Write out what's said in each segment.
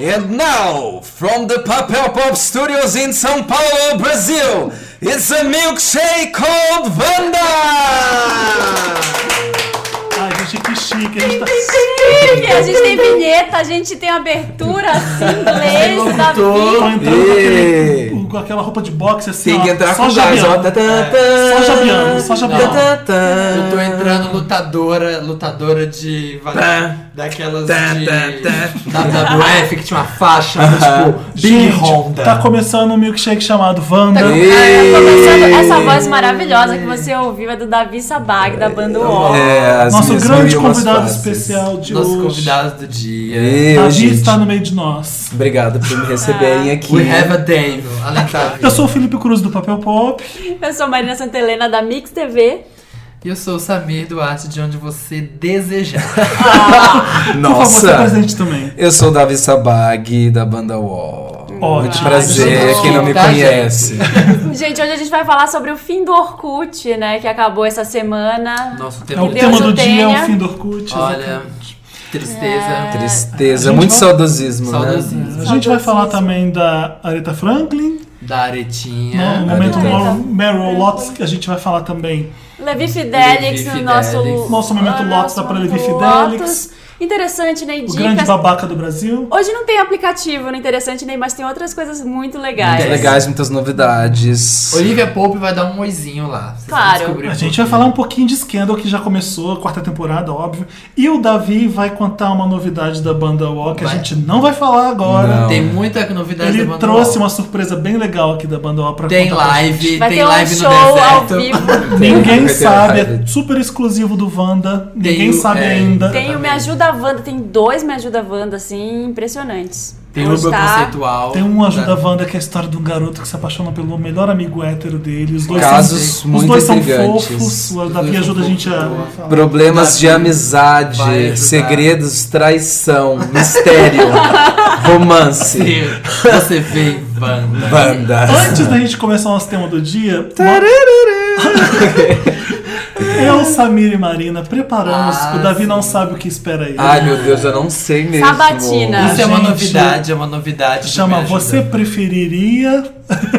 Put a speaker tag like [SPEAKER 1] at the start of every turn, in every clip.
[SPEAKER 1] And now, from the Papel Pop Studios in São Paulo, Brazil, it's a milkshake called Vanda!
[SPEAKER 2] Ai, gente, que chique. A gente tá...
[SPEAKER 3] Chique! A gente tem vinheta, a gente tem abertura assim, inglês, da
[SPEAKER 2] Tô
[SPEAKER 3] vida.
[SPEAKER 2] entrando com, aquele-
[SPEAKER 1] Ih.
[SPEAKER 2] com aquela roupa de boxe assim,
[SPEAKER 1] Tem
[SPEAKER 2] ó,
[SPEAKER 1] que entrar
[SPEAKER 2] só
[SPEAKER 1] com o gás, ó.
[SPEAKER 2] jabeando.
[SPEAKER 1] Tá, tá,
[SPEAKER 2] Só
[SPEAKER 1] tá.
[SPEAKER 2] jabeando, só jabeando.
[SPEAKER 1] Tá, tá, tá.
[SPEAKER 4] Eu tô entrando lutadora, lutadora de. va- Daquelas
[SPEAKER 1] Tá,
[SPEAKER 4] de.
[SPEAKER 1] tá,
[SPEAKER 4] WWF que tinha uma faixa, tipo, Big
[SPEAKER 2] Gente,
[SPEAKER 4] Honda.
[SPEAKER 2] tá começando um milkshake chamado Wanda.
[SPEAKER 3] Tá
[SPEAKER 1] Ê!
[SPEAKER 3] começando essa voz maravilhosa que você ouviu é do Davi Sabag, da banda UOL.
[SPEAKER 1] É, as
[SPEAKER 2] Nosso
[SPEAKER 1] minhas
[SPEAKER 2] grande
[SPEAKER 1] mil e umas
[SPEAKER 2] convidado
[SPEAKER 1] faces.
[SPEAKER 2] especial de
[SPEAKER 4] Nosso
[SPEAKER 2] hoje.
[SPEAKER 4] convidado do dia.
[SPEAKER 1] Ê,
[SPEAKER 2] Davi
[SPEAKER 1] gente,
[SPEAKER 2] está no É. meio de nós.
[SPEAKER 1] Obrigado por me receberem aqui.
[SPEAKER 4] We have a Daniel. Ela tá
[SPEAKER 2] Eu sou o Felipe Cruz do Papel Pop.
[SPEAKER 3] Eu sou Marina Santelena, da Mix TV.
[SPEAKER 4] E eu sou o Samir Duarte, de onde você desejar.
[SPEAKER 2] Por favor, se
[SPEAKER 1] Nossa!
[SPEAKER 2] presente também.
[SPEAKER 1] Eu sou o Davi Sabag, da banda UOL.
[SPEAKER 2] Ótimo.
[SPEAKER 1] Prazer,
[SPEAKER 4] Nossa.
[SPEAKER 1] quem não me
[SPEAKER 4] Tá, gente?
[SPEAKER 1] conhece.
[SPEAKER 3] Gente, hoje a gente vai falar sobre o fim do Orkut, né, que acabou essa semana.
[SPEAKER 4] Nosso
[SPEAKER 2] É
[SPEAKER 4] tema
[SPEAKER 2] o
[SPEAKER 4] de-
[SPEAKER 3] Deus
[SPEAKER 2] tema do
[SPEAKER 3] o
[SPEAKER 2] dia, é
[SPEAKER 3] tenha.
[SPEAKER 2] o fim do Orkut.
[SPEAKER 4] Olha,
[SPEAKER 2] exatamente.
[SPEAKER 4] tristeza.
[SPEAKER 1] Tristeza,
[SPEAKER 2] A gente
[SPEAKER 1] muito
[SPEAKER 2] vai-
[SPEAKER 1] saudosismo,
[SPEAKER 4] Saudosismo.
[SPEAKER 1] né?
[SPEAKER 2] A gente vai
[SPEAKER 3] Saudosismo.
[SPEAKER 2] falar também da Aretha Franklin,
[SPEAKER 4] Da É,
[SPEAKER 2] no
[SPEAKER 4] aretinha.
[SPEAKER 2] momento
[SPEAKER 3] Aretha.
[SPEAKER 2] Mor- Meryl Lotus, que a gente vai falar também.
[SPEAKER 3] Levi Fidelix,
[SPEAKER 4] Levi
[SPEAKER 3] o nosso...
[SPEAKER 4] Fidelix.
[SPEAKER 2] Nosso momento Lotus dá pra
[SPEAKER 3] momento
[SPEAKER 2] Levi Fidelix.
[SPEAKER 3] Lotus. Interessante, né, e
[SPEAKER 2] O grande
[SPEAKER 3] dicas.
[SPEAKER 2] babaca do Brasil.
[SPEAKER 3] Hoje não tem aplicativo, não interessante nem, mas tem outras coisas muito legais.
[SPEAKER 1] Muito legais, muitas novidades.
[SPEAKER 4] Olivia Pope vai dar um oizinho lá. Vocês vão
[SPEAKER 3] Claro.
[SPEAKER 4] descobrir
[SPEAKER 2] A
[SPEAKER 4] por
[SPEAKER 2] gente
[SPEAKER 4] quê.
[SPEAKER 2] vai falar um pouquinho de Scandal, que já começou a quarta temporada, óbvio. E o Davi vai contar uma novidade da banda Wall que a
[SPEAKER 4] Vai.
[SPEAKER 2] gente não vai falar agora.
[SPEAKER 1] Não.
[SPEAKER 4] Tem muita novidade da
[SPEAKER 2] Ele
[SPEAKER 4] banda
[SPEAKER 2] trouxe
[SPEAKER 4] nova.
[SPEAKER 2] uma surpresa bem legal aqui da banda Wall pra
[SPEAKER 4] Tem
[SPEAKER 2] contar pra
[SPEAKER 4] live,
[SPEAKER 3] Vai
[SPEAKER 4] tem
[SPEAKER 3] ter um
[SPEAKER 4] live
[SPEAKER 3] show
[SPEAKER 4] no
[SPEAKER 3] ao
[SPEAKER 4] deserto.
[SPEAKER 3] vivo.
[SPEAKER 2] gente. Ninguém
[SPEAKER 1] Vai ter
[SPEAKER 2] sabe,
[SPEAKER 1] live.
[SPEAKER 2] é super exclusivo do Wanda.
[SPEAKER 4] Tem
[SPEAKER 2] Ninguém
[SPEAKER 4] o-
[SPEAKER 2] sabe
[SPEAKER 4] é,
[SPEAKER 2] ainda.
[SPEAKER 3] Tem o Me
[SPEAKER 4] Exatamente.
[SPEAKER 3] Ajuda a Wanda, tem dois Me Ajuda a Wanda, assim, impressionantes.
[SPEAKER 4] Tem um
[SPEAKER 3] Hoje tá-
[SPEAKER 4] conceitual.
[SPEAKER 2] Tem um Ajuda
[SPEAKER 4] da-
[SPEAKER 2] Wanda que é a história de um garoto que se apaixona pelo melhor amigo hétero dele. Os dois
[SPEAKER 1] Casos
[SPEAKER 2] são,
[SPEAKER 1] muito
[SPEAKER 2] Os dois são
[SPEAKER 1] intrigantes.
[SPEAKER 2] fofos. O
[SPEAKER 4] Os
[SPEAKER 2] Davi
[SPEAKER 4] dois são
[SPEAKER 2] ajuda a gente a.
[SPEAKER 4] fofos.
[SPEAKER 1] Problemas de
[SPEAKER 4] Davi vai
[SPEAKER 1] amizade,
[SPEAKER 4] ajudar.
[SPEAKER 1] segredos, traição, mistério, romance,
[SPEAKER 4] Você vem, Wanda.
[SPEAKER 1] banda.
[SPEAKER 2] Antes da gente começar o nosso tema do dia, eu, Samir e Marina preparamos.
[SPEAKER 4] Ah,
[SPEAKER 2] o Davi não
[SPEAKER 4] sim.
[SPEAKER 2] sabe o que espera ele.
[SPEAKER 1] Ai, meu Deus, eu não sei mesmo.
[SPEAKER 3] Sabatina.
[SPEAKER 4] Isso é uma
[SPEAKER 2] gente-
[SPEAKER 4] novidade, é uma novidade. do
[SPEAKER 2] Chama
[SPEAKER 4] Me Ajuda.
[SPEAKER 2] Você Preferiria.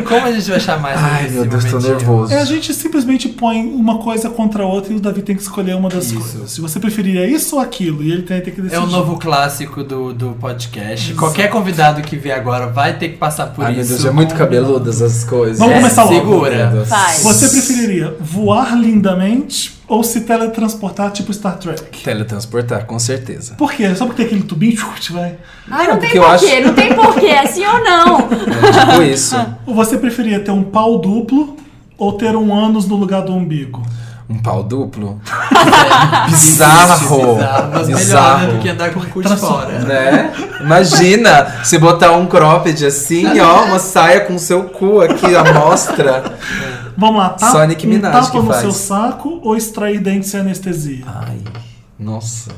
[SPEAKER 4] Como a gente vai chamar isso
[SPEAKER 1] Ai,
[SPEAKER 4] nesse
[SPEAKER 1] meu Deus, tô
[SPEAKER 4] momentinho?
[SPEAKER 1] nervoso.
[SPEAKER 2] É, a gente simplesmente põe uma coisa contra a outra e o Davi tem que escolher uma das coisas. Se você preferiria isso ou aquilo, e ele tem, tem que decidir.
[SPEAKER 4] É um novo clássico do, do podcast. Qualquer convidado que vier agora vai ter que passar por
[SPEAKER 1] Ai, meu
[SPEAKER 4] isso.
[SPEAKER 1] Deus, é muito cabeludas as coisas.
[SPEAKER 2] Vamos começar logo.
[SPEAKER 4] Segura.
[SPEAKER 1] Meu Deus.
[SPEAKER 3] Vai.
[SPEAKER 2] Você preferiria voar lindamente ou se teletransportar tipo Star Trek?
[SPEAKER 1] Teletransportar, com certeza.
[SPEAKER 2] Por quê? Só porque tem aquele tubinho, tchuc, tchuc, vai.
[SPEAKER 3] Ai, Ah, não tem
[SPEAKER 1] porque eu
[SPEAKER 3] porquê,
[SPEAKER 1] acho-
[SPEAKER 3] não tem porquê, é sim ou não.
[SPEAKER 1] É tipo isso.
[SPEAKER 2] Ou você preferia ter um pau duplo ou ter um ânus no lugar do umbigo?
[SPEAKER 1] Um pau duplo.
[SPEAKER 4] é Bizarro,
[SPEAKER 1] Bizarro.
[SPEAKER 4] Mas melhor né, do
[SPEAKER 1] Bizarro.
[SPEAKER 4] que andar com o cu de fora.
[SPEAKER 1] Né? Imagina se botar um cropped assim, ó, uma saia com o seu cu aqui à mostra.
[SPEAKER 2] Vamos lá, tá?
[SPEAKER 1] Sonic Minaj
[SPEAKER 2] um tapa
[SPEAKER 1] que
[SPEAKER 2] no
[SPEAKER 1] faz.
[SPEAKER 2] seu saco ou extrair dentes sem anestesia?
[SPEAKER 1] Ai, nossa.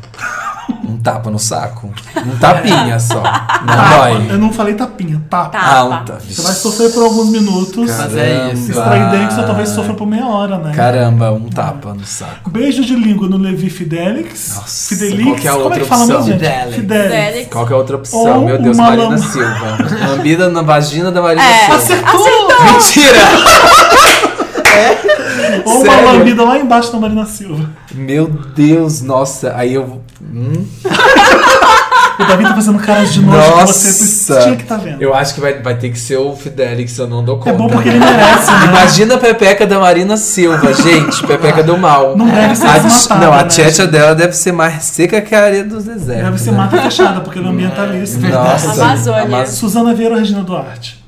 [SPEAKER 1] Um tapa no saco. Um tapinha só. Não
[SPEAKER 2] Tapa.
[SPEAKER 1] Ah, dói.
[SPEAKER 2] Eu não falei tapinha, tapa.
[SPEAKER 3] Tá.
[SPEAKER 1] Ah, um ta-
[SPEAKER 2] Você vai sofrer por alguns minutos.
[SPEAKER 4] Mas é isso.
[SPEAKER 2] Se
[SPEAKER 1] Caramba.
[SPEAKER 2] extrair dentes, você talvez sofra por meia hora, né?
[SPEAKER 1] Caramba, um tapa no saco.
[SPEAKER 2] Beijo de língua no Levi Fidelix.
[SPEAKER 1] Nossa,
[SPEAKER 2] Fidelix.
[SPEAKER 1] qual que é a
[SPEAKER 2] Como é
[SPEAKER 1] outra
[SPEAKER 2] que fala mesmo,
[SPEAKER 1] opção?
[SPEAKER 2] gente?
[SPEAKER 4] Fidelix.
[SPEAKER 3] Félix.
[SPEAKER 1] Qual que é a outra opção?
[SPEAKER 2] Ou um
[SPEAKER 1] Meu Deus,
[SPEAKER 2] uma
[SPEAKER 1] Marina
[SPEAKER 2] lama.
[SPEAKER 1] Silva. Lambida na vagina da Marina
[SPEAKER 3] É.
[SPEAKER 1] Silva.
[SPEAKER 3] Acertou!
[SPEAKER 1] Mentira!
[SPEAKER 2] Ou uma
[SPEAKER 1] Sério?
[SPEAKER 2] lambida lá embaixo da Marina Silva.
[SPEAKER 1] Meu Deus, nossa. Aí eu. Hum?
[SPEAKER 2] O Davi tá fazendo caras de nojo que você
[SPEAKER 1] Nossa.
[SPEAKER 2] tinha que tá vendo.
[SPEAKER 5] Eu acho que vai, vai ter que ser o Fidelix, eu não dou
[SPEAKER 2] É
[SPEAKER 5] conta.
[SPEAKER 2] bom porque ele merece, né?
[SPEAKER 5] Imagina a Pepeca da Marina Silva, gente. Pepeca do mal.
[SPEAKER 2] Não deve ser
[SPEAKER 1] A,
[SPEAKER 2] matada,
[SPEAKER 1] não, a
[SPEAKER 2] né,
[SPEAKER 1] tchetcha
[SPEAKER 2] gente?
[SPEAKER 1] dela deve ser mais seca que a areia dos desertos.
[SPEAKER 2] Deve ser
[SPEAKER 1] né?
[SPEAKER 2] mata fechada, porque ele é ambientalista.
[SPEAKER 1] Nossa.
[SPEAKER 3] Amazônia.
[SPEAKER 1] Amaz-
[SPEAKER 2] Suzana Vieira ou Regina Duarte?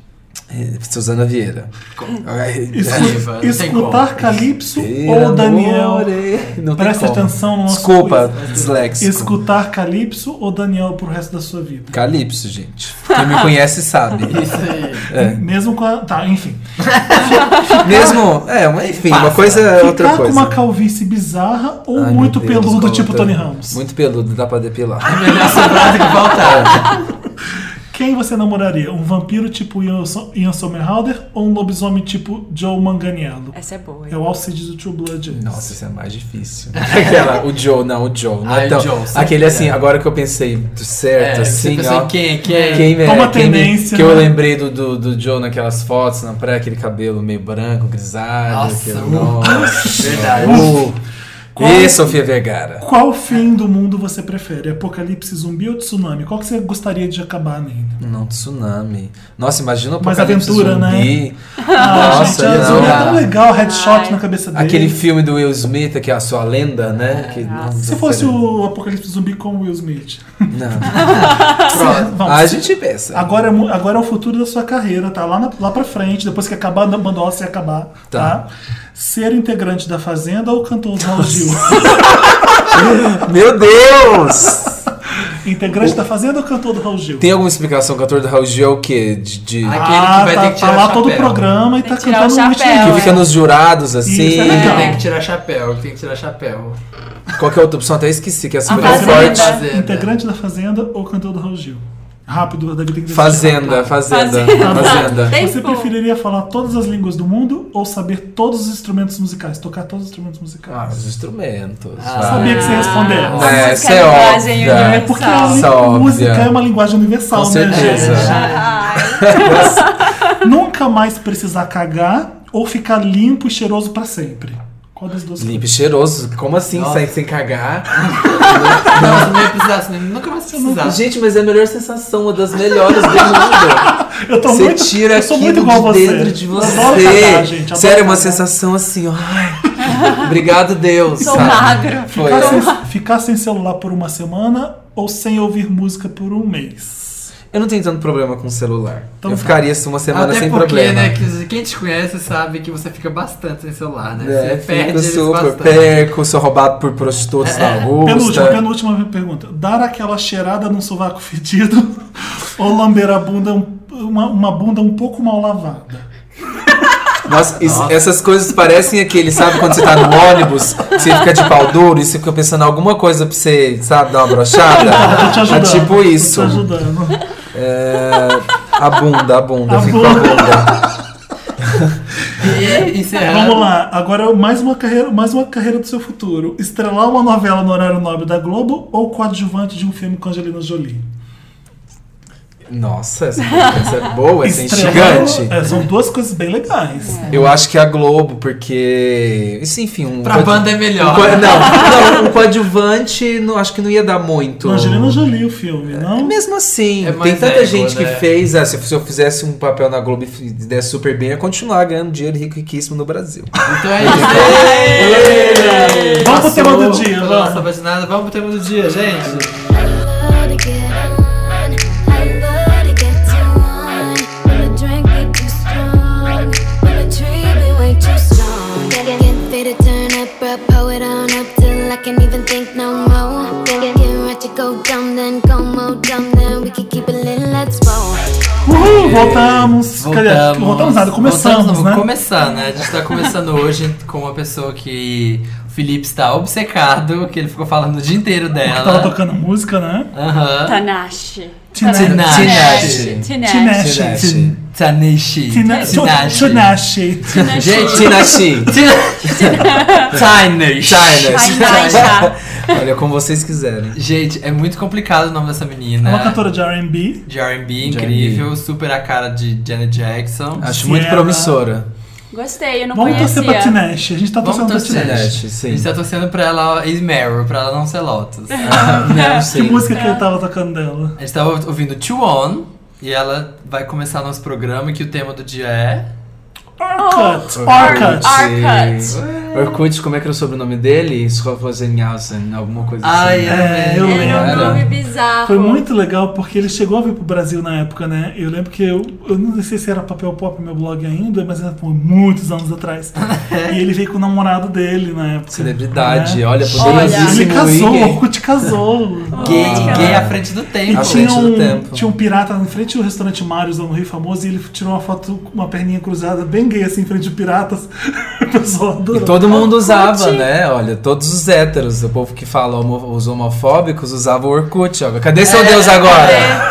[SPEAKER 1] Suzana Vieira. Ai,
[SPEAKER 2] Escu-
[SPEAKER 4] Diva, não tem
[SPEAKER 2] Escutar
[SPEAKER 4] como.
[SPEAKER 2] Calypso ou
[SPEAKER 1] Vieira,
[SPEAKER 2] Daniel?
[SPEAKER 1] amore. Não tem
[SPEAKER 2] Presta
[SPEAKER 1] como.
[SPEAKER 2] atenção no nosso
[SPEAKER 1] Desculpa,
[SPEAKER 2] quiz.
[SPEAKER 1] disléxico.
[SPEAKER 2] Escutar Calypso ou Daniel pro resto da sua vida?
[SPEAKER 1] Calypso, gente. Quem me conhece sabe.
[SPEAKER 4] Isso aí.
[SPEAKER 2] Mesmo com a. Tá, enfim.
[SPEAKER 1] Mesmo, é, uma- enfim, uma
[SPEAKER 4] Passa.
[SPEAKER 1] coisa é outra
[SPEAKER 2] Ficar com
[SPEAKER 1] coisa.
[SPEAKER 2] uma calvície bizarra ou
[SPEAKER 1] Ai, meu
[SPEAKER 2] muito
[SPEAKER 1] Deus,
[SPEAKER 2] peludo,
[SPEAKER 1] como
[SPEAKER 2] tipo
[SPEAKER 1] tá-
[SPEAKER 2] Tony Ramos?
[SPEAKER 1] Muito peludo, dá pra depilar.
[SPEAKER 4] É melhor sobrado que faltar.
[SPEAKER 2] Quem você namoraria? Um vampiro tipo Ian So- Ian Somerhalder ou um lobisomem tipo Joe Manganiello?
[SPEAKER 3] Essa é boa. hein?
[SPEAKER 2] É o Alcides do True Blood. esse.
[SPEAKER 1] Nossa, isso é mais difícil. Aquela, o Joe, não, o Joe. Não é
[SPEAKER 4] Ai,
[SPEAKER 1] tão-
[SPEAKER 4] Joe, sempre
[SPEAKER 1] aquele assim,
[SPEAKER 4] é.
[SPEAKER 1] agora que eu pensei, do certo,
[SPEAKER 4] É,
[SPEAKER 1] assim,
[SPEAKER 4] você pensa
[SPEAKER 1] ó.
[SPEAKER 4] em quem? Quem é?
[SPEAKER 1] Quem me-
[SPEAKER 2] Toma
[SPEAKER 1] quem me-
[SPEAKER 2] tendência,
[SPEAKER 1] Que eu
[SPEAKER 2] né?
[SPEAKER 1] lembrei do, do, do Joe naquelas fotos na praia, aquele cabelo meio branco, grisalho.
[SPEAKER 4] Nossa,
[SPEAKER 1] aquele,
[SPEAKER 4] uh.
[SPEAKER 1] nossa.
[SPEAKER 4] Verdade.
[SPEAKER 1] Uh.
[SPEAKER 2] Qual-
[SPEAKER 1] E Sofia Vergara.
[SPEAKER 2] Qual fim do mundo você prefere? Apocalipse zumbi ou tsunami? Qual que você gostaria de acabar nele?
[SPEAKER 1] Não, tsunami. Nossa, imagina o
[SPEAKER 2] Mais
[SPEAKER 1] apocalipse
[SPEAKER 2] aventura,
[SPEAKER 1] zumbi.
[SPEAKER 2] Ah,
[SPEAKER 1] Nossa,
[SPEAKER 2] gente, a zumbi é
[SPEAKER 1] não.
[SPEAKER 2] tão legal, headshot
[SPEAKER 3] Ai.
[SPEAKER 2] na cabeça dele.
[SPEAKER 1] Aquele filme do Will Smith, que é a sua lenda, né? Que, nossa,
[SPEAKER 2] Se fosse o Apocalipse zumbi com Will Smith.
[SPEAKER 1] Não. Ah,
[SPEAKER 2] Vamos.
[SPEAKER 1] A gente pensa.
[SPEAKER 2] Agora é, mu- agora é o futuro da sua carreira, tá? Lá, na, lá pra frente, depois que acabar a bandola, você acabar, tá.
[SPEAKER 1] Tá.
[SPEAKER 2] Ser integrante da Fazenda ou cantor Raul Gil?
[SPEAKER 1] Meu Deus!
[SPEAKER 2] integrante da Fazenda ou cantor do Raul Gil?
[SPEAKER 1] Tem alguma explicação? O cantor do Raul Gil é o quê? De, de-
[SPEAKER 4] Ah,
[SPEAKER 2] Ah,
[SPEAKER 4] Aquele que vai
[SPEAKER 2] tá,
[SPEAKER 4] ter que
[SPEAKER 2] tá
[SPEAKER 4] tirar
[SPEAKER 2] lá
[SPEAKER 4] o
[SPEAKER 2] todo o
[SPEAKER 4] chapéu.
[SPEAKER 2] programa e
[SPEAKER 3] Tem
[SPEAKER 2] tá
[SPEAKER 3] que tirar
[SPEAKER 2] cantando
[SPEAKER 3] o
[SPEAKER 2] um
[SPEAKER 3] chapéu,
[SPEAKER 1] Que
[SPEAKER 2] ritmo.
[SPEAKER 3] é.
[SPEAKER 1] fica nos jurados, assim.
[SPEAKER 2] Isso é
[SPEAKER 4] Que
[SPEAKER 2] legal.
[SPEAKER 4] Tem que tirar chapéu, que tem que tirar chapéu.
[SPEAKER 1] Qual que é a outra opção? Até esqueci, que é super
[SPEAKER 3] Fazenda.
[SPEAKER 1] forte.
[SPEAKER 4] Fazenda.
[SPEAKER 2] Integrante da Fazenda ou cantor do Raul Gil? Rápido, Davi tem que
[SPEAKER 1] Fazenda, fazenda, fazenda.
[SPEAKER 3] Tem
[SPEAKER 2] Você
[SPEAKER 3] como.
[SPEAKER 2] preferiria falar todas as línguas do mundo ou saber todos os instrumentos musicais? Tocar todos os instrumentos
[SPEAKER 1] Ah,
[SPEAKER 2] musicais?
[SPEAKER 1] os instrumentos.
[SPEAKER 2] Eu
[SPEAKER 1] vai.
[SPEAKER 2] Sabia que você ia responder
[SPEAKER 3] A
[SPEAKER 2] essa.
[SPEAKER 1] É, essa
[SPEAKER 3] música
[SPEAKER 1] é
[SPEAKER 3] linguagem
[SPEAKER 1] óbvia.
[SPEAKER 2] É porque a
[SPEAKER 3] universal.
[SPEAKER 1] Essa
[SPEAKER 2] língua-
[SPEAKER 1] óbvia.
[SPEAKER 2] música é uma linguagem universal,
[SPEAKER 1] Com
[SPEAKER 2] né,
[SPEAKER 1] certeza.
[SPEAKER 2] gente?
[SPEAKER 3] Ai,
[SPEAKER 2] Nunca mais precisar cagar ou ficar limpo e cheiroso pra sempre? Qual das duas?
[SPEAKER 1] Limpo e cheiroso. Como assim?
[SPEAKER 4] Nossa.
[SPEAKER 1] Sair sem cagar?
[SPEAKER 4] Não, você não ia precisar, você nunca mais precisar.
[SPEAKER 1] Gente, mas é a melhor sensação, uma das melhores do mundo.
[SPEAKER 2] Eu tô
[SPEAKER 1] Você
[SPEAKER 2] muito,
[SPEAKER 1] tira
[SPEAKER 2] eu sou
[SPEAKER 1] aquilo
[SPEAKER 2] muito igual a
[SPEAKER 1] de
[SPEAKER 2] você.
[SPEAKER 1] dentro de
[SPEAKER 2] Eu
[SPEAKER 1] você.
[SPEAKER 2] adoro cagar, gente, adoro
[SPEAKER 1] Sério, é uma
[SPEAKER 2] cagar.
[SPEAKER 1] sensação assim, ó. Ai, Obrigado, Deus.
[SPEAKER 3] Sou
[SPEAKER 1] sabe?
[SPEAKER 3] magro.
[SPEAKER 1] Foi.
[SPEAKER 2] Ficar sem, ficar sem celular por uma semana ou sem ouvir música por um mês?
[SPEAKER 1] Eu não tenho tanto problema com o celular.
[SPEAKER 2] Então
[SPEAKER 1] eu
[SPEAKER 2] tá.
[SPEAKER 1] ficaria uma semana
[SPEAKER 4] Até
[SPEAKER 1] sem
[SPEAKER 4] porque,
[SPEAKER 1] problema.
[SPEAKER 4] né, que quem te conhece sabe que você fica bastante sem celular, né?
[SPEAKER 1] É,
[SPEAKER 4] você perde
[SPEAKER 1] fico
[SPEAKER 4] eles
[SPEAKER 1] super,
[SPEAKER 4] bastante.
[SPEAKER 1] perco, sou roubado por
[SPEAKER 2] É,
[SPEAKER 1] prostitutas da
[SPEAKER 2] Penúltima,
[SPEAKER 1] Augusta.
[SPEAKER 2] penúltima pergunta. Dar aquela cheirada num sovaco fedido ou lamber a bunda, um- uma, uma bunda um pouco mal lavada?
[SPEAKER 1] Nossa, isso- essas coisas parecem aquele, sabe, quando você tá no ônibus, que você fica de pau duro e você fica pensando em alguma coisa pra você, sabe, dar uma brochada.
[SPEAKER 2] Tô Tá te
[SPEAKER 1] É
[SPEAKER 2] ajudando.
[SPEAKER 1] tipo isso.
[SPEAKER 2] Tô te ajudando.
[SPEAKER 1] É, a bunda, a bunda,
[SPEAKER 2] A
[SPEAKER 1] eu fico com a
[SPEAKER 2] bunda.
[SPEAKER 1] bunda.
[SPEAKER 4] E é encerrando.
[SPEAKER 2] Então, Vamos lá, agora mais uma, carreira, mais uma carreira do seu futuro. Estrelar uma novela no horário nobre da Globo ou coadjuvante de um filme com Angelina Jolie?
[SPEAKER 1] Nossa, essa conversa é boa, essa é
[SPEAKER 2] Estrelar-
[SPEAKER 1] instigante.
[SPEAKER 2] É, são duas coisas bem legais.
[SPEAKER 1] Eu acho que é a Globo, porque. Isso, enfim, um.
[SPEAKER 4] Pra
[SPEAKER 1] coadju-
[SPEAKER 4] banda é
[SPEAKER 1] um
[SPEAKER 4] melhor.
[SPEAKER 1] co- não, não, um coadjuvante, não, acho que não ia dar muito.
[SPEAKER 2] Com Angelina Jolie o filme, não?
[SPEAKER 1] É. Mesmo assim,
[SPEAKER 4] É
[SPEAKER 1] tem
[SPEAKER 4] mais
[SPEAKER 1] tanta
[SPEAKER 4] ego,
[SPEAKER 1] gente
[SPEAKER 4] né?
[SPEAKER 1] que fez. ah, se eu- se eu fizesse um papel na Globo e fi- desse super bem, eu ia continuar ganhando dinheiro rico e riquíssimo no Brasil.
[SPEAKER 4] Então é isso.
[SPEAKER 2] Vamos pro tema do dia,
[SPEAKER 4] Nossa,
[SPEAKER 2] vamos.
[SPEAKER 4] mas nada. Vamos pro tema do dia, gente.
[SPEAKER 6] love to get on. I love to get you on. Will the drink be too strong? Will the tree be way too strong? Get, get faded, turn up, bruh, Pour it on up till I can't even think no more. Get, get right to go down, then go more down, then we can keep it lit. Let's roll.
[SPEAKER 2] Uhul, voltamos. Cadê? Voltamos nada, começamos,
[SPEAKER 4] voltamos,
[SPEAKER 2] né?
[SPEAKER 4] Vamos começar, né? A gente tá começando hoje com uma pessoa que o Felipe está obcecado, que ele ficou falando o dia inteiro
[SPEAKER 2] Tava
[SPEAKER 4] dela.
[SPEAKER 2] tocando música, né?
[SPEAKER 4] Aham.
[SPEAKER 3] Tanashi.
[SPEAKER 2] Tina-
[SPEAKER 4] Tinashe.
[SPEAKER 3] Tinashi.
[SPEAKER 2] Tinashe.
[SPEAKER 1] Tinashe.
[SPEAKER 4] Tanishi.
[SPEAKER 2] Tina- Tinashe. É
[SPEAKER 4] Gente,
[SPEAKER 1] Tinashi!
[SPEAKER 4] Tinish.
[SPEAKER 1] Tinashi!
[SPEAKER 4] tá.
[SPEAKER 3] Tinashi.
[SPEAKER 1] Olha, como vocês quiserem.
[SPEAKER 4] Gente, é muito complicado o nome dessa
[SPEAKER 2] É
[SPEAKER 4] menina.
[SPEAKER 2] uma cantora de R&B.
[SPEAKER 4] de R&B incrível, super a cara de Janet Jackson.
[SPEAKER 1] Acho
[SPEAKER 2] Se
[SPEAKER 1] muito
[SPEAKER 2] ela-
[SPEAKER 1] promissora.
[SPEAKER 3] Gostei, eu não
[SPEAKER 2] Vamos torcer pra
[SPEAKER 3] conhecia.
[SPEAKER 2] Tinashe. A gente tá torcendo
[SPEAKER 4] Vamos
[SPEAKER 2] pra
[SPEAKER 4] torcer.
[SPEAKER 2] Tinashe.
[SPEAKER 1] é um sim.
[SPEAKER 4] A gente tá torcendo pra ela e Meryl, pra ela não ser Lotus.
[SPEAKER 2] É.
[SPEAKER 1] Não,
[SPEAKER 2] Ah, Que
[SPEAKER 1] sim.
[SPEAKER 2] música que ele tava tocando dela?
[SPEAKER 4] A gente tava ouvindo Two On e ela vai começar nosso programa que o tema do dia é.
[SPEAKER 1] Orkut.
[SPEAKER 2] Orcut. Orcut.
[SPEAKER 3] Arcut.
[SPEAKER 1] Orkut, como é que era o sobrenome dele? Schroffenhausen, alguma coisa assim.
[SPEAKER 4] Ai, é,
[SPEAKER 2] eu
[SPEAKER 3] Era um
[SPEAKER 2] lembro.
[SPEAKER 3] nome bizarro.
[SPEAKER 2] né? Foi muito legal porque ele chegou a vir pro Brasil na época, né? Eu lembro que eu, eu não sei se era papel pop meu blog ainda, mas era, foi muitos anos atrás. e ele veio com o namorado dele na época.
[SPEAKER 1] Celebridade,
[SPEAKER 2] né?
[SPEAKER 1] olha,
[SPEAKER 2] Ele
[SPEAKER 1] poderosíssimo
[SPEAKER 2] casou, o
[SPEAKER 1] Iggy.
[SPEAKER 2] Orkut casou.
[SPEAKER 4] Gay,
[SPEAKER 1] Ah.
[SPEAKER 4] gay à frente do
[SPEAKER 2] E
[SPEAKER 4] tempo.
[SPEAKER 1] À
[SPEAKER 2] tinha
[SPEAKER 1] frente do
[SPEAKER 2] um,
[SPEAKER 1] tempo.
[SPEAKER 2] tinha um pirata na frente do restaurante Marius lá no Rio Famoso e ele tirou uma foto com uma perninha cruzada, bem gay assim, em frente de piratas. O pessoal
[SPEAKER 1] E
[SPEAKER 2] adorou.
[SPEAKER 1] todo mundo usava, né? Olha, todos os héteros, o povo que fala homo- os homofóbicos usava o Orkut. Ó. Cadê seu Deus agora?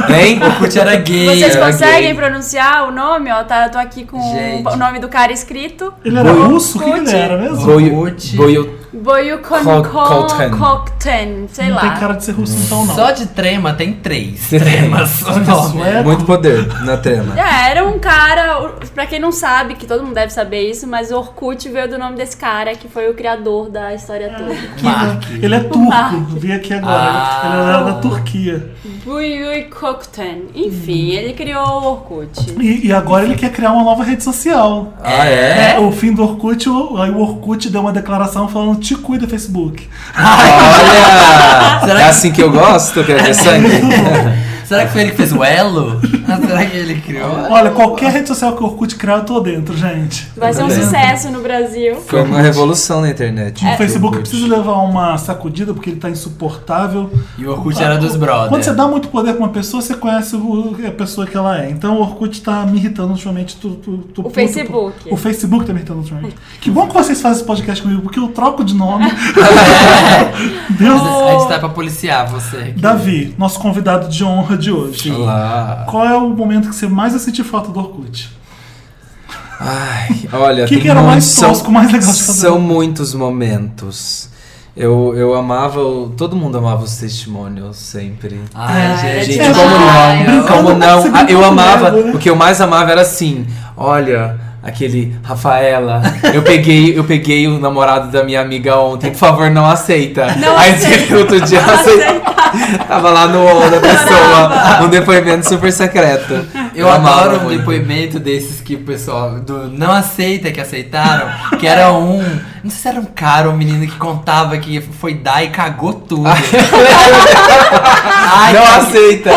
[SPEAKER 1] Hein?
[SPEAKER 4] Orkut era
[SPEAKER 1] é
[SPEAKER 4] gay.
[SPEAKER 3] Vocês
[SPEAKER 1] era
[SPEAKER 3] conseguem
[SPEAKER 1] gay.
[SPEAKER 3] pronunciar o nome? Ó, tá, eu tô aqui com
[SPEAKER 4] Gente.
[SPEAKER 3] o nome do cara escrito.
[SPEAKER 2] Ele era
[SPEAKER 1] Boyu-
[SPEAKER 2] russo? O que que ele era mesmo?
[SPEAKER 1] Boyu- Boyu- Kol- Kolten.
[SPEAKER 3] Boyukonkokten, sei
[SPEAKER 2] Não
[SPEAKER 3] lá.
[SPEAKER 2] tem cara de ser russo então, não.
[SPEAKER 4] Só de trema tem três.
[SPEAKER 1] Tem
[SPEAKER 4] Tremas. O nome.
[SPEAKER 2] Sueco.
[SPEAKER 1] Muito poder na trama.
[SPEAKER 3] É, era um cara, pra quem não sabe, que todo mundo deve saber isso, mas o Orkut veio do nome desse cara que foi o criador da história toda.
[SPEAKER 4] Mark.
[SPEAKER 2] Ele é
[SPEAKER 3] Ah.
[SPEAKER 2] turco, vi aqui agora.
[SPEAKER 4] Ah.
[SPEAKER 2] Ele era da Turquia.
[SPEAKER 3] Boyukonkten. Enfim, ele criou o Orkut.
[SPEAKER 2] E, e agora ele quer criar uma nova rede social.
[SPEAKER 1] Ah, é?
[SPEAKER 2] É, o fim do Orkut, o- aí o Orkut deu uma declaração falando te cuida, Facebook.
[SPEAKER 1] Olha! É assim É. que eu gosto? Quer ver sangue?
[SPEAKER 4] Será que foi ele que fez o elo? Ah, Será que ele criou?
[SPEAKER 2] Olha, qualquer rede social que o Orkut criar, eu tô dentro, gente.
[SPEAKER 3] Vai ser um
[SPEAKER 1] Beleza.
[SPEAKER 3] sucesso no Brasil.
[SPEAKER 1] Foi uma revolução na internet.
[SPEAKER 2] O É. Facebook precisa levar uma sacudida porque ele tá insuportável.
[SPEAKER 4] E o Orkut era dos brothers.
[SPEAKER 2] Quando você dá muito poder pra uma pessoa, você conhece o- a pessoa que ela é. Então o Orkut tá me irritando ultimamente. Tu, tu- tu- tu- tu-
[SPEAKER 3] Facebook.
[SPEAKER 2] o Facebook tá me irritando ultimamente. Que bom que vocês fazem esse podcast comigo, porque eu troco de nome. Deus
[SPEAKER 4] A gente tá pra policiar você. aqui.
[SPEAKER 2] Davi, nosso convidado de honra de hoje.
[SPEAKER 1] Olá.
[SPEAKER 2] Qual é o momento que você mais assiste falta do Orkut?
[SPEAKER 1] Ai, olha,
[SPEAKER 2] O que,
[SPEAKER 1] tem
[SPEAKER 2] que era mais
[SPEAKER 1] muitos- são-
[SPEAKER 2] tosco, mais legal de fazer?
[SPEAKER 1] São muitos momentos. Eu, eu amava, o- todo mundo amava os testemunhos sempre.
[SPEAKER 4] Ai,
[SPEAKER 3] É
[SPEAKER 1] Gente,
[SPEAKER 4] gente.
[SPEAKER 3] demais.
[SPEAKER 1] como não?
[SPEAKER 3] Brincando
[SPEAKER 1] Como
[SPEAKER 2] né? com
[SPEAKER 1] não?
[SPEAKER 2] esse
[SPEAKER 1] Ah, eu
[SPEAKER 2] brinco
[SPEAKER 1] amava,
[SPEAKER 2] lego, né?
[SPEAKER 1] o que eu mais amava era assim, olha, aquele Rafaela, eu peguei, eu peguei o namorado da minha amiga ontem, por favor, não aceita.
[SPEAKER 3] Não
[SPEAKER 1] Aí
[SPEAKER 3] aceita.
[SPEAKER 1] dizia que outro dia aceita. Tava lá no UOL da pessoa, um depoimento super secreto.
[SPEAKER 4] Eu adoro um
[SPEAKER 1] muito.
[SPEAKER 4] depoimento desses que o pessoal do não aceita que aceitaram, que era um. Não sei se era um cara ou um menino que contava que foi dar e cagou tudo. Ai,
[SPEAKER 1] Não
[SPEAKER 4] que-
[SPEAKER 1] aceita.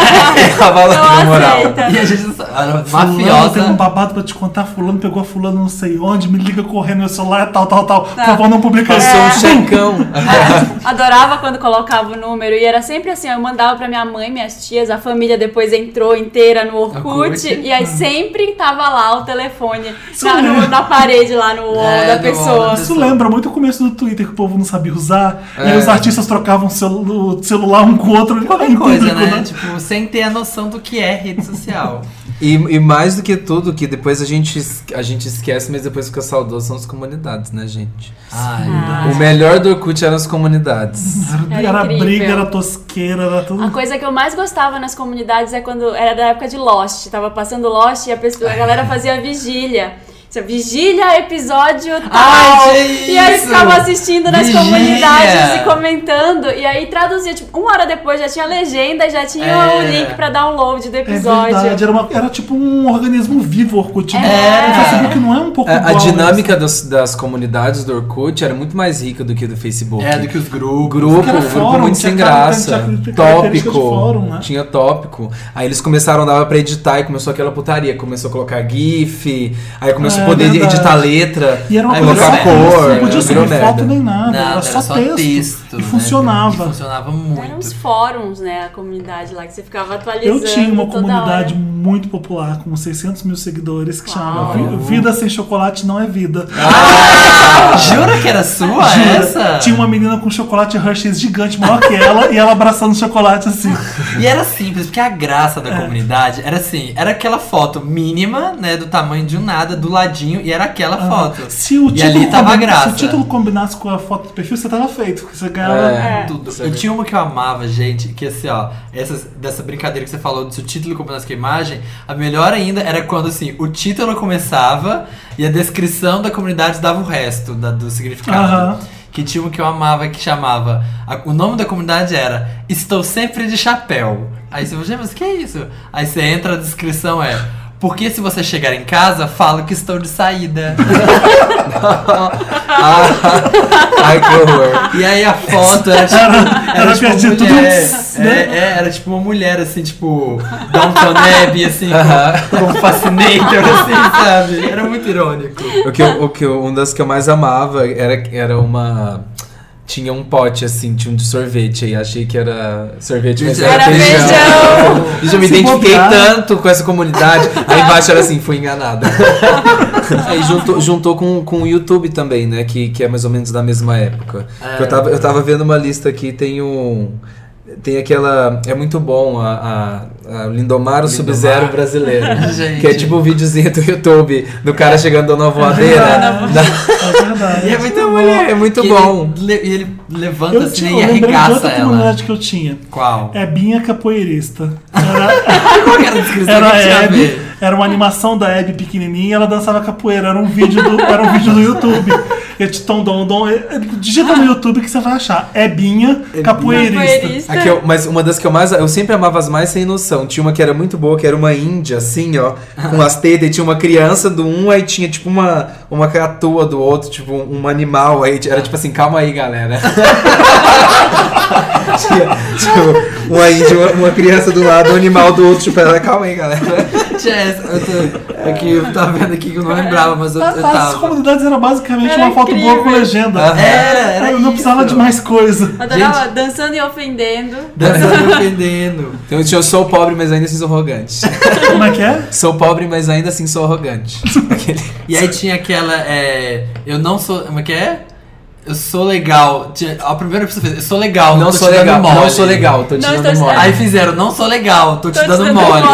[SPEAKER 1] Tava lá na
[SPEAKER 3] Não
[SPEAKER 1] é moral.
[SPEAKER 3] aceita.
[SPEAKER 4] E a gente não sabe, era
[SPEAKER 2] Fulano, tem um
[SPEAKER 4] mafiosa.
[SPEAKER 2] babado pra te contar, fulano pegou a fulano não sei onde, me liga correndo, meu celular é tal, tal, tal. Por favor, não publica isso.
[SPEAKER 1] Passou um checão.
[SPEAKER 3] Adorava quando colocava o número e era sempre assim, eu mandava pra minha mãe, minhas tias, a família depois entrou inteira no Orkut,
[SPEAKER 4] Orkut.
[SPEAKER 3] e aí sempre tava lá o telefone
[SPEAKER 2] Isso
[SPEAKER 3] na, no-
[SPEAKER 2] é.
[SPEAKER 3] na parede lá no wall
[SPEAKER 4] É,
[SPEAKER 3] da
[SPEAKER 4] no
[SPEAKER 3] pessoa.
[SPEAKER 4] wall.
[SPEAKER 2] Isso lembra muito o começo do Twitter que o povo não sabia usar, e aí
[SPEAKER 1] É.
[SPEAKER 2] os artistas trocavam celu- celular um com o outro em
[SPEAKER 4] Qualquer coisa,
[SPEAKER 2] público,
[SPEAKER 4] né? Tipo, sem ter a noção do que é rede social.
[SPEAKER 1] E, e mais do que tudo, que depois a gente, es- a gente esquece, mas depois fica saudoso, são as comunidades, né, gente?
[SPEAKER 4] Ah. Ai,
[SPEAKER 1] O melhor do Orkut eram as comunidades.
[SPEAKER 2] Era,
[SPEAKER 3] Era incrível.
[SPEAKER 2] briga, era tosqueira, era tudo.
[SPEAKER 3] A coisa que eu mais gostava nas comunidades é quando era da época de Lost. Tava passando Lost e a, pessoa, a galera fazia vigília. Isso é Vigília episódio tal.
[SPEAKER 4] que
[SPEAKER 3] e aí
[SPEAKER 4] isso!
[SPEAKER 3] ficava assistindo nas
[SPEAKER 4] Vigília!
[SPEAKER 3] comunidades e comentando. E aí traduzia, tipo, uma hora depois já tinha legenda, já tinha
[SPEAKER 4] É.
[SPEAKER 3] o link pra download do
[SPEAKER 2] É
[SPEAKER 3] episódio.
[SPEAKER 2] verdade, era, uma- era tipo um organismo vivo, Orkut. né?
[SPEAKER 3] É.
[SPEAKER 2] O Facebook não é um pouco
[SPEAKER 1] A, a
[SPEAKER 2] igual, né?
[SPEAKER 1] dinâmica das, das comunidades do Orkut era muito mais rica do que do Facebook.
[SPEAKER 4] É, do que os
[SPEAKER 1] O
[SPEAKER 4] grupos.
[SPEAKER 1] grupo,
[SPEAKER 2] Porque era
[SPEAKER 1] um grupo
[SPEAKER 2] fórum,
[SPEAKER 1] muito
[SPEAKER 2] tinha
[SPEAKER 1] sem
[SPEAKER 2] cara-
[SPEAKER 1] graça.
[SPEAKER 2] tinha característica
[SPEAKER 1] Tópico.
[SPEAKER 2] de fórum, né?
[SPEAKER 1] Tinha tópico. Aí eles começaram, dava pra editar e começou aquela putaria. Começou a colocar GIF, aí começou
[SPEAKER 2] É,
[SPEAKER 1] a poder
[SPEAKER 2] verdade.
[SPEAKER 1] editar letra,
[SPEAKER 2] E era uma
[SPEAKER 1] aí
[SPEAKER 2] coisa
[SPEAKER 1] é colocar
[SPEAKER 2] só texto,
[SPEAKER 1] cor.
[SPEAKER 2] não podia
[SPEAKER 1] virou
[SPEAKER 2] subir
[SPEAKER 1] merda.
[SPEAKER 2] foto nem nada,
[SPEAKER 4] Nada,
[SPEAKER 2] era só, texto. e
[SPEAKER 4] né?
[SPEAKER 2] funcionava.
[SPEAKER 4] E funcionava
[SPEAKER 3] Eram uns
[SPEAKER 4] muito.
[SPEAKER 3] fóruns, né? A comunidade lá que você ficava
[SPEAKER 2] Eu
[SPEAKER 3] atualizando.
[SPEAKER 2] tinha uma
[SPEAKER 3] toda
[SPEAKER 2] comunidade
[SPEAKER 3] hora.
[SPEAKER 2] muito popular, com 600 mil seguidores, que chamava
[SPEAKER 4] Uau.
[SPEAKER 2] Vi- Vida Sem Chocolate Não É Vida.
[SPEAKER 4] Jura que era sua
[SPEAKER 2] Jura?
[SPEAKER 4] é essa?
[SPEAKER 2] Tinha uma menina com chocolate Hershey's gigante, maior que ela, e ela abraçando o chocolate assim.
[SPEAKER 4] E era
[SPEAKER 2] É.
[SPEAKER 4] simples, porque a graça da comunidade era assim, era aquela foto mínima, né, do tamanho de um nada, do ladinho e era aquela foto.
[SPEAKER 2] Se o
[SPEAKER 4] e
[SPEAKER 2] título
[SPEAKER 4] ali tava a
[SPEAKER 2] combina-
[SPEAKER 4] graça.
[SPEAKER 2] Se o título combinasse com a foto do perfil, você tava feito. porque Você ganhava.
[SPEAKER 1] É.
[SPEAKER 4] Tudo.
[SPEAKER 1] Isso é
[SPEAKER 4] Eu
[SPEAKER 1] verdade.
[SPEAKER 4] tinha uma que eu amava, gente, que assim, ó, essas, dessa brincadeira que você falou, se o título combinasse com a imagem, a melhor ainda era quando, assim, o título começava e a descrição da comunidade dava o resto da- do significado.
[SPEAKER 2] Aham.
[SPEAKER 4] Que tinha uma que eu amava que chamava. a- o nome da comunidade era Estou Sempre de Chapéu. Aí você fala, "Gente, mas que é isso? Aí você entra, a descrição é. Porque se você chegar em casa, falo que estou de saída.
[SPEAKER 1] Ai, que horror.
[SPEAKER 4] E aí a foto era tipo. Era,
[SPEAKER 2] era
[SPEAKER 4] tipo
[SPEAKER 2] perdido,
[SPEAKER 4] uma mulher.
[SPEAKER 2] tudo,
[SPEAKER 4] É, é, era tipo uma mulher, assim, tipo. Downton Abbey, assim, com, com Fascinator, assim, sabe? Era muito irônico.
[SPEAKER 1] O que eu, o que eu- um das que eu mais amava era, era uma. Tinha um pote assim, tinha um de sorvete aí. Achei que era sorvete, mas era,
[SPEAKER 3] Era
[SPEAKER 1] feijão.
[SPEAKER 3] feijão.
[SPEAKER 1] Eu já me
[SPEAKER 2] Se
[SPEAKER 1] identifiquei
[SPEAKER 2] bobear.
[SPEAKER 1] tanto com essa comunidade. Aí embaixo era assim, fui enganada. Aí juntou, juntou com, com o YouTube também, né? Que, que é mais ou menos da mesma época. Que Eu, tava, eu tava vendo uma lista aqui, tem um. Tem aquela. É muito bom, a, a, a Lindomar, o Sub-Zero brasileiro.
[SPEAKER 4] Gente.
[SPEAKER 1] Que é tipo um videozinho do YouTube do cara chegando na voadeira. da-
[SPEAKER 2] É verdade.
[SPEAKER 4] E é muito
[SPEAKER 1] Não,
[SPEAKER 4] bom.
[SPEAKER 1] mulher, é muito
[SPEAKER 4] que
[SPEAKER 1] bom.
[SPEAKER 4] Ele, le- e ele levanta
[SPEAKER 2] Eu,
[SPEAKER 4] assim
[SPEAKER 2] tinha, eu
[SPEAKER 4] e
[SPEAKER 2] lembrei de
[SPEAKER 4] arregaça
[SPEAKER 2] outra
[SPEAKER 4] ela.
[SPEAKER 2] comunidade que eu tinha.
[SPEAKER 4] Qual?
[SPEAKER 2] É Binha Capoeirista. Era,
[SPEAKER 4] Qual que É. era a descrição
[SPEAKER 2] era
[SPEAKER 4] que
[SPEAKER 2] a
[SPEAKER 4] tinha a
[SPEAKER 2] Hebe,
[SPEAKER 4] ver?
[SPEAKER 2] era uma animação da Hebe pequenininha e ela dançava capoeira. Era um vídeo do, era um vídeo do YouTube. Eu te tom, dom, dom. eh, eh, Digita no YouTube que você vai achar. Ebinha Capoeirista.
[SPEAKER 3] Capoeirista.
[SPEAKER 1] A que eu- mas uma das que eu mais. Eu sempre amava as mais sem noção. Tinha uma que era muito boa, que era uma índia, assim, ó, com as tetas, e tinha uma criança do um, aí tinha tipo uma, uma catua do outro, tipo um, um animal. Aí era tipo assim, calma aí, galera. tinha tipo, uma índia, uma, uma criança do lado, um animal do outro, tipo, ela, calma aí, galera.
[SPEAKER 4] Tinha essa. Eu tô, aqui, eu tava vendo aqui que eu não lembrava, mas eu, eu
[SPEAKER 2] As
[SPEAKER 4] tava.
[SPEAKER 2] comunidades eram basicamente
[SPEAKER 3] Tá, Era
[SPEAKER 2] uma foto boa com
[SPEAKER 3] incrível.
[SPEAKER 2] legenda. É,
[SPEAKER 4] Era, era
[SPEAKER 2] Eu não precisava
[SPEAKER 4] isso.
[SPEAKER 2] de mais coisa.
[SPEAKER 3] Adorava dançando e ofendendo.
[SPEAKER 4] Dançando e ofendendo.
[SPEAKER 1] Então tinha, eu sou pobre, mas ainda assim sou arrogante.
[SPEAKER 2] Como é que é?
[SPEAKER 1] Sou pobre, mas ainda assim sou arrogante. Aquele-
[SPEAKER 4] E aí tinha aquela. É, eu não sou. Como é que é? Eu sou legal. Tinha- A primeira pessoa fez, eu sou legal,
[SPEAKER 1] Não
[SPEAKER 4] tô
[SPEAKER 1] sou
[SPEAKER 4] te dando
[SPEAKER 1] legal,
[SPEAKER 4] mole.
[SPEAKER 1] não sou legal, tô te
[SPEAKER 3] Não
[SPEAKER 1] dando
[SPEAKER 3] estou-
[SPEAKER 1] mole.
[SPEAKER 4] Aí fizeram, não sou legal, tô te, dando, mole.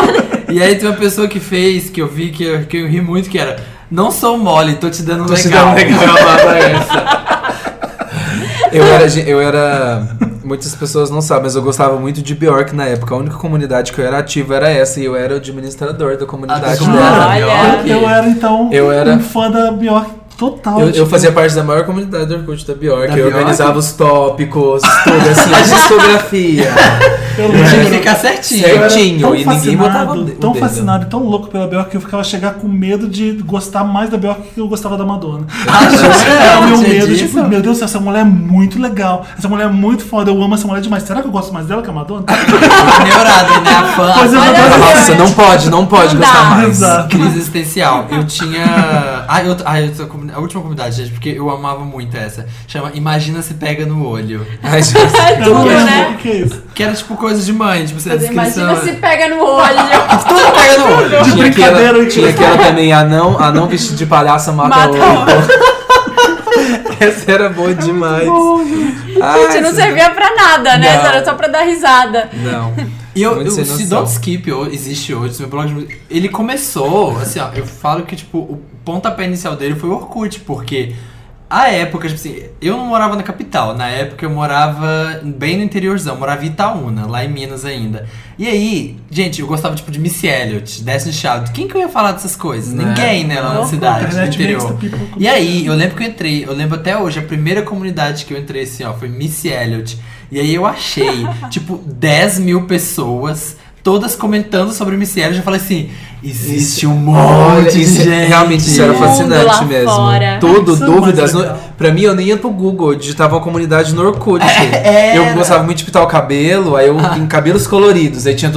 [SPEAKER 4] E aí tem uma pessoa que fez, que eu vi, que eu, que eu ri muito, que era. Não sou mole, tô te dando
[SPEAKER 1] Tô te
[SPEAKER 4] legal.
[SPEAKER 1] dando legal. Eu amava essa. Eu era, gen- eu era. Muitas pessoas não sabem, mas eu gostava muito de Bjork na época. A única comunidade que eu era ativo era essa e eu era o administrador da
[SPEAKER 4] Ah,
[SPEAKER 1] comunidade dela.
[SPEAKER 4] tá bom.
[SPEAKER 3] Olha.
[SPEAKER 2] Eu era, então,
[SPEAKER 1] Eu era-
[SPEAKER 2] um fã da Bjork total.
[SPEAKER 1] Eu, eu
[SPEAKER 2] tipo,
[SPEAKER 1] fazia parte da maior comunidade do Orkut da Bjork.
[SPEAKER 4] Da
[SPEAKER 1] eu
[SPEAKER 4] Bjork?
[SPEAKER 1] organizava os tópicos, tudo assim, a discografia.
[SPEAKER 2] eu
[SPEAKER 4] Eu tinha que
[SPEAKER 2] lembro.
[SPEAKER 4] ficar certinho.
[SPEAKER 2] Eu era
[SPEAKER 1] certinho,
[SPEAKER 2] tão
[SPEAKER 1] e ninguém botava o
[SPEAKER 2] fascinado,
[SPEAKER 1] de- o
[SPEAKER 2] Tão
[SPEAKER 1] dedo.
[SPEAKER 2] fascinado e tão louco pela Bjork que eu ficava chegar com medo de gostar mais da Bjork que eu gostava da Madonna.
[SPEAKER 1] É,
[SPEAKER 2] Era o meu
[SPEAKER 4] né? tinha
[SPEAKER 2] medo,
[SPEAKER 4] disso?
[SPEAKER 2] tipo, meu Deus, essa mulher é muito legal. Essa mulher é muito foda, eu amo essa mulher demais. Será que eu gosto mais dela que a Madonna?
[SPEAKER 4] Neurada, né? A fã.
[SPEAKER 2] Pois eu
[SPEAKER 4] a
[SPEAKER 2] não
[SPEAKER 4] fã-
[SPEAKER 3] Olha,
[SPEAKER 1] Nossa, não pode, não pode
[SPEAKER 3] Não
[SPEAKER 1] gostar
[SPEAKER 3] dá.
[SPEAKER 1] mais.
[SPEAKER 2] Exato.
[SPEAKER 4] Crise existencial. Eu tinha. Ah, eu, ah, eu tô com- a última comunidade, gente, porque eu amava muito essa. Chama Imagina se pega no olho.
[SPEAKER 1] Ai, gente.
[SPEAKER 3] É
[SPEAKER 2] Eu não
[SPEAKER 3] tudo,
[SPEAKER 2] lembro o que
[SPEAKER 3] né?
[SPEAKER 2] que é isso.
[SPEAKER 4] Que era tipo coisa de mãe, tipo, você a descrição.
[SPEAKER 3] Imagina se pega no olho.
[SPEAKER 4] Tudo pega no olho.
[SPEAKER 2] De
[SPEAKER 1] Tinha
[SPEAKER 2] brincadeira,
[SPEAKER 1] aquela,
[SPEAKER 2] hein? tipo?
[SPEAKER 1] tinha aquela também, a não, a não vestido de palhaça mata,
[SPEAKER 3] Mata
[SPEAKER 1] outro. Essa era boa demais. Ai,
[SPEAKER 3] Gente, não servia pra nada, né?
[SPEAKER 1] Não.
[SPEAKER 3] Era só pra dar risada.
[SPEAKER 1] Não.
[SPEAKER 4] E eu,
[SPEAKER 1] Muito
[SPEAKER 4] eu,
[SPEAKER 1] sem
[SPEAKER 4] se
[SPEAKER 1] noção.
[SPEAKER 4] Don't Skip ho- existe hoje, se meu blog de música- ele começou, assim, ó, eu falo que, tipo, o pontapé inicial dele foi o Orkut, porque a época, tipo assim, eu não morava na capital, na época eu morava bem no interiorzão, eu morava em Itaúna, lá em Minas ainda. E aí, gente, eu gostava, tipo, de Missy Elliott, Destiny Child, quem que eu ia falar dessas coisas?
[SPEAKER 1] Né?
[SPEAKER 4] Ninguém, né, lá na
[SPEAKER 2] Não,
[SPEAKER 4] cidade, no
[SPEAKER 2] internet
[SPEAKER 4] interior.
[SPEAKER 2] makes the people
[SPEAKER 4] E aí, eu lembro que eu entrei, eu lembro até hoje, a primeira comunidade que eu entrei assim, ó, foi Miss Elliot. E aí eu achei, tipo, 10 mil pessoas, todas comentando sobre Miss Elliot. Eu falei assim: existe um monte
[SPEAKER 1] Olha,
[SPEAKER 4] de
[SPEAKER 1] isso, é-
[SPEAKER 4] gente.
[SPEAKER 1] realmente isso era
[SPEAKER 3] Mundo lá
[SPEAKER 1] fascinante mesmo.
[SPEAKER 3] fora.
[SPEAKER 1] Tudo,
[SPEAKER 2] Isso é
[SPEAKER 1] dúvidas.
[SPEAKER 2] mais
[SPEAKER 1] no-
[SPEAKER 2] legal.
[SPEAKER 1] pra mim, eu nem ia pro Google, eu digitava uma comunidade no Orkut.
[SPEAKER 2] É,
[SPEAKER 1] Eu gostava muito de pintar o cabelo, aí eu
[SPEAKER 2] Ah.
[SPEAKER 1] em cabelos coloridos, aí tinha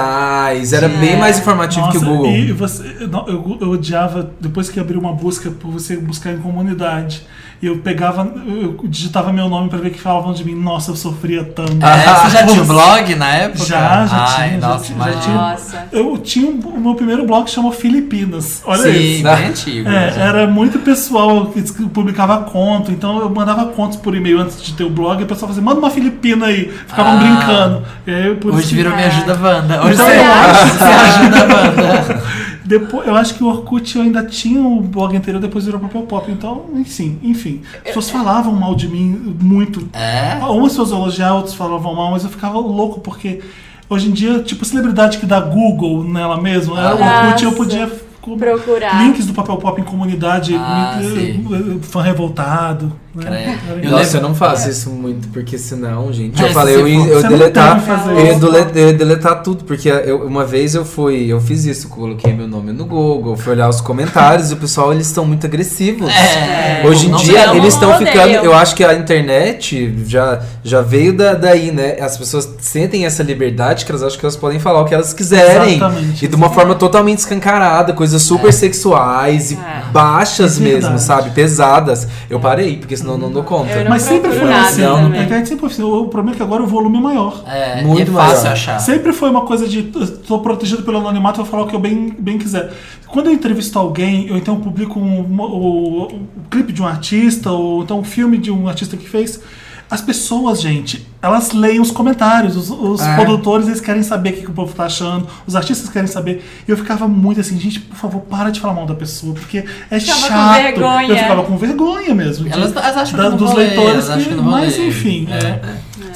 [SPEAKER 1] tutoriais, era bem
[SPEAKER 3] é.
[SPEAKER 1] mais informativo que o
[SPEAKER 2] Nossa,
[SPEAKER 1] Google.
[SPEAKER 2] e você, não, eu, eu odiava, depois que abriu uma busca por você buscar em comunidade, eu pegava, eu digitava meu nome pra ver o que falavam de mim. Nossa, eu sofria tanto.
[SPEAKER 4] É, você já tinha um blog na época?
[SPEAKER 2] Já, já
[SPEAKER 4] Ai,
[SPEAKER 2] tinha, já
[SPEAKER 4] nossa,
[SPEAKER 2] tinha, já
[SPEAKER 4] imagina.
[SPEAKER 2] tinha.
[SPEAKER 3] Nossa.
[SPEAKER 2] Eu tinha um- o meu primeiro blog que chamou Filipinas. Olha
[SPEAKER 4] Sim,
[SPEAKER 2] isso.
[SPEAKER 4] bem antigo.
[SPEAKER 2] É,
[SPEAKER 4] já.
[SPEAKER 2] era muito pessoal que diz que publicava conto, então eu mandava contos por e-mail antes de ter o blog, e o pessoal fazia, manda uma filipina aí, ficavam
[SPEAKER 4] Ah.
[SPEAKER 2] brincando. E aí, por isso
[SPEAKER 4] Hoje
[SPEAKER 2] que-
[SPEAKER 4] virou Me Ajuda Wanda. Hoje
[SPEAKER 2] Então,
[SPEAKER 4] você
[SPEAKER 2] eu acho-
[SPEAKER 4] você ajuda a Wanda.
[SPEAKER 2] Depois, eu acho que o Orkut eu ainda tinha o blog anterior, depois virou papel pop. Então, enfim, enfim. As pessoas falavam mal de mim muito.
[SPEAKER 4] É?
[SPEAKER 2] Umas pessoas elogiavam, outras falavam mal, mas eu ficava louco, porque hoje em dia, tipo, celebridade que dá Google nela mesma, era o Orkut, eu
[SPEAKER 3] Nossa.
[SPEAKER 2] podia co-
[SPEAKER 3] Procurar.
[SPEAKER 2] Links do papel pop em comunidade,
[SPEAKER 4] Ah,
[SPEAKER 2] me-
[SPEAKER 4] sim.
[SPEAKER 2] fã revoltado. né?
[SPEAKER 4] Credo.
[SPEAKER 2] Era
[SPEAKER 4] Eu
[SPEAKER 1] Nossa,
[SPEAKER 4] lembro-
[SPEAKER 1] eu não faço isso muito, porque senão, gente,
[SPEAKER 4] É,
[SPEAKER 1] eu falei,
[SPEAKER 4] se
[SPEAKER 1] eu ia
[SPEAKER 4] for-
[SPEAKER 1] eu
[SPEAKER 2] você não
[SPEAKER 1] deletar.
[SPEAKER 2] deve fazer
[SPEAKER 1] Eu ia
[SPEAKER 2] isso. né?
[SPEAKER 1] dele- eu ia deletar tudo, porque eu- uma vez eu fui, eu fiz isso, coloquei meu nome no Google, fui olhar os comentários e o pessoal, eles estão muito agressivos.
[SPEAKER 2] É.
[SPEAKER 1] Hoje em
[SPEAKER 4] é, não
[SPEAKER 1] dia,
[SPEAKER 4] sei,
[SPEAKER 1] eles
[SPEAKER 4] eu
[SPEAKER 3] É, não
[SPEAKER 1] estão
[SPEAKER 3] odeio.
[SPEAKER 1] ficando. Eu acho que a internet já, já veio da- daí, né? As pessoas sentem essa liberdade que elas acham que elas podem falar o que elas quiserem.
[SPEAKER 2] Exatamente.
[SPEAKER 1] E de uma forma totalmente escancarada, coisas super sexuais e
[SPEAKER 3] É.
[SPEAKER 1] baixas
[SPEAKER 2] É verdade.
[SPEAKER 1] mesmo, sabe? Pesadas. Eu parei, porque senão eu não dou conta.
[SPEAKER 3] Eu não
[SPEAKER 2] Mas sempre
[SPEAKER 3] procuro
[SPEAKER 2] foi
[SPEAKER 3] nada
[SPEAKER 2] assim.
[SPEAKER 1] Não,
[SPEAKER 3] também.
[SPEAKER 2] A internet sempre foi assim. O problema é que agora o volume é maior.
[SPEAKER 4] É,
[SPEAKER 1] Muito
[SPEAKER 4] e é
[SPEAKER 1] maior.
[SPEAKER 4] fácil achar.
[SPEAKER 2] Sempre foi uma coisa de "Eu tô protegido pelo anonimato, vou falar o que eu bem, bem quiser. Quando eu entrevisto alguém, eu então publico um, o- o- o clipe de um artista, ou então um filme de um artista que fez. As pessoas, gente, elas leem os comentários, os, os
[SPEAKER 4] É.
[SPEAKER 2] produtores, eles querem saber o que, que o povo tá achando, os artistas querem saber. E eu ficava muito assim, gente, por favor, para de falar mal da pessoa, porque é
[SPEAKER 3] Ficava com
[SPEAKER 2] chato.
[SPEAKER 3] vergonha.
[SPEAKER 2] Eu ficava com vergonha mesmo. de-
[SPEAKER 4] Elas, elas acham
[SPEAKER 2] da-
[SPEAKER 4] que não
[SPEAKER 2] dos
[SPEAKER 4] vão ler,
[SPEAKER 2] leitores,
[SPEAKER 4] elas acham
[SPEAKER 2] que-
[SPEAKER 4] não vão
[SPEAKER 2] mas
[SPEAKER 4] ler.
[SPEAKER 2] enfim.
[SPEAKER 4] É,
[SPEAKER 2] é.
[SPEAKER 4] é.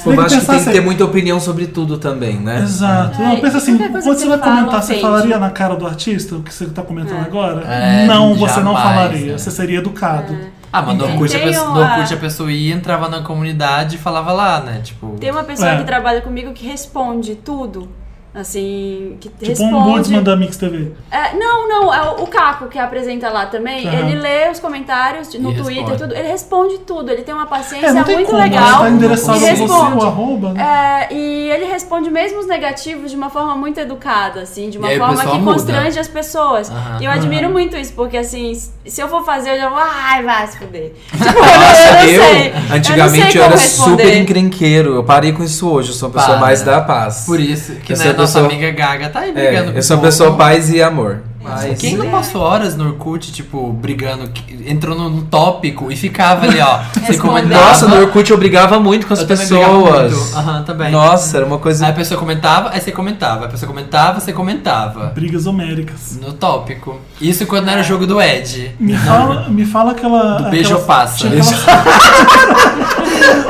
[SPEAKER 1] Eu
[SPEAKER 2] que
[SPEAKER 1] acho que
[SPEAKER 2] pensar
[SPEAKER 1] tem que
[SPEAKER 2] sempre.
[SPEAKER 1] ter muita opinião sobre tudo também, né?
[SPEAKER 2] Exato.
[SPEAKER 3] É,
[SPEAKER 2] Não, pensa assim,
[SPEAKER 3] qualquer
[SPEAKER 2] quando
[SPEAKER 3] coisa que
[SPEAKER 2] você vai
[SPEAKER 3] você fala,
[SPEAKER 2] comentar, você
[SPEAKER 3] ofende.
[SPEAKER 2] falaria na cara do artista o que você está comentando agora?
[SPEAKER 4] É,
[SPEAKER 2] não, você não
[SPEAKER 4] jamais,
[SPEAKER 2] falaria.
[SPEAKER 4] é.
[SPEAKER 2] Você seria educado.
[SPEAKER 3] É.
[SPEAKER 4] Ah, mas no
[SPEAKER 3] Tem-
[SPEAKER 4] Orkut, a
[SPEAKER 3] tem
[SPEAKER 4] pessoa, no
[SPEAKER 3] uma-
[SPEAKER 4] Orkut a pessoa ia, entrava na comunidade e falava lá, né? Tipo.
[SPEAKER 3] Tem uma pessoa
[SPEAKER 2] É.
[SPEAKER 3] que trabalha comigo que responde tudo. Assim, que
[SPEAKER 2] Tipo um
[SPEAKER 3] responde.
[SPEAKER 2] ombudsman da Mix TV.
[SPEAKER 3] É, não, não, é o o Caco que apresenta lá também.
[SPEAKER 2] Aham.
[SPEAKER 3] Ele lê os comentários no
[SPEAKER 4] E
[SPEAKER 3] Twitter,
[SPEAKER 4] responde.
[SPEAKER 3] tudo. Ele responde tudo. Ele tem uma paciência
[SPEAKER 2] É, não tem
[SPEAKER 3] muito
[SPEAKER 2] como.
[SPEAKER 3] legal.
[SPEAKER 2] Tá endereçado a
[SPEAKER 3] e
[SPEAKER 2] você,
[SPEAKER 3] responde.
[SPEAKER 2] o arroba, né?
[SPEAKER 3] É, e ele responde mesmo os negativos de uma forma muito educada, assim, de uma
[SPEAKER 4] E aí o
[SPEAKER 3] forma
[SPEAKER 4] pessoal
[SPEAKER 3] que
[SPEAKER 4] muda.
[SPEAKER 3] constrange as pessoas.
[SPEAKER 4] Aham.
[SPEAKER 3] e eu admiro muito isso, porque assim, se eu for fazer, eu já vou, ai, vai se fuder. Tipo, eu, não-
[SPEAKER 1] Nossa,
[SPEAKER 3] eu não sei.
[SPEAKER 1] antigamente eu,
[SPEAKER 3] eu,
[SPEAKER 1] era
[SPEAKER 3] não sei como
[SPEAKER 1] super
[SPEAKER 3] responder.
[SPEAKER 1] encrenqueiro. Eu parei com isso hoje. Eu sou uma pessoa
[SPEAKER 4] Para.
[SPEAKER 1] mais da paz.
[SPEAKER 4] Por isso que
[SPEAKER 1] Eu
[SPEAKER 4] né,
[SPEAKER 1] sou
[SPEAKER 4] a nossa
[SPEAKER 1] é pessoa-
[SPEAKER 4] amiga Gaga tá aí
[SPEAKER 1] É,
[SPEAKER 4] brigando com
[SPEAKER 1] eu sou
[SPEAKER 4] o
[SPEAKER 1] uma pessoa
[SPEAKER 4] povo.
[SPEAKER 1] paz e amor. Mas-
[SPEAKER 4] Quem não passou horas no Orkut, tipo, brigando, que- entrou num tópico e ficava ali, ó. Você
[SPEAKER 3] Respondendo.
[SPEAKER 4] comentava.
[SPEAKER 1] Nossa, no Orkut eu brigava muito com as
[SPEAKER 4] eu também brigava
[SPEAKER 1] pessoas.
[SPEAKER 4] muito. Aham, também.
[SPEAKER 1] Nossa, era uma
[SPEAKER 4] Aí a
[SPEAKER 1] coisa.
[SPEAKER 4] pessoa comentava, aí você comentava. A pessoa comentava, você comentava.
[SPEAKER 2] Brigas homéricas.
[SPEAKER 4] No tópico. Isso quando era jogo do Ed.
[SPEAKER 2] Me fala, me fala aquela.
[SPEAKER 4] Do beijo
[SPEAKER 2] aquela-
[SPEAKER 4] passa.
[SPEAKER 2] Tinha, aquela,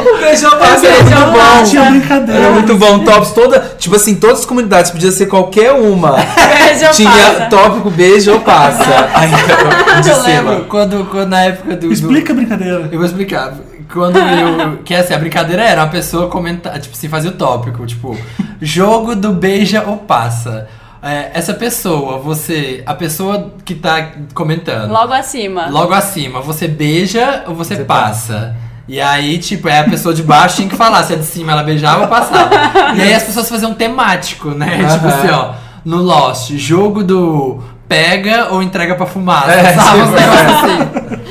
[SPEAKER 1] O beijão passa
[SPEAKER 3] era muito
[SPEAKER 4] assim, ah,
[SPEAKER 3] bom.
[SPEAKER 2] tinha
[SPEAKER 1] Era
[SPEAKER 4] É
[SPEAKER 2] brincadeira.
[SPEAKER 1] muito bom. Tops toda. Tipo assim, todas as comunidades, podia ser qualquer uma.
[SPEAKER 3] Beijo,
[SPEAKER 1] Tinha
[SPEAKER 3] passa.
[SPEAKER 1] tópico beijo ou passa. Aí, de
[SPEAKER 4] Eu
[SPEAKER 1] cima.
[SPEAKER 4] lembro quando, quando na época do. do-
[SPEAKER 2] Explica a brincadeira.
[SPEAKER 4] Eu vou explicar. Quando eu. Que assim, a brincadeira era a pessoa comentar. Tipo, assim, fazia o tópico. Tipo, jogo do beija ou passa. É, essa pessoa, você. A pessoa que tá comentando.
[SPEAKER 3] Logo acima.
[SPEAKER 4] Logo acima, você beija ou você, passa. E aí, tipo, é a pessoa de baixo tinha que falar se é de cima ela beijava ou passava. E aí as pessoas faziam um temático, né? Tipo assim, ó, no Lost, jogo do pega ou entrega pra fumaça,
[SPEAKER 1] É,
[SPEAKER 4] sabe?
[SPEAKER 1] tipo,
[SPEAKER 4] Uns negócios assim.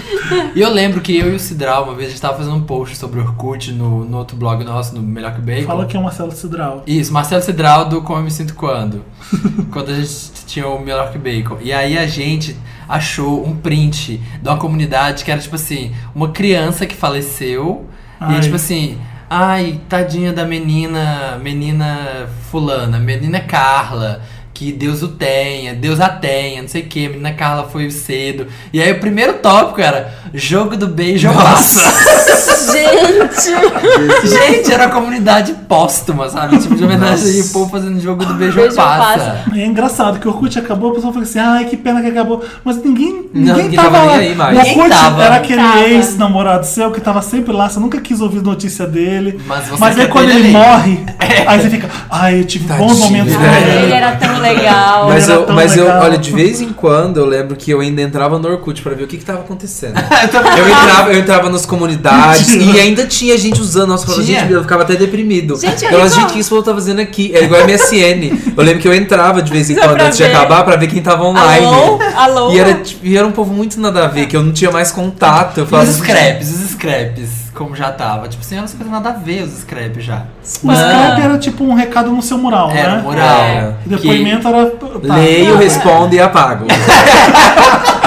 [SPEAKER 4] E eu lembro que eu e o Cidral, uma vez, a gente tava fazendo um post sobre Orkut no, no outro blog nosso, no Melhor que Bacon.
[SPEAKER 2] Fala que é o Marcelo Cidral.
[SPEAKER 4] Isso, Marcelo Cidral do Como Eu Me Sinto Quando. quando a gente tinha o Melhor que Bacon. E aí a gente achou um print de uma comunidade que era tipo assim: uma criança que faleceu. E
[SPEAKER 2] Ai.
[SPEAKER 4] aí, tipo assim. Ai, tadinha da menina, menina fulana, menina Carla, que Deus o tenha, Deus a tenha, não sei o que, menina Carla foi cedo. E aí o primeiro tópico era jogo do beijo ou passa.
[SPEAKER 3] Gente!
[SPEAKER 4] Gente, era a comunidade póstuma, sabe? Tipo, de homenagem aí, o povo fazendo jogo do beijo,
[SPEAKER 3] Beijo
[SPEAKER 4] passa.
[SPEAKER 3] passa.
[SPEAKER 2] É engraçado que o Orkut acabou, a pessoa fala assim, ai, que pena que acabou. Mas ninguém,
[SPEAKER 1] Não,
[SPEAKER 2] ninguém,
[SPEAKER 1] ninguém
[SPEAKER 2] tava,
[SPEAKER 1] tava
[SPEAKER 2] lá.
[SPEAKER 1] nem aí mais.
[SPEAKER 2] O
[SPEAKER 4] Ninguém
[SPEAKER 2] Orkut
[SPEAKER 4] tava.
[SPEAKER 2] era aquele
[SPEAKER 3] Tava.
[SPEAKER 2] ex-namorado seu que tava sempre lá, você nunca quis ouvir notícia dele.
[SPEAKER 4] Mas você
[SPEAKER 2] aí
[SPEAKER 4] quer
[SPEAKER 2] quando
[SPEAKER 4] dele
[SPEAKER 2] ele
[SPEAKER 4] ali. É.
[SPEAKER 2] morre, aí você fica, ai, eu tive bons
[SPEAKER 1] Tadinho,
[SPEAKER 2] momentos com
[SPEAKER 1] né?
[SPEAKER 2] ele.
[SPEAKER 3] Ele era tão legal.
[SPEAKER 1] Mas,
[SPEAKER 2] Era
[SPEAKER 1] eu,
[SPEAKER 2] tão
[SPEAKER 1] mas eu,
[SPEAKER 2] legal.
[SPEAKER 1] olha, de vez em quando eu lembro que eu ainda entrava no Orkut pra ver o que, que tava acontecendo.
[SPEAKER 4] Eu também-
[SPEAKER 1] Eu entrava, eu entrava nas comunidades
[SPEAKER 2] Mentira.
[SPEAKER 1] e ainda tinha gente usando. Nossa, eu falava,
[SPEAKER 4] Tinha?
[SPEAKER 1] gente, eu ficava até deprimido.
[SPEAKER 3] Gente, então.
[SPEAKER 1] eu falava,
[SPEAKER 3] igual.
[SPEAKER 1] gente, o que esse povo tá fazendo aqui? É igual MSN. Eu lembro que eu entrava de vez em
[SPEAKER 3] Só
[SPEAKER 1] quando
[SPEAKER 3] pra
[SPEAKER 1] antes de
[SPEAKER 3] ver.
[SPEAKER 1] acabar pra ver quem tava online.
[SPEAKER 3] Alô? Alô?
[SPEAKER 1] E era, tipo, e era um povo muito nada a ver, que eu não tinha mais contato. Eu
[SPEAKER 4] Os
[SPEAKER 1] falava,
[SPEAKER 4] scraps, os scraps, como já tava. Tipo assim, eu não sei coisa nada a ver os scraps já.
[SPEAKER 2] O Skype era tipo um recado no seu mural,
[SPEAKER 4] Era um
[SPEAKER 2] né?
[SPEAKER 4] moral.
[SPEAKER 1] É.
[SPEAKER 2] O Depoimento era... tá.
[SPEAKER 1] leio, respondo e apago.
[SPEAKER 4] Que-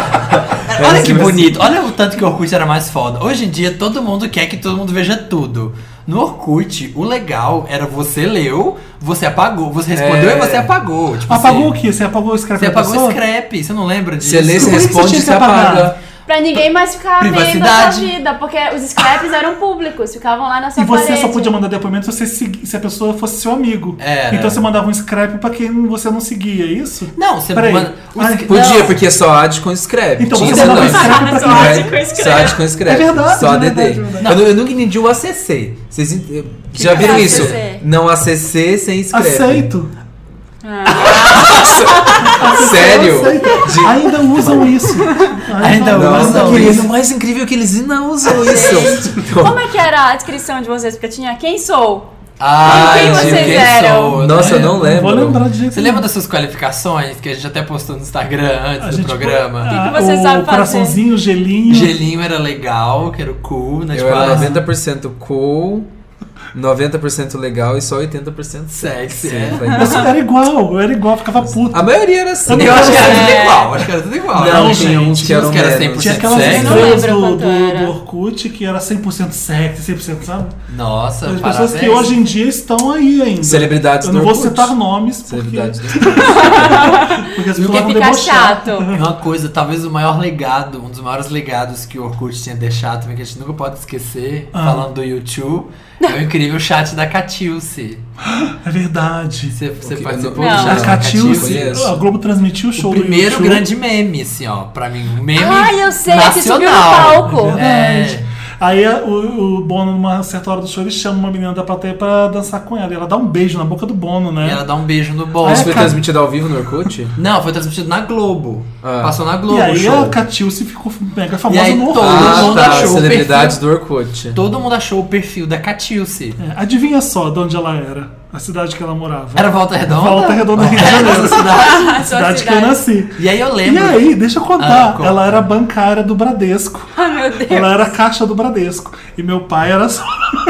[SPEAKER 4] Olha que bonito, olha o tanto que o Orkut era mais foda. Hoje em dia todo mundo quer que todo mundo veja tudo. No Orkut, o legal era você leu, você apagou, você respondeu
[SPEAKER 1] É.
[SPEAKER 4] e você apagou. Tipo
[SPEAKER 2] Apagou o
[SPEAKER 4] assim,
[SPEAKER 2] quê? Você apagou o scrap
[SPEAKER 4] Você
[SPEAKER 2] da
[SPEAKER 4] apagou
[SPEAKER 2] pessoa?
[SPEAKER 4] o scrap, você não lembra disso?
[SPEAKER 1] Você lê, você
[SPEAKER 2] Por que que você
[SPEAKER 1] responde,
[SPEAKER 2] tinha
[SPEAKER 1] você,
[SPEAKER 2] que apagar?
[SPEAKER 1] apaga.
[SPEAKER 3] Pra ninguém mais ficar vendo a sua
[SPEAKER 4] Privacidade.
[SPEAKER 3] vida, porque os scraps eram públicos, ficavam lá na sua
[SPEAKER 2] E você
[SPEAKER 3] parede.
[SPEAKER 2] só podia mandar depoimento se, você segui- se a pessoa fosse seu amigo.
[SPEAKER 4] Era.
[SPEAKER 2] Então você mandava um scrap pra quem você não seguia, é isso?
[SPEAKER 4] Não, você
[SPEAKER 2] Peraí.
[SPEAKER 4] manda. o
[SPEAKER 2] Ai,
[SPEAKER 4] scra-
[SPEAKER 1] Podia,
[SPEAKER 4] não.
[SPEAKER 1] porque é só ad com escreve.
[SPEAKER 2] Então
[SPEAKER 1] Tinha
[SPEAKER 2] você
[SPEAKER 1] esse
[SPEAKER 2] mandava um
[SPEAKER 1] lance.
[SPEAKER 2] scrap pra
[SPEAKER 3] Só
[SPEAKER 2] quem.
[SPEAKER 3] ad com escreve.
[SPEAKER 1] Só ad com escreve.
[SPEAKER 2] É verdade,
[SPEAKER 1] Só
[SPEAKER 2] é
[SPEAKER 1] ADD.
[SPEAKER 2] verdade, é verdade.
[SPEAKER 1] Eu, nu- eu nunca entendi o ACC. Vocês ent- já
[SPEAKER 3] que
[SPEAKER 1] viram
[SPEAKER 3] é
[SPEAKER 1] isso?
[SPEAKER 3] ACC?
[SPEAKER 1] Não ACC sem escreve.
[SPEAKER 2] Aceito.
[SPEAKER 1] Ah, Sério?
[SPEAKER 2] Aceito. Ainda usam isso.
[SPEAKER 4] Ainda
[SPEAKER 1] Não,
[SPEAKER 4] usam
[SPEAKER 1] não,
[SPEAKER 4] isso.
[SPEAKER 1] e o mais incrível é que eles não usam isso.
[SPEAKER 3] Como é que era a descrição de vocês? Porque tinha quem sou?
[SPEAKER 4] Ah,
[SPEAKER 3] Quem
[SPEAKER 4] de
[SPEAKER 3] vocês
[SPEAKER 4] quem
[SPEAKER 3] eram?
[SPEAKER 4] sou,
[SPEAKER 1] é? Nossa, eu não
[SPEAKER 2] Não
[SPEAKER 4] lembro.
[SPEAKER 1] lembro.
[SPEAKER 2] Vou lembrar de jeito
[SPEAKER 4] Você
[SPEAKER 2] nenhum.
[SPEAKER 4] lembra das suas qualificações que a gente até postou no Instagram antes
[SPEAKER 2] A
[SPEAKER 4] do
[SPEAKER 2] gente-
[SPEAKER 4] programa?
[SPEAKER 2] Ah,
[SPEAKER 3] que você
[SPEAKER 2] o
[SPEAKER 3] sabe fazer?
[SPEAKER 2] coraçãozinho, gelinho.
[SPEAKER 4] Gelinho era legal, que era o cool, né?
[SPEAKER 1] Eu era 90% cool, 90% legal e só 80%
[SPEAKER 4] sexy.
[SPEAKER 1] Sim,
[SPEAKER 4] é.
[SPEAKER 1] foi
[SPEAKER 2] Eu
[SPEAKER 1] engraçado.
[SPEAKER 2] só- era igual, eu era igual, ficava puto.
[SPEAKER 1] A maioria era assim.
[SPEAKER 4] Eu acho que era tudo
[SPEAKER 3] É.
[SPEAKER 4] igual, acho que era tudo igual.
[SPEAKER 1] Não,
[SPEAKER 4] né?
[SPEAKER 1] tinha uns
[SPEAKER 4] Tinha
[SPEAKER 1] que eram
[SPEAKER 4] uns que era
[SPEAKER 1] menos.
[SPEAKER 2] Tinha
[SPEAKER 4] 100%
[SPEAKER 2] aquelas
[SPEAKER 4] sexy.
[SPEAKER 3] Eu não
[SPEAKER 2] estrelas
[SPEAKER 3] lembro
[SPEAKER 2] do,
[SPEAKER 3] quanto
[SPEAKER 2] do,
[SPEAKER 3] era.
[SPEAKER 2] do Orkut que era 100% sexy, 100%, sabe?
[SPEAKER 4] Nossa,
[SPEAKER 2] As
[SPEAKER 4] Então, parabéns.
[SPEAKER 2] pessoas que hoje em dia estão aí ainda.
[SPEAKER 1] Celebridades
[SPEAKER 2] Eu não
[SPEAKER 1] do
[SPEAKER 2] vou
[SPEAKER 1] Orkut.
[SPEAKER 2] citar nomes, porque,
[SPEAKER 1] Celebridades do
[SPEAKER 2] porque as pessoas
[SPEAKER 3] Porque
[SPEAKER 2] vão
[SPEAKER 3] fica
[SPEAKER 2] debochar.
[SPEAKER 3] chato.
[SPEAKER 4] É Uma coisa, talvez o maior legado, um dos maiores legados que o Orkut tinha deixado, também que a gente nunca pode esquecer,
[SPEAKER 2] Ah.
[SPEAKER 4] falando do YouTube, é o incrível chat da Catilce.
[SPEAKER 2] É verdade.
[SPEAKER 4] Você, você
[SPEAKER 1] Ok, eu
[SPEAKER 4] participou
[SPEAKER 3] não-
[SPEAKER 4] do
[SPEAKER 3] Não.
[SPEAKER 4] chat
[SPEAKER 2] A
[SPEAKER 4] da
[SPEAKER 2] Catilce,
[SPEAKER 4] Catilce?
[SPEAKER 1] conheço.
[SPEAKER 2] a Globo transmitiu o show
[SPEAKER 4] O primeiro
[SPEAKER 2] do YouTube.
[SPEAKER 4] grande meme, assim, ó, pra mim. Um meme
[SPEAKER 3] Ah, eu sei, é que subiu no
[SPEAKER 4] nacional.
[SPEAKER 3] palco.
[SPEAKER 4] É.
[SPEAKER 2] Aí a- o, o Bono, numa certa hora do show, ele chama uma menina da plateia pra dançar com ela. E ela dá um beijo na boca do Bono,
[SPEAKER 4] E
[SPEAKER 2] né?
[SPEAKER 4] ela dá um beijo no bolso.
[SPEAKER 1] Isso foi
[SPEAKER 2] é, cara.
[SPEAKER 1] transmitido ao vivo no Orkut?
[SPEAKER 4] Não, foi transmitido na Globo.
[SPEAKER 1] Ah.
[SPEAKER 4] Passou na Globo
[SPEAKER 2] E
[SPEAKER 4] o
[SPEAKER 2] aí
[SPEAKER 4] um show.
[SPEAKER 2] a Catilce ficou mega
[SPEAKER 4] E
[SPEAKER 2] famosa
[SPEAKER 4] aí
[SPEAKER 2] no
[SPEAKER 4] todo
[SPEAKER 2] horror.
[SPEAKER 4] mundo achou o
[SPEAKER 1] Ah, tá, celebridades do Orkut.
[SPEAKER 4] Todo mundo achou o perfil da Catilce.
[SPEAKER 2] É, adivinha só de onde ela era, a cidade que ela morava.
[SPEAKER 4] Era Volta Redonda?
[SPEAKER 2] Volta Redonda, Rio de
[SPEAKER 4] Era
[SPEAKER 2] Janeiro.
[SPEAKER 4] essa cidade.
[SPEAKER 3] A sua
[SPEAKER 2] é cidade que eu nasci.
[SPEAKER 4] E aí eu
[SPEAKER 2] E
[SPEAKER 4] lembro.
[SPEAKER 2] aí, deixa eu
[SPEAKER 4] Ah,
[SPEAKER 2] contar,
[SPEAKER 4] conta.
[SPEAKER 2] ela era bancária do Bradesco.
[SPEAKER 3] Ai, Ah, meu Deus.
[SPEAKER 2] Ela era a caixa do Bradesco. E meu pai era só.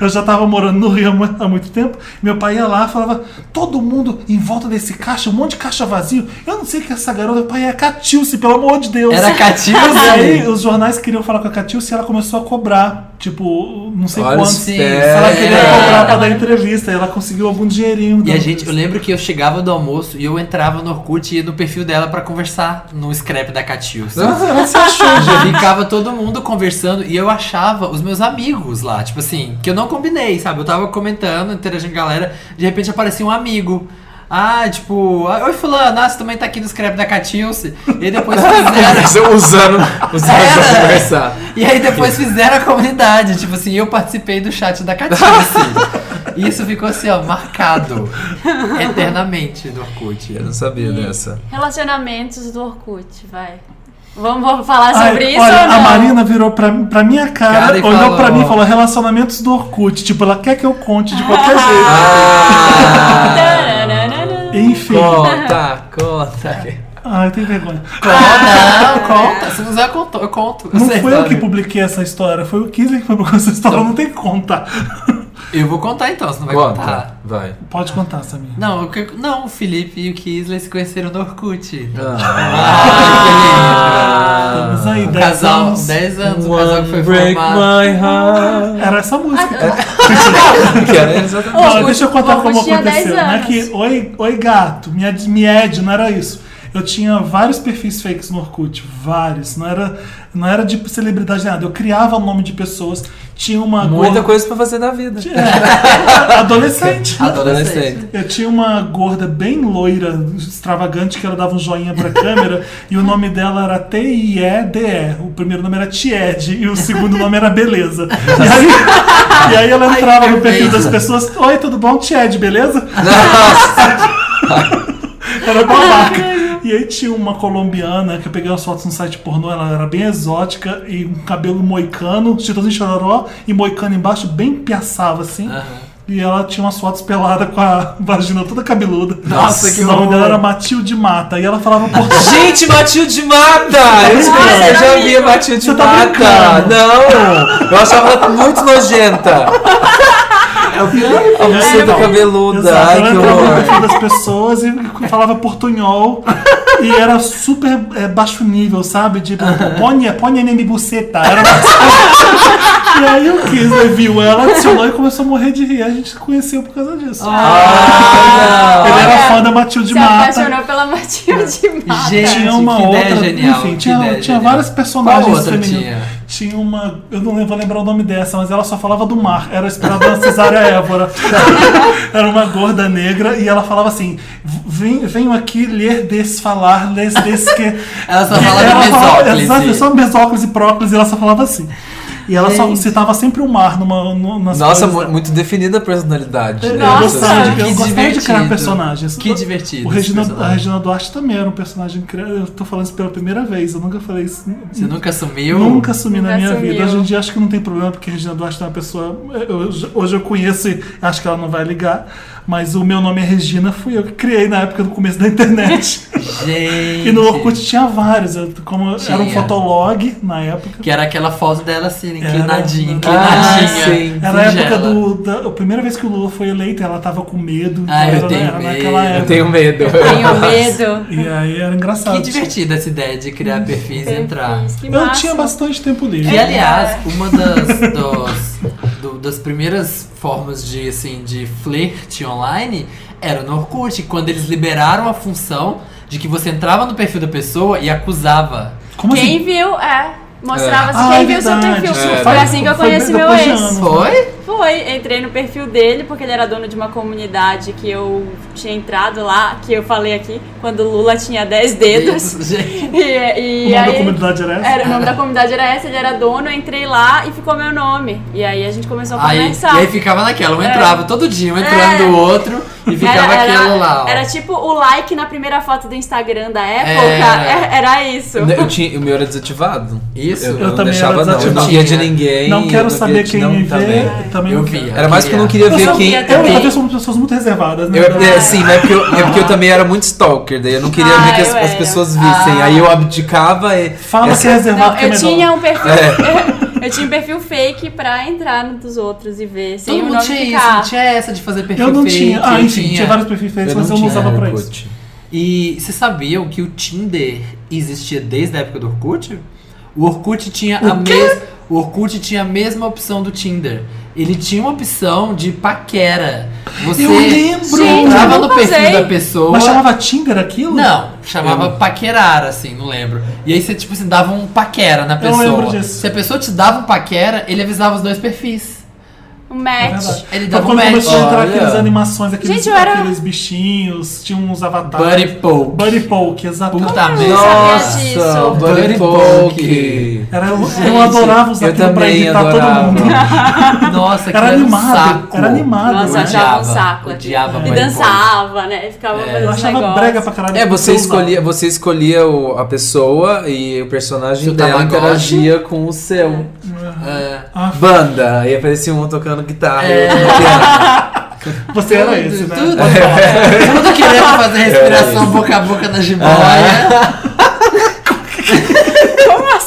[SPEAKER 2] Eu já tava morando no Rio há mu- há muito tempo. Meu pai ia lá e falava: todo mundo em volta desse caixa, um monte de caixa vazio. Eu não sei o que essa garota, meu pai é a Catilce, pelo amor de Deus.
[SPEAKER 4] Era a Catilce?
[SPEAKER 2] E aí os jornais queriam falar com a Catilce e ela começou a cobrar. Tipo, não sei
[SPEAKER 1] Olha
[SPEAKER 2] quanto.
[SPEAKER 1] os
[SPEAKER 4] sim.
[SPEAKER 1] pés.
[SPEAKER 2] Ela queria
[SPEAKER 4] É.
[SPEAKER 2] cobrar pra dar entrevista, e ela conseguiu algum dinheirinho.
[SPEAKER 4] E
[SPEAKER 2] dando
[SPEAKER 4] a gente, eu lembro que eu chegava do almoço e eu entrava no Orkut e ia no perfil dela pra conversar no scrap da Catilce.
[SPEAKER 1] Você achou?
[SPEAKER 4] Ficava todo mundo conversando e eu achava os meus amigos lá, tipo assim, que eu não combinei, sabe? Eu tava comentando, interagindo com a galera, de repente aparecia um amigo. Ah, tipo, ah, oi fulano, ah, você também tá aqui no scrap da Catilce. E aí depois fizeram.
[SPEAKER 1] Você Usando, usando pra
[SPEAKER 4] Era.
[SPEAKER 1] conversar.
[SPEAKER 4] E aí depois fizeram a comunidade, tipo assim, eu participei do chat da Catice. E isso ficou assim, ó, marcado eternamente no Orkut.
[SPEAKER 1] Eu não sabia
[SPEAKER 3] E
[SPEAKER 1] dessa.
[SPEAKER 3] Relacionamentos do Orkut, vai. Vamos, vamos falar
[SPEAKER 2] Ai,
[SPEAKER 3] sobre isso
[SPEAKER 2] olha,
[SPEAKER 3] ou não?
[SPEAKER 2] a Marina virou pra, pra minha cara,
[SPEAKER 4] Cara, e
[SPEAKER 2] olhou
[SPEAKER 4] falou,
[SPEAKER 2] pra mim e
[SPEAKER 4] ó.
[SPEAKER 2] falou relacionamentos do Orkut. Tipo, ela quer que eu conte de qualquer jeito.
[SPEAKER 3] Ah. Tarararara.
[SPEAKER 2] Enfim.
[SPEAKER 1] Conta, conta.
[SPEAKER 2] Ai, tem vergonha.
[SPEAKER 4] Ah, Não, conta. Se não quiser, eu conto. Eu conto.
[SPEAKER 2] Não
[SPEAKER 4] Você
[SPEAKER 2] foi eu
[SPEAKER 4] sabe.
[SPEAKER 2] que publiquei essa história, foi o Kisley que publicou essa história, não tem que contar.
[SPEAKER 4] Eu vou contar então, você não vai contar.
[SPEAKER 1] Conta. Vai.
[SPEAKER 2] Pode contar, Samir.
[SPEAKER 4] Não, o que- não, o Felipe e o Kisley se conheceram no Orkut.
[SPEAKER 1] Ah.
[SPEAKER 2] Estamos aí,
[SPEAKER 4] Um
[SPEAKER 2] 10
[SPEAKER 4] casal,
[SPEAKER 2] anos.
[SPEAKER 4] 10 anos, o
[SPEAKER 1] é
[SPEAKER 4] casal que foi formado.
[SPEAKER 1] my heart.
[SPEAKER 2] Era essa música.
[SPEAKER 1] Que era exatamente.
[SPEAKER 2] Não,
[SPEAKER 3] Orkut-
[SPEAKER 2] deixa eu contar como
[SPEAKER 3] Orkut tinha 10
[SPEAKER 2] aconteceu. Não é
[SPEAKER 3] anos.
[SPEAKER 2] que, oi, oi gato, me, ad- me ed, não era isso. Eu tinha vários perfis fakes no Orkut, vários. Não era, não era de celebridade nem nada. Eu criava nome de pessoas. Tinha uma
[SPEAKER 1] Muita
[SPEAKER 2] gorda-
[SPEAKER 1] coisa pra fazer na vida.
[SPEAKER 2] adolescente. né?
[SPEAKER 1] Adolescente.
[SPEAKER 2] Eu tinha uma gorda bem loira, extravagante, que ela dava um joinha pra câmera, e o nome dela era T-I-E-D-E. O primeiro nome era Tied, e o segundo nome era Beleza. E aí, e aí ela entrava no perfil das pessoas: Oi, tudo bom? Tied, beleza? Era babaca. E aí tinha uma colombiana que eu peguei umas fotos no site pornô, ela era bem exótica e um cabelo moicano, chitãozinho chororó e moicano embaixo, bem piaçava assim. E ela tinha umas fotos pelada com a vagina toda cabeluda.
[SPEAKER 4] Nossa, que
[SPEAKER 2] O nome
[SPEAKER 4] horror.
[SPEAKER 2] dela era Matilde Mata. E ela falava português.
[SPEAKER 1] Gente, Matilde Mata! Eu,
[SPEAKER 3] brincando.
[SPEAKER 1] eu já vi a Matilde
[SPEAKER 2] Você tá
[SPEAKER 1] Mata!
[SPEAKER 2] brincando.
[SPEAKER 1] Não! Eu achava ela muito nojenta! A buceta
[SPEAKER 3] não.
[SPEAKER 1] cabeluda,
[SPEAKER 2] É Exato,
[SPEAKER 1] ai
[SPEAKER 2] ela é
[SPEAKER 1] que
[SPEAKER 2] entrava no
[SPEAKER 1] horror!
[SPEAKER 2] perfil das pessoas e falava portunhol. E era super é, baixo nível, sabe? Tipo, põe, põe nem buceta. Era uma- e aí o Kisley viu ela, adicionou e começou a morrer de rir. A gente se conheceu por causa disso.
[SPEAKER 1] Ah,
[SPEAKER 2] Ele era fã da Matilde
[SPEAKER 3] Ah, Se
[SPEAKER 2] Mata.
[SPEAKER 3] apaixonou pela Matilde Mata.
[SPEAKER 4] Gente,
[SPEAKER 2] Tinha uma
[SPEAKER 4] que
[SPEAKER 2] outra,
[SPEAKER 4] ideia genial.
[SPEAKER 2] enfim,
[SPEAKER 4] que
[SPEAKER 2] tinha,
[SPEAKER 4] ideia
[SPEAKER 2] tinha
[SPEAKER 4] genial.
[SPEAKER 2] várias personagens
[SPEAKER 4] Qual outra
[SPEAKER 2] femininas.
[SPEAKER 4] tinha?
[SPEAKER 2] Tinha uma, eu não lembro- vou lembrar o nome dessa, mas ela só falava do mar. Era a Esperança Cesária Évora. Era uma gorda negra e ela falava assim: "Vem- venho aqui ler, desfalar, les, des que.
[SPEAKER 4] Ela só falava de mesóclise.
[SPEAKER 2] Exato, só mesóclise e próclise, ela só falava assim. E ela só citava sempre o mar numa, numa, nas
[SPEAKER 1] Nossa,
[SPEAKER 2] coisas
[SPEAKER 1] mu- muito definida a personalidade.
[SPEAKER 2] eu
[SPEAKER 3] Nossa,
[SPEAKER 2] gostava de, eu
[SPEAKER 4] que
[SPEAKER 2] gostava de criar
[SPEAKER 4] divertido.
[SPEAKER 2] personagens.
[SPEAKER 4] Que divertido
[SPEAKER 2] O Regina,
[SPEAKER 4] esse
[SPEAKER 2] a
[SPEAKER 4] personagem.
[SPEAKER 2] Regina Duarte também era um personagem criado. Eu tô falando isso pela primeira vez, eu nunca falei isso.
[SPEAKER 4] Você nunca sumiu?
[SPEAKER 2] Nunca assumi na
[SPEAKER 3] Nunca
[SPEAKER 2] minha
[SPEAKER 3] assumiu.
[SPEAKER 2] vida. Hoje em dia acho que não tem problema, porque a Regina Duarte é uma pessoa. eu- hoje eu conheço e acho que ela não vai ligar. Mas o meu nome é Regina, fui eu que criei na época do começo da internet.
[SPEAKER 4] Gente.
[SPEAKER 2] e no Orkut tinha vários. eu- como Era um
[SPEAKER 4] Tinha.
[SPEAKER 2] fotolog na época.
[SPEAKER 4] Que era aquela foto dela assim, inclinadinha,
[SPEAKER 2] Era-
[SPEAKER 4] inclinadinha.
[SPEAKER 1] Ah, sim.
[SPEAKER 2] Era é a época
[SPEAKER 4] singela.
[SPEAKER 2] do. Da, a primeira vez que o Lula foi eleito, ela tava com medo. então
[SPEAKER 4] Ah, eu
[SPEAKER 2] era,
[SPEAKER 4] tenho
[SPEAKER 2] era naquela
[SPEAKER 4] medo.
[SPEAKER 2] época.
[SPEAKER 1] Eu tenho medo.
[SPEAKER 3] Tenho medo.
[SPEAKER 2] E aí era engraçado.
[SPEAKER 4] Que divertida essa ideia de criar perfis e entrar.
[SPEAKER 3] Que
[SPEAKER 2] Eu
[SPEAKER 3] massa. É
[SPEAKER 2] tinha bastante tempo livre.
[SPEAKER 4] Que, aliás, uma das, dos- do- das primeiras formas de, assim, de flerte online era no Orkut, quando eles liberaram a função de que você entrava no perfil da pessoa e acusava.
[SPEAKER 2] Como
[SPEAKER 3] Quem
[SPEAKER 2] assim?
[SPEAKER 3] viu, é. Mostrava assim,
[SPEAKER 2] Ah,
[SPEAKER 3] quem
[SPEAKER 2] é
[SPEAKER 3] viu seu
[SPEAKER 2] verdade.
[SPEAKER 3] perfil.
[SPEAKER 2] Isso
[SPEAKER 3] Foi
[SPEAKER 2] faz-
[SPEAKER 3] assim que eu
[SPEAKER 2] foi
[SPEAKER 3] conheci meu
[SPEAKER 2] depois de
[SPEAKER 3] ex.
[SPEAKER 2] anos.
[SPEAKER 4] Foi?
[SPEAKER 3] Foi, entrei no perfil dele porque ele era dono de uma comunidade que eu tinha entrado lá, que eu falei aqui, quando o Lula tinha 10 dedos.
[SPEAKER 4] Gente,
[SPEAKER 3] E, e
[SPEAKER 2] O nome da
[SPEAKER 3] aí,
[SPEAKER 2] comunidade era essa?
[SPEAKER 3] era, o nome da comunidade era essa, ele era dono, eu entrei lá e ficou meu nome. E aí a gente começou a
[SPEAKER 4] Aí,
[SPEAKER 3] conversar.
[SPEAKER 4] e aí ficava naquela, um entrava todo dia, um
[SPEAKER 3] É.
[SPEAKER 4] entrando o outro e ficava
[SPEAKER 3] era,
[SPEAKER 4] aquela lá. ó.
[SPEAKER 3] era tipo o like na primeira foto do Instagram da época,
[SPEAKER 4] É.
[SPEAKER 3] é- era isso.
[SPEAKER 1] Eu tinha, o meu era desativado.
[SPEAKER 4] Isso.
[SPEAKER 1] Eu, eu
[SPEAKER 4] Eu
[SPEAKER 1] não
[SPEAKER 2] também
[SPEAKER 1] deixava,
[SPEAKER 2] era
[SPEAKER 1] não. Eu não
[SPEAKER 4] desativado.
[SPEAKER 1] via de ninguém. eu
[SPEAKER 2] Não quero
[SPEAKER 1] via
[SPEAKER 2] saber
[SPEAKER 1] de-
[SPEAKER 2] quem
[SPEAKER 1] não,
[SPEAKER 2] me vê.
[SPEAKER 1] também.
[SPEAKER 2] Também
[SPEAKER 4] Eu
[SPEAKER 2] não
[SPEAKER 4] via.
[SPEAKER 2] quero.
[SPEAKER 1] Era mais que eu não queria
[SPEAKER 2] Eu,
[SPEAKER 1] ver
[SPEAKER 2] sou-
[SPEAKER 1] quem.
[SPEAKER 2] eu, eu, eu somos pessoas muito reservadas, né?
[SPEAKER 1] Eu, é, sim, mas é porque, eu, é porque eu também era muito stalker, daí eu não queria
[SPEAKER 3] Ah,
[SPEAKER 1] ver que as,
[SPEAKER 3] eu
[SPEAKER 1] as
[SPEAKER 3] era. Ah.
[SPEAKER 1] pessoas vissem. Aí eu abdicava e.
[SPEAKER 2] Fala
[SPEAKER 1] essa-
[SPEAKER 2] que é reservado
[SPEAKER 3] Não,
[SPEAKER 2] que é
[SPEAKER 3] eu
[SPEAKER 2] melhor.
[SPEAKER 3] tinha um perfil. Eu tinha um perfil fake pra entrar no dos outros e ver sem
[SPEAKER 4] É. Todo
[SPEAKER 3] o
[SPEAKER 4] mundo
[SPEAKER 3] nome
[SPEAKER 4] tinha isso,
[SPEAKER 3] ficar.
[SPEAKER 4] Então, não tinha essa de fazer perfil
[SPEAKER 2] Eu não
[SPEAKER 4] fake,
[SPEAKER 2] tinha. Ah,
[SPEAKER 4] eu
[SPEAKER 2] enfim, tinha, vários perfis feitos, mas eu não
[SPEAKER 1] tinha
[SPEAKER 2] usava pra isso.
[SPEAKER 1] Orkut.
[SPEAKER 4] E vocês sabiam que o Tinder existia desde a época do Orkut? O Orkut tinha a mesma. O Orkut tinha a mesma opção do Tinder. Ele tinha uma opção de paquera. Você
[SPEAKER 2] Eu lembro!
[SPEAKER 3] Gente,
[SPEAKER 4] entrava
[SPEAKER 3] eu
[SPEAKER 4] no
[SPEAKER 3] nunca
[SPEAKER 4] perfil
[SPEAKER 3] usei.
[SPEAKER 4] da pessoa.
[SPEAKER 2] Mas chamava Tinder aquilo?
[SPEAKER 4] Não, chamava paquerar, assim, não lembro. E aí você, tipo assim, dava um paquera na pessoa.
[SPEAKER 2] lembro disso.
[SPEAKER 4] Se a pessoa te dava um paquera, ele avisava os dois perfis.
[SPEAKER 3] O
[SPEAKER 2] É
[SPEAKER 3] match.
[SPEAKER 2] verdade.
[SPEAKER 4] Ele
[SPEAKER 2] Então,
[SPEAKER 4] dava um
[SPEAKER 2] quando
[SPEAKER 4] match.
[SPEAKER 2] começou a entrar
[SPEAKER 1] Olha.
[SPEAKER 2] aquelas animações, aqueles,
[SPEAKER 3] Gente, eu era-
[SPEAKER 2] aqueles bichinhos, tinha uns avatares.
[SPEAKER 4] Buddy Poke.
[SPEAKER 2] Buddy Poke, exatamente.
[SPEAKER 4] Puta merda.
[SPEAKER 3] sabia
[SPEAKER 1] Nossa,
[SPEAKER 3] disso.
[SPEAKER 1] Buddy
[SPEAKER 4] Buddy
[SPEAKER 1] Poke.
[SPEAKER 2] Era, eu
[SPEAKER 4] Gente,
[SPEAKER 2] adorava usar
[SPEAKER 1] Eu
[SPEAKER 2] aquilo pra
[SPEAKER 1] também
[SPEAKER 2] irritar
[SPEAKER 1] adorava.
[SPEAKER 2] todo mundo.
[SPEAKER 4] Nossa, que
[SPEAKER 2] Era
[SPEAKER 4] um
[SPEAKER 2] animado,
[SPEAKER 4] saco.
[SPEAKER 2] era animado.
[SPEAKER 3] Nossa,
[SPEAKER 2] né?
[SPEAKER 3] eu achava um
[SPEAKER 4] Ah, Odiava, assim.
[SPEAKER 3] saco.
[SPEAKER 4] odiava É.
[SPEAKER 3] e
[SPEAKER 4] Buddy
[SPEAKER 3] dançava, né? E ficava fazendo
[SPEAKER 2] Eu
[SPEAKER 3] uns
[SPEAKER 2] achava
[SPEAKER 3] negócios.
[SPEAKER 2] brega pra caralho.
[SPEAKER 1] É, você
[SPEAKER 2] Eu usava.
[SPEAKER 1] escolhia, você escolhia o- a pessoa e o personagem
[SPEAKER 4] Seu
[SPEAKER 1] dela
[SPEAKER 4] Tamagotchi.
[SPEAKER 1] interagia com o seu.
[SPEAKER 4] É.
[SPEAKER 2] Ah.
[SPEAKER 1] Banda! Aí aparecia um tocando guitarra. e
[SPEAKER 3] É.
[SPEAKER 1] outro
[SPEAKER 2] Você era esse, né?
[SPEAKER 4] Tudo, tudo querendo fazer respiração
[SPEAKER 1] isso.
[SPEAKER 4] boca a boca na
[SPEAKER 2] Ah, é?
[SPEAKER 4] jiboia.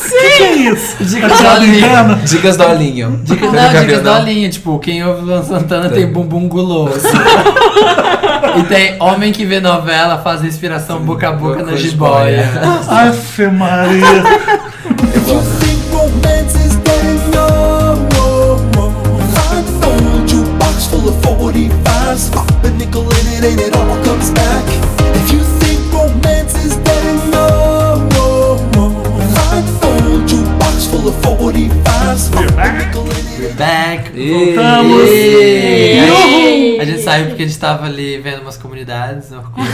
[SPEAKER 2] Que que é isso?
[SPEAKER 4] Dicas do
[SPEAKER 2] Piada
[SPEAKER 4] Olinho.
[SPEAKER 2] interna?
[SPEAKER 1] Dicas do Alinho.
[SPEAKER 4] Dicas,
[SPEAKER 1] Você nunca
[SPEAKER 4] não,
[SPEAKER 1] viu,
[SPEAKER 4] dicas do Olinho. Tipo, quem ouve Luan Santana tem bumbum guloso. e tem homem que vê novela faz respiração boca a boca na
[SPEAKER 1] Com
[SPEAKER 4] jiboia.
[SPEAKER 2] Aff, Maria.
[SPEAKER 7] romance is dead no more. Find the phone jukebox full of 45s. Pop a nickel in it and it all comes back. If you think romance is dead no more. Find the phone jukebox full of 45s. Pop a nickel in it.
[SPEAKER 4] We're back.
[SPEAKER 1] E-
[SPEAKER 4] Voltamos.
[SPEAKER 1] e-
[SPEAKER 4] E aí,
[SPEAKER 3] Uhul.
[SPEAKER 4] A gente saiu porque a gente tava ali vendo umas comunidades né? no Orkut.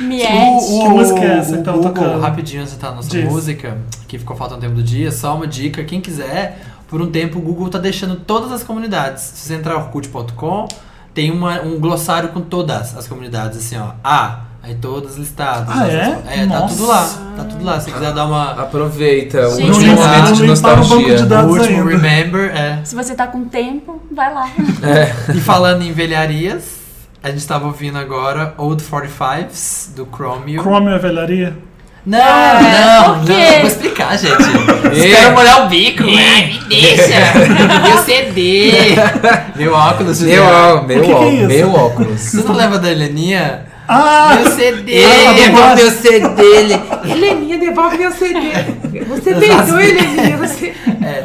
[SPEAKER 3] Miete.
[SPEAKER 2] Que música é essa que tava
[SPEAKER 4] o
[SPEAKER 2] tocando?
[SPEAKER 4] Rapidinho antes de entrar na nossa
[SPEAKER 2] Diz.
[SPEAKER 4] música, que ficou faltando tempo do dia, só uma dica, quem quiser, por um tempo o Google tá deixando todas as comunidades. Se você entrar orkut.com, tem uma- um glossário com todas as comunidades, assim, ó. Ah, aí todas listadas.
[SPEAKER 2] Ah, é?
[SPEAKER 4] tá
[SPEAKER 2] Nossa.
[SPEAKER 4] tudo lá. Tá tudo lá. Se quiser dar uma.
[SPEAKER 1] Aproveita o
[SPEAKER 3] Gente,
[SPEAKER 1] último
[SPEAKER 3] não
[SPEAKER 1] momento de
[SPEAKER 2] limparam o banco de
[SPEAKER 1] nostalgia.
[SPEAKER 2] dados.
[SPEAKER 4] O último
[SPEAKER 2] ainda.
[SPEAKER 4] Remember, é.
[SPEAKER 3] Se você tá com tempo, vai lá.
[SPEAKER 4] E falando em velharias, a gente tava ouvindo agora Old 45s do Chromium.
[SPEAKER 2] Chrome é velharia?
[SPEAKER 4] Não,
[SPEAKER 3] Ah,
[SPEAKER 4] não,
[SPEAKER 3] por
[SPEAKER 4] não,
[SPEAKER 3] quê?
[SPEAKER 4] eu vou explicar, gente. Espero molhar o bico,
[SPEAKER 8] né?
[SPEAKER 4] é, me deixa. Meu CD. Meu óculos,
[SPEAKER 1] Meu,
[SPEAKER 4] Juliana.
[SPEAKER 1] ó- meu,
[SPEAKER 2] que que é
[SPEAKER 1] ó-
[SPEAKER 2] isso?
[SPEAKER 1] meu óculos.
[SPEAKER 4] Você não leva da Heleninha?
[SPEAKER 2] Ah!
[SPEAKER 4] Meu CD!
[SPEAKER 5] Ele devolve
[SPEAKER 4] Nossa.
[SPEAKER 5] meu CD dele.
[SPEAKER 8] Heleninha, devolve meu CD. Você deitou, Heleninha. Você...
[SPEAKER 4] É,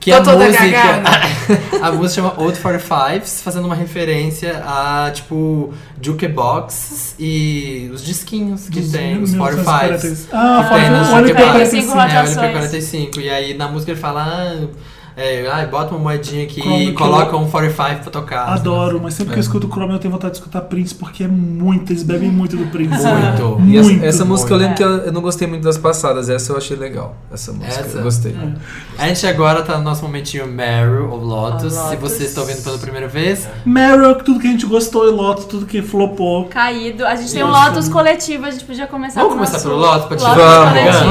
[SPEAKER 4] Que
[SPEAKER 8] Tô
[SPEAKER 4] a
[SPEAKER 8] toda
[SPEAKER 4] música.
[SPEAKER 8] cagada.
[SPEAKER 4] A música chama Old 45s, fazendo uma referência a, tipo, jukeboxes e os disquinhos que tem, os 45s.
[SPEAKER 2] 45. Ah,
[SPEAKER 4] que tem né? nas
[SPEAKER 2] o LP
[SPEAKER 4] jukeboxes.
[SPEAKER 3] 45
[SPEAKER 4] É, o LP
[SPEAKER 3] rotações.
[SPEAKER 4] 45. E aí na música ele fala. Ah, é, ai, bota uma moedinha aqui
[SPEAKER 2] Como
[SPEAKER 4] e
[SPEAKER 2] que
[SPEAKER 4] coloca um 45 pra tocar.
[SPEAKER 2] Adoro, mas sempre que eu
[SPEAKER 1] É.
[SPEAKER 2] escuto Chrome eu tenho vontade de escutar Prince, porque é muito, eles bebem muito do Prince.
[SPEAKER 4] Muito.
[SPEAKER 2] Muito.
[SPEAKER 1] E essa, essa música eu
[SPEAKER 3] bom.
[SPEAKER 1] lembro que eu, eu não gostei muito das passadas, essa eu achei legal. Essa música,
[SPEAKER 4] Essa?
[SPEAKER 1] eu gostei.
[SPEAKER 2] Hum.
[SPEAKER 3] Tá
[SPEAKER 4] A gente agora tá no nosso momentinho Meryl ou Lotus.
[SPEAKER 8] Ou
[SPEAKER 4] Se
[SPEAKER 8] Lotus.
[SPEAKER 4] vocês estão ouvindo pela primeira vez,
[SPEAKER 2] Meryl, tudo que a gente gostou, e Lotus, tudo que flopou.
[SPEAKER 3] Caído. A gente tem um Lotus coletivo, a gente podia começar
[SPEAKER 4] Vamos
[SPEAKER 3] com o nosso
[SPEAKER 4] começar pelo Lotus, pode
[SPEAKER 3] Lotus
[SPEAKER 1] Vamos.
[SPEAKER 3] coletivo.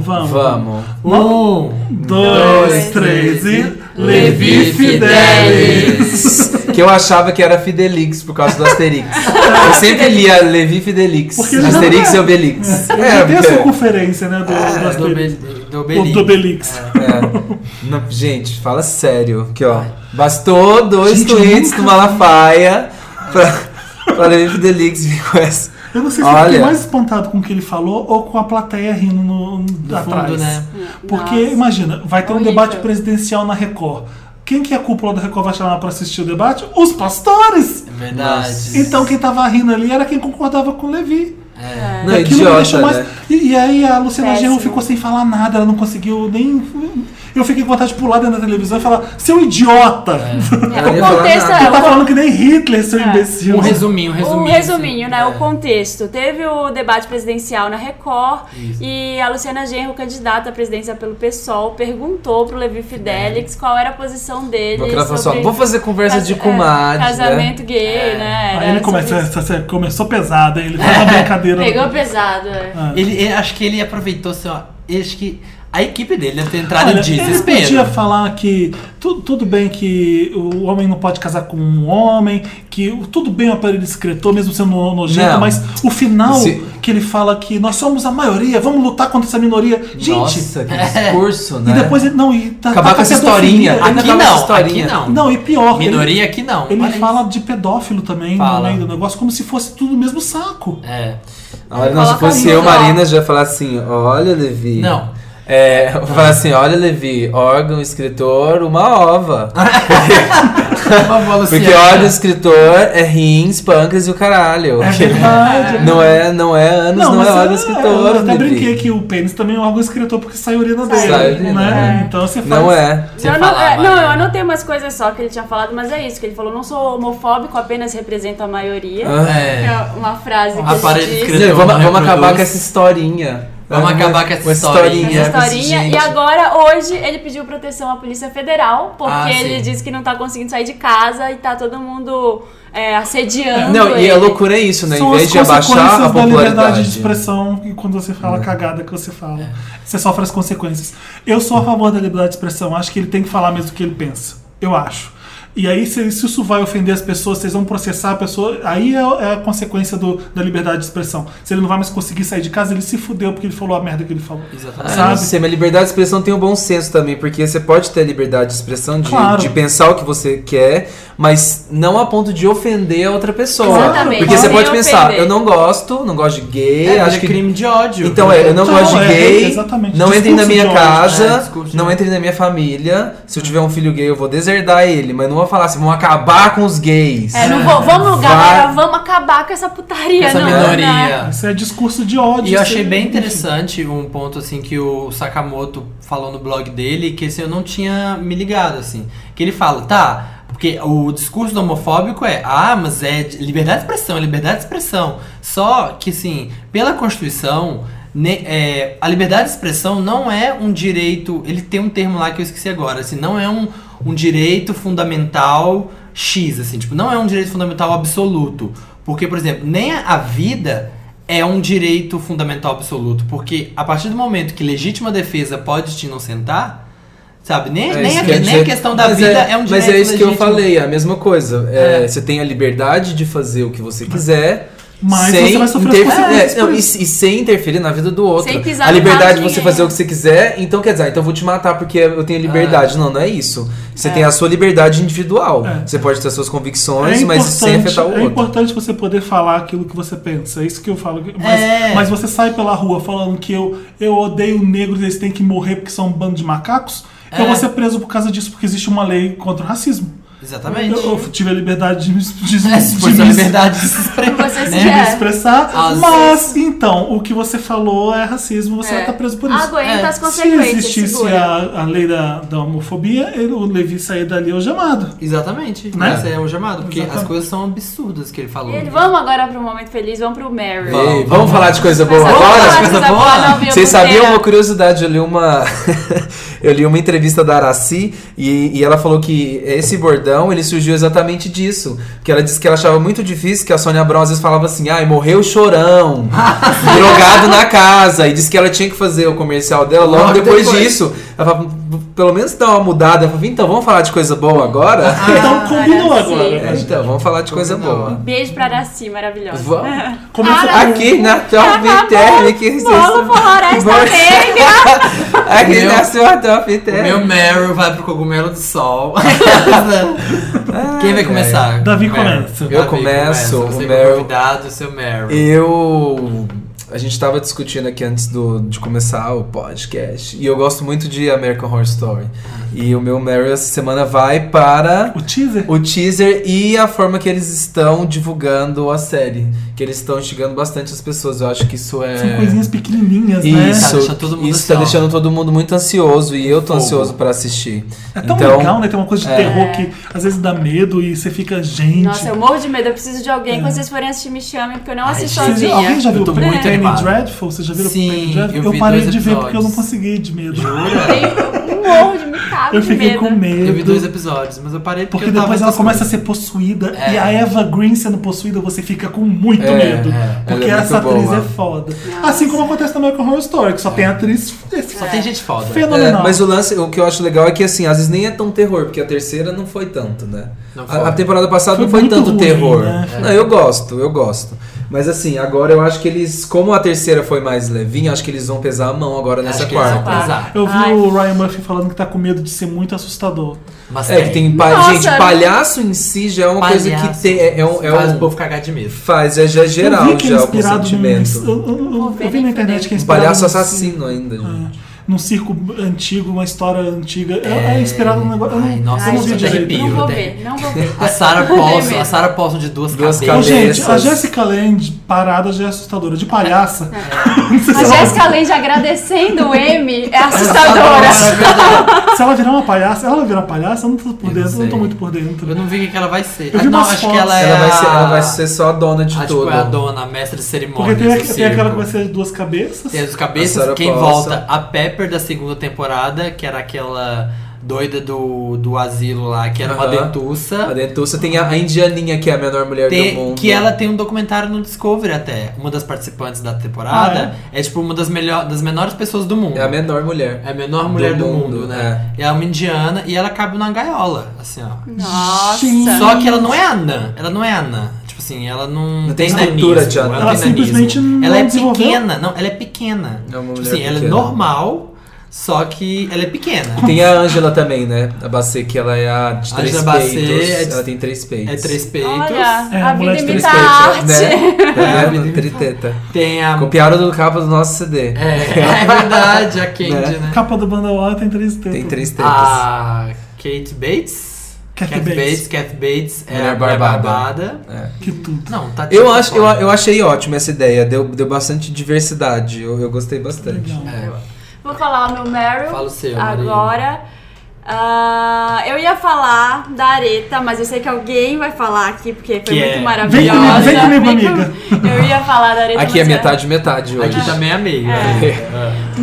[SPEAKER 2] Vamos, vamos.
[SPEAKER 1] Vamos.
[SPEAKER 4] um,
[SPEAKER 2] Dois,
[SPEAKER 3] Dois,
[SPEAKER 2] três e...
[SPEAKER 3] Levi
[SPEAKER 2] Levi Fidelis.
[SPEAKER 1] que eu achava que era Fidelix por causa do Asterix. eu sempre lia Levi Fidelix,
[SPEAKER 2] Porque ele
[SPEAKER 1] Asterix
[SPEAKER 2] não é.
[SPEAKER 1] e Obelix.
[SPEAKER 2] Eu já tem a
[SPEAKER 1] porque-
[SPEAKER 2] circunferência, né, do, do
[SPEAKER 4] é do
[SPEAKER 2] Asterix.
[SPEAKER 4] Obel- do
[SPEAKER 2] Ou
[SPEAKER 4] Obelix.
[SPEAKER 2] Do Belix.
[SPEAKER 1] É. Não, gente, fala sério. Aqui, ó. Bastou dois
[SPEAKER 2] Gente, eu
[SPEAKER 1] tweets
[SPEAKER 2] nunca
[SPEAKER 1] do Malafaia pra, pra Levi Fidelix vir com essa.
[SPEAKER 2] Eu não sei se eu
[SPEAKER 1] Olha.
[SPEAKER 2] fiquei mais espantado com o que ele falou ou com a plateia rindo no, atrás.
[SPEAKER 4] né?
[SPEAKER 2] Porque,
[SPEAKER 3] Nossa.
[SPEAKER 2] imagina, vai ter um
[SPEAKER 3] Horrível.
[SPEAKER 2] debate presidencial na Record. Quem que é a cúpula da Record vai chamar pra assistir o debate? Os pastores!
[SPEAKER 4] É Verdade.
[SPEAKER 2] Então quem tava rindo ali era quem concordava com o Levi.
[SPEAKER 4] É.
[SPEAKER 1] Não,
[SPEAKER 2] Aquilo me
[SPEAKER 1] idiota,
[SPEAKER 2] deixou mais-
[SPEAKER 1] né?
[SPEAKER 2] e, e aí a Luciana
[SPEAKER 3] Péssimo.
[SPEAKER 2] Genro ficou sem falar nada, ela não conseguiu nem. Eu fiquei com vontade de pular dentro da televisão e falar, seu idiota!
[SPEAKER 3] É,
[SPEAKER 1] Não ia
[SPEAKER 3] o
[SPEAKER 1] falar
[SPEAKER 3] contexto
[SPEAKER 1] nada.
[SPEAKER 3] é.
[SPEAKER 2] Você tá
[SPEAKER 3] o
[SPEAKER 2] falando que nem Hitler,
[SPEAKER 3] É.
[SPEAKER 2] seu imbecil.
[SPEAKER 4] Um resuminho, um resuminho.
[SPEAKER 3] Um
[SPEAKER 4] assim.
[SPEAKER 3] resuminho, né? O
[SPEAKER 4] É.
[SPEAKER 3] contexto. Teve o debate presidencial na Record e a Luciana Genro, candidata à presidência pelo PSOL, perguntou pro Levi Fidelix qual era a posição dele.
[SPEAKER 1] Porque ela falou assim,
[SPEAKER 3] sobre
[SPEAKER 1] ó, vou fazer conversa de
[SPEAKER 3] cas- é,
[SPEAKER 1] comadre. né?
[SPEAKER 3] Casamento gay, né?
[SPEAKER 2] Aí
[SPEAKER 3] Era
[SPEAKER 2] ele começa,
[SPEAKER 3] sobre isso.
[SPEAKER 2] essa- essa- começou pesado, hein? ele fez uma brincadeira.
[SPEAKER 3] Pegou pesado, é.
[SPEAKER 4] Ele, ele- acho que ele aproveitou, assim, ó. Acho que a equipe dele deve ter entrado
[SPEAKER 2] Olha,
[SPEAKER 4] em
[SPEAKER 2] ele
[SPEAKER 4] desespero.
[SPEAKER 2] podia falar que tu- tudo bem que o homem não pode casar com um homem, que o- tudo bem o aparelho escritor, mesmo sendo no- nojento,
[SPEAKER 1] Não.
[SPEAKER 2] mas o final
[SPEAKER 1] Se-
[SPEAKER 2] que ele fala que nós somos a maioria, vamos lutar contra essa minoria. Gente,
[SPEAKER 1] Nossa, que discurso,
[SPEAKER 2] É.
[SPEAKER 1] né?
[SPEAKER 2] e depois ele. Não, e tá,
[SPEAKER 1] Acabar
[SPEAKER 2] tá
[SPEAKER 1] com essa
[SPEAKER 2] pedofilia.
[SPEAKER 1] historinha.
[SPEAKER 4] Aqui
[SPEAKER 1] Ainda tava essa
[SPEAKER 4] não, aqui
[SPEAKER 1] historinha.
[SPEAKER 4] não.
[SPEAKER 2] Não, e pior, ele-
[SPEAKER 4] Minoria aqui não.
[SPEAKER 2] ele,
[SPEAKER 4] Olha isso.
[SPEAKER 2] fala de pedófilo também no
[SPEAKER 4] Fala.
[SPEAKER 2] meio do negócio, como se fosse tudo o mesmo saco.
[SPEAKER 4] É.
[SPEAKER 1] Olha, não, se
[SPEAKER 3] Coloca
[SPEAKER 1] fosse
[SPEAKER 3] ali,
[SPEAKER 1] eu,
[SPEAKER 3] ó.
[SPEAKER 1] Marina, já ia falar assim, olha, Levi.
[SPEAKER 4] Não.
[SPEAKER 1] É, eu vou falar assim, olha, Levi, órgão, escritor, uma ova.
[SPEAKER 4] é
[SPEAKER 1] Porque órgão, escritor é rins, pâncreas e o caralho.
[SPEAKER 2] É verdade.
[SPEAKER 1] Não é, não é anos, É. não, é
[SPEAKER 2] mas
[SPEAKER 1] órgão,
[SPEAKER 2] eu-
[SPEAKER 1] escritor,
[SPEAKER 2] Eu até
[SPEAKER 1] Levi.
[SPEAKER 2] brinquei que o pênis também é um órgão escritor porque sai urina dele,
[SPEAKER 1] Sai
[SPEAKER 2] né?
[SPEAKER 1] urina,
[SPEAKER 2] Então você faz...
[SPEAKER 1] Não é.
[SPEAKER 4] Você
[SPEAKER 3] eu não,
[SPEAKER 4] fala,
[SPEAKER 3] é,
[SPEAKER 4] vai.
[SPEAKER 3] não, eu anotei umas coisas só que ele tinha falado, mas é isso que ele falou. Não sou homofóbico, apenas represento a maioria.
[SPEAKER 4] É.
[SPEAKER 3] É uma frase que
[SPEAKER 4] Aparelho
[SPEAKER 3] ele
[SPEAKER 4] escrito.
[SPEAKER 3] disse.
[SPEAKER 1] Gente, vamos, vamos
[SPEAKER 4] reproduz.
[SPEAKER 1] acabar com essa historinha.
[SPEAKER 4] Vamos acabar com essa historinha.
[SPEAKER 3] Essa historinha. E agora, hoje, ele pediu proteção à Polícia Federal, porque
[SPEAKER 4] Ah, sim.
[SPEAKER 3] ele disse que não tá conseguindo sair de casa e tá todo mundo é, assediando.
[SPEAKER 1] Não, e
[SPEAKER 3] ele.
[SPEAKER 1] a loucura é isso, né?
[SPEAKER 2] São
[SPEAKER 1] em
[SPEAKER 2] as
[SPEAKER 1] vez de abaixar a
[SPEAKER 2] consequências da liberdade de
[SPEAKER 1] popularidade. É.
[SPEAKER 2] expressão e quando você fala a cagada que você fala. Você sofre as consequências. Eu sou a favor da liberdade de expressão. Acho que ele tem que falar mesmo o que ele pensa. Eu acho. E aí, se, se isso vai ofender as pessoas, vocês vão processar a pessoa. Aí é, é a consequência do- da liberdade de expressão. Se ele não vai mais conseguir sair de casa, ele se fudeu porque ele falou a merda que ele falou.
[SPEAKER 4] Exatamente.
[SPEAKER 1] Ah, não
[SPEAKER 2] Sabe?
[SPEAKER 1] sei, mas liberdade de expressão tem um bom senso também, porque você pode ter a liberdade de expressão de,
[SPEAKER 2] Claro.
[SPEAKER 1] de pensar o que você quer, mas não a ponto de ofender a outra pessoa.
[SPEAKER 3] Exatamente,
[SPEAKER 1] Porque você
[SPEAKER 3] sem
[SPEAKER 1] pode pensar,
[SPEAKER 3] ofender.
[SPEAKER 1] eu não gosto, não gosto de gay,
[SPEAKER 4] É,
[SPEAKER 1] acho
[SPEAKER 4] acho
[SPEAKER 1] que.
[SPEAKER 4] crime de ódio.
[SPEAKER 1] Então é, eu não
[SPEAKER 2] Então,
[SPEAKER 1] gosto de
[SPEAKER 2] é,
[SPEAKER 1] gay,
[SPEAKER 2] exatamente,
[SPEAKER 1] não entrem
[SPEAKER 2] discurso
[SPEAKER 1] na minha
[SPEAKER 2] de ódio, É.
[SPEAKER 4] né,
[SPEAKER 1] casa,
[SPEAKER 4] discurso de
[SPEAKER 1] não
[SPEAKER 4] ódio.
[SPEAKER 1] entrem na minha família. Se eu tiver um filho gay, eu vou deserdar ele, mas não vou falar assim, vão acabar com os gays.
[SPEAKER 3] É, não vou- vamos,
[SPEAKER 1] Vai.
[SPEAKER 3] galera, vamos acabar com essa putaria,
[SPEAKER 4] Essa
[SPEAKER 3] não. né?
[SPEAKER 4] minoria.
[SPEAKER 2] Isso é discurso de ódio.
[SPEAKER 4] E
[SPEAKER 2] isso
[SPEAKER 4] eu achei
[SPEAKER 2] é-
[SPEAKER 4] bem interessante um ponto assim que o Sakamoto falou no blog dele, que assim, eu não tinha me ligado, assim. Que ele fala, tá, porque o discurso do homofóbico é, ah, mas é de- liberdade de expressão, é liberdade de expressão. Só que assim, pela Constituição, ne- é, a liberdade de expressão não é um direito. Ele tem um termo lá que eu esqueci agora, assim, não é um, um direito fundamental X, assim, tipo, não é um direito fundamental absoluto. Porque, por exemplo, nem a- a vida é um direito fundamental absoluto, porque a partir do momento que legítima defesa pode te inocentar, sabe? Nem,
[SPEAKER 1] É,
[SPEAKER 4] nem,
[SPEAKER 1] isso
[SPEAKER 4] a,
[SPEAKER 1] quer
[SPEAKER 4] nem
[SPEAKER 1] dizer-
[SPEAKER 4] a questão da
[SPEAKER 1] mas
[SPEAKER 4] vida é, um direito
[SPEAKER 1] Mas é isso que eu
[SPEAKER 4] legítimo.
[SPEAKER 1] falei, é a mesma coisa. É, Você tem a liberdade de fazer o que você quiser,
[SPEAKER 2] Mas você vai sofrer as
[SPEAKER 1] interferir,
[SPEAKER 2] consequências.
[SPEAKER 1] é,
[SPEAKER 2] por
[SPEAKER 1] não, e,
[SPEAKER 2] isso.
[SPEAKER 1] e sem interferir na vida do outro.
[SPEAKER 3] Sem pisar
[SPEAKER 1] a
[SPEAKER 3] no ralo
[SPEAKER 1] liberdade de
[SPEAKER 3] de
[SPEAKER 1] você
[SPEAKER 3] ninguém.
[SPEAKER 1] fazer o que você quiser, então quer dizer, ah, então eu vou te matar porque eu tenho liberdade. Não, não é isso. Você tem a sua liberdade individual.
[SPEAKER 2] É.
[SPEAKER 1] Você pode ter suas convicções,
[SPEAKER 2] É
[SPEAKER 1] mas sem
[SPEAKER 2] importante,
[SPEAKER 1] afetar o
[SPEAKER 2] é
[SPEAKER 1] outro.
[SPEAKER 2] importante você poder falar aquilo que você pensa. É isso que eu falo. Mas,
[SPEAKER 4] É.
[SPEAKER 2] mas você sai pela rua falando que eu, eu odeio negros, eles têm que morrer porque são um bando de macacos.
[SPEAKER 4] É.
[SPEAKER 2] Eu vou ser preso por causa disso, porque existe uma lei contra o racismo.
[SPEAKER 4] Exatamente.
[SPEAKER 2] Eu, eu tive a liberdade de, me- de,
[SPEAKER 4] É,
[SPEAKER 2] de,
[SPEAKER 4] se for a
[SPEAKER 2] me-
[SPEAKER 4] liberdade de se expressar. né?
[SPEAKER 3] Você se
[SPEAKER 2] de me
[SPEAKER 3] quer.
[SPEAKER 2] expressar.
[SPEAKER 4] Às
[SPEAKER 2] mas, então, o que você falou é racismo, você
[SPEAKER 3] É.
[SPEAKER 2] vai estar preso por isso.
[SPEAKER 3] Aguenta
[SPEAKER 4] É,
[SPEAKER 3] as
[SPEAKER 2] Se
[SPEAKER 3] consequências.
[SPEAKER 2] existisse
[SPEAKER 3] segura.
[SPEAKER 2] a, a lei da, da homofobia, ele- o Levi sair dali é o chamado.
[SPEAKER 4] Exatamente.
[SPEAKER 2] Né?
[SPEAKER 4] Esse é o chamado, porque
[SPEAKER 2] Exatamente.
[SPEAKER 4] as coisas são absurdas que ele falou.
[SPEAKER 3] E ele- vamos agora pro momento feliz, vamos pro Mary.
[SPEAKER 1] Ei, vamos, falar de coisa boa
[SPEAKER 3] Mas agora,
[SPEAKER 1] agora?
[SPEAKER 4] coisa
[SPEAKER 3] essa
[SPEAKER 4] boa?
[SPEAKER 3] bola não veio
[SPEAKER 1] Vocês sabiam
[SPEAKER 3] inteira.
[SPEAKER 1] uma curiosidade? Eu li uma, eu li uma entrevista da Araci e, e ela falou que esse bordão ele surgiu exatamente disso. Que ela disse que ela achava muito difícil que a Sônia Abrão às vezes falava assim: ai, morreu chorão, drogado na casa. E disse que ela tinha que fazer o comercial dela logo,
[SPEAKER 4] Logo
[SPEAKER 1] depois,
[SPEAKER 4] depois.
[SPEAKER 1] disso. Ela falava, pelo menos dá uma mudada. Ela falava, então vamos falar de coisa boa agora?
[SPEAKER 4] Ah,
[SPEAKER 2] então combinou
[SPEAKER 3] Araci.
[SPEAKER 2] agora.
[SPEAKER 1] Ah, É, então, vamos falar de coisa
[SPEAKER 4] Combinou.
[SPEAKER 1] boa.
[SPEAKER 3] Beijo pra Araci, maravilhosa.
[SPEAKER 1] Vamos.
[SPEAKER 2] Começou
[SPEAKER 1] Aqui na Top Term que
[SPEAKER 3] Bolo Floresta Negra!
[SPEAKER 1] Aqui
[SPEAKER 4] Meu-
[SPEAKER 1] na sua Top
[SPEAKER 4] O
[SPEAKER 1] Term.
[SPEAKER 4] meu Meryl vai pro cogumelo do sol. Quem vai começar?
[SPEAKER 2] Davi
[SPEAKER 4] Meryl.
[SPEAKER 2] começa.
[SPEAKER 1] É. Eu começo,
[SPEAKER 4] começa. Você
[SPEAKER 1] o
[SPEAKER 4] foi
[SPEAKER 1] Meryl.
[SPEAKER 4] convidado, seu Meryl.
[SPEAKER 1] Eu. A gente tava discutindo aqui antes do, de começar o podcast. E eu gosto muito de American Horror Story. E o meu Meryl essa semana vai para
[SPEAKER 2] O teaser?
[SPEAKER 1] o teaser e a forma que eles estão divulgando a série. Que eles estão instigando bastante as pessoas. Eu acho que isso é.
[SPEAKER 2] São coisinhas pequenininhas, né?
[SPEAKER 1] Isso,
[SPEAKER 4] né? Tá deixando todo mundo
[SPEAKER 1] isso tá
[SPEAKER 4] ansioso.
[SPEAKER 1] deixando todo mundo muito ansioso e eu tô
[SPEAKER 4] Fogo.
[SPEAKER 1] ansioso pra assistir.
[SPEAKER 2] né? É tão
[SPEAKER 1] então,
[SPEAKER 2] legal, né? Tem uma
[SPEAKER 4] é.
[SPEAKER 2] coisa de terror que às vezes dá medo e você fica, gente.
[SPEAKER 3] Nossa, eu morro de medo, eu preciso de alguém. Quando vocês forem assistir, me chamem, porque eu não assisto
[SPEAKER 2] Vocês-
[SPEAKER 3] sozinha.
[SPEAKER 2] alguém já viu
[SPEAKER 4] Eu tô muito
[SPEAKER 2] Penny
[SPEAKER 4] animado.
[SPEAKER 2] Dreadful? Vocês já viram
[SPEAKER 4] Sim,
[SPEAKER 2] Penny Dreadful?
[SPEAKER 4] eu vi
[SPEAKER 2] parei
[SPEAKER 4] dois
[SPEAKER 2] de ver porque eu não
[SPEAKER 4] episódios.
[SPEAKER 2] consegui de medo.
[SPEAKER 3] Eu tenho- eu morro de me cago
[SPEAKER 2] Eu
[SPEAKER 3] de
[SPEAKER 2] fiquei
[SPEAKER 3] medo.
[SPEAKER 2] com medo.
[SPEAKER 4] Eu vi dois episódios, mas eu parei porque,
[SPEAKER 2] Porque
[SPEAKER 4] eu tava
[SPEAKER 2] depois
[SPEAKER 4] em
[SPEAKER 2] ela
[SPEAKER 4] outras
[SPEAKER 2] começa a
[SPEAKER 4] coisas.
[SPEAKER 2] ser possuída
[SPEAKER 4] É.
[SPEAKER 2] e a Eva Green sendo possuída, você fica com muito
[SPEAKER 1] É,
[SPEAKER 2] medo.
[SPEAKER 1] é. Ela
[SPEAKER 2] Porque
[SPEAKER 1] é muito
[SPEAKER 2] essa atriz
[SPEAKER 1] boa.
[SPEAKER 2] é foda. Assim como acontece também com Horror Story, que só
[SPEAKER 4] É.
[SPEAKER 2] tem atriz
[SPEAKER 4] Só tem gente foda.
[SPEAKER 1] É,
[SPEAKER 2] fenomenal.
[SPEAKER 1] mas o lance, o que eu acho legal é que assim, às vezes nem é tão terror, porque a terceira não foi tanto, né?
[SPEAKER 4] Não
[SPEAKER 1] A- A,
[SPEAKER 4] foi.
[SPEAKER 1] temporada passada
[SPEAKER 2] Foi
[SPEAKER 1] não foi
[SPEAKER 2] muito
[SPEAKER 1] tanto
[SPEAKER 2] ruim,
[SPEAKER 1] terror.
[SPEAKER 2] né?
[SPEAKER 1] Não, eu gosto, eu gosto. Mas assim, agora eu acho que eles, como a terceira foi mais levinha, acho que eles vão pesar a mão agora nessa
[SPEAKER 4] Acho que eles vão
[SPEAKER 1] quarta.
[SPEAKER 4] pesar.
[SPEAKER 2] Eu vi
[SPEAKER 3] Ai.
[SPEAKER 2] o Ryan Murphy falando que tá com medo de ser muito assustador.
[SPEAKER 4] Mas
[SPEAKER 1] É que tem pa-
[SPEAKER 3] Nossa,
[SPEAKER 2] um
[SPEAKER 1] gente, palhaço em si já é uma coisa que
[SPEAKER 4] palhaço.
[SPEAKER 1] tem, é, é um, é
[SPEAKER 4] Faz
[SPEAKER 1] um-
[SPEAKER 4] o povo cagar de medo.
[SPEAKER 1] faz é, já é geral
[SPEAKER 2] eu vi que é
[SPEAKER 1] já o
[SPEAKER 2] inspirado num-
[SPEAKER 1] consentimento.
[SPEAKER 2] eu, eu- eu- eu vi na internet que é
[SPEAKER 1] Um
[SPEAKER 2] inspirado Ah.
[SPEAKER 1] palhaço
[SPEAKER 2] num-
[SPEAKER 1] assassino ainda, gente.
[SPEAKER 2] num circo antigo, uma história antiga. É, é inspirado num negócio. Eu não,
[SPEAKER 4] Ai, nossa,
[SPEAKER 2] eu não
[SPEAKER 3] Ai,
[SPEAKER 2] vi
[SPEAKER 4] gente,
[SPEAKER 2] direito.
[SPEAKER 4] arrepio.
[SPEAKER 3] Não vou
[SPEAKER 4] tem-
[SPEAKER 3] ver, não vou ver.
[SPEAKER 4] A Sarah
[SPEAKER 3] Tem
[SPEAKER 4] Paulson,
[SPEAKER 3] medo.
[SPEAKER 4] a Sarah Paulson de duas,
[SPEAKER 1] Duas
[SPEAKER 2] Ô,
[SPEAKER 4] cabeças.
[SPEAKER 2] gente, a
[SPEAKER 1] Cabeças.
[SPEAKER 2] Jessica Lange parada já é assustadora. De palhaça.
[SPEAKER 4] É.
[SPEAKER 3] A Jéssica Lange agradecendo o M é assustadora.
[SPEAKER 2] Se ela virar uma palhaça, ela vai virar palhaça, eu não tô por
[SPEAKER 4] Eu
[SPEAKER 2] dentro, eu
[SPEAKER 4] não
[SPEAKER 2] não tô
[SPEAKER 4] sei.
[SPEAKER 2] muito por dentro.
[SPEAKER 4] Eu não vi o que que ela vai ser.
[SPEAKER 2] Eu vi
[SPEAKER 4] Ah, não,
[SPEAKER 2] umas
[SPEAKER 4] acho que
[SPEAKER 2] fotos.
[SPEAKER 4] ela é
[SPEAKER 1] Ela vai, ser,
[SPEAKER 4] a-
[SPEAKER 1] ela vai ser só a dona de
[SPEAKER 4] Ah, tipo,
[SPEAKER 1] tudo.
[SPEAKER 4] é a dona, a mestra de cerimônia.
[SPEAKER 2] Porque tem, a- tem aquela que vai
[SPEAKER 4] você.
[SPEAKER 2] ser duas cabeças.
[SPEAKER 4] Tem as dos
[SPEAKER 1] A
[SPEAKER 4] cabeças,
[SPEAKER 1] Sarah
[SPEAKER 4] quem
[SPEAKER 1] Paulson.
[SPEAKER 4] volta? A Pepper da segunda temporada, que era aquela doida do, do asilo lá, que era uma
[SPEAKER 1] Aham.
[SPEAKER 4] dentuça.
[SPEAKER 1] A dentuça tem a, a indianinha, que é a menor mulher
[SPEAKER 4] Tem-
[SPEAKER 1] do mundo.
[SPEAKER 4] que ela tem um documentário no Discovery até. Uma das participantes da temporada é? tipo uma das, melhor, das menores pessoas do mundo.
[SPEAKER 1] É a menor mulher.
[SPEAKER 4] É a menor mulher do, mundo, né? Ela é uma indiana e ela cabe na gaiola, assim, ó.
[SPEAKER 3] Nossa.
[SPEAKER 4] Só que ela não é anã. Ela não é anã. Tipo assim, ela não.
[SPEAKER 1] Não tem
[SPEAKER 4] nanismo,
[SPEAKER 1] estrutura de anã.
[SPEAKER 4] não
[SPEAKER 1] Ela
[SPEAKER 4] tem nanismo.
[SPEAKER 2] simplesmente não
[SPEAKER 4] Ela é
[SPEAKER 2] desenvolveu.
[SPEAKER 4] pequena. Não, ela é pequena.
[SPEAKER 1] É uma
[SPEAKER 4] tipo
[SPEAKER 1] mulher
[SPEAKER 4] assim, ela é
[SPEAKER 1] pequena.
[SPEAKER 4] normal, só que ela é pequena.
[SPEAKER 1] Tem a Ângela também, né? A Bacê, que ela é a de três
[SPEAKER 4] Ângela Bacê
[SPEAKER 1] peitos.
[SPEAKER 4] é de-
[SPEAKER 1] Ela tem três peitos.
[SPEAKER 4] É três peitos.
[SPEAKER 3] Olha,
[SPEAKER 2] É,
[SPEAKER 3] a
[SPEAKER 2] mulher
[SPEAKER 3] vida
[SPEAKER 2] de
[SPEAKER 3] imita
[SPEAKER 1] peitos,
[SPEAKER 3] a arte.
[SPEAKER 1] Né? Tá
[SPEAKER 4] É,
[SPEAKER 1] vendo? Triteta.
[SPEAKER 4] Tem a.
[SPEAKER 1] Copiaram do capa do nosso CD.
[SPEAKER 4] É, é verdade, a Candy,
[SPEAKER 1] Né?
[SPEAKER 4] né?
[SPEAKER 2] Capa do Banda Lá tem três tetas.
[SPEAKER 1] Tem três tetas.
[SPEAKER 4] Ah, A Kate Bates.
[SPEAKER 2] Kathy
[SPEAKER 4] Kathy
[SPEAKER 2] Bates.
[SPEAKER 4] Bates. Kathy Bates é
[SPEAKER 1] Mulher
[SPEAKER 4] a mulher
[SPEAKER 1] barbada.
[SPEAKER 4] barbada.
[SPEAKER 2] Que tudo.
[SPEAKER 4] Não, tá
[SPEAKER 1] Eu,
[SPEAKER 4] tipo
[SPEAKER 1] acho, eu,
[SPEAKER 4] fora.
[SPEAKER 1] eu achei ótima essa ideia. Deu, deu bastante diversidade. Eu, eu gostei bastante. É.
[SPEAKER 2] Legal.
[SPEAKER 3] Vou falar o meu Meryl
[SPEAKER 4] Fala o seu, Maria.
[SPEAKER 3] agora. Ah, eu ia falar da Areta, mas eu sei que alguém vai falar aqui, porque foi
[SPEAKER 4] Que
[SPEAKER 3] muito
[SPEAKER 4] é-
[SPEAKER 3] maravilhosa.
[SPEAKER 4] Vem
[SPEAKER 2] comigo, vem
[SPEAKER 3] Vem com- Eu ia falar da Areta.
[SPEAKER 1] Aqui é
[SPEAKER 3] mas eu-
[SPEAKER 4] tá
[SPEAKER 1] metade, metade hoje.
[SPEAKER 3] É,
[SPEAKER 4] Aqui também é meio.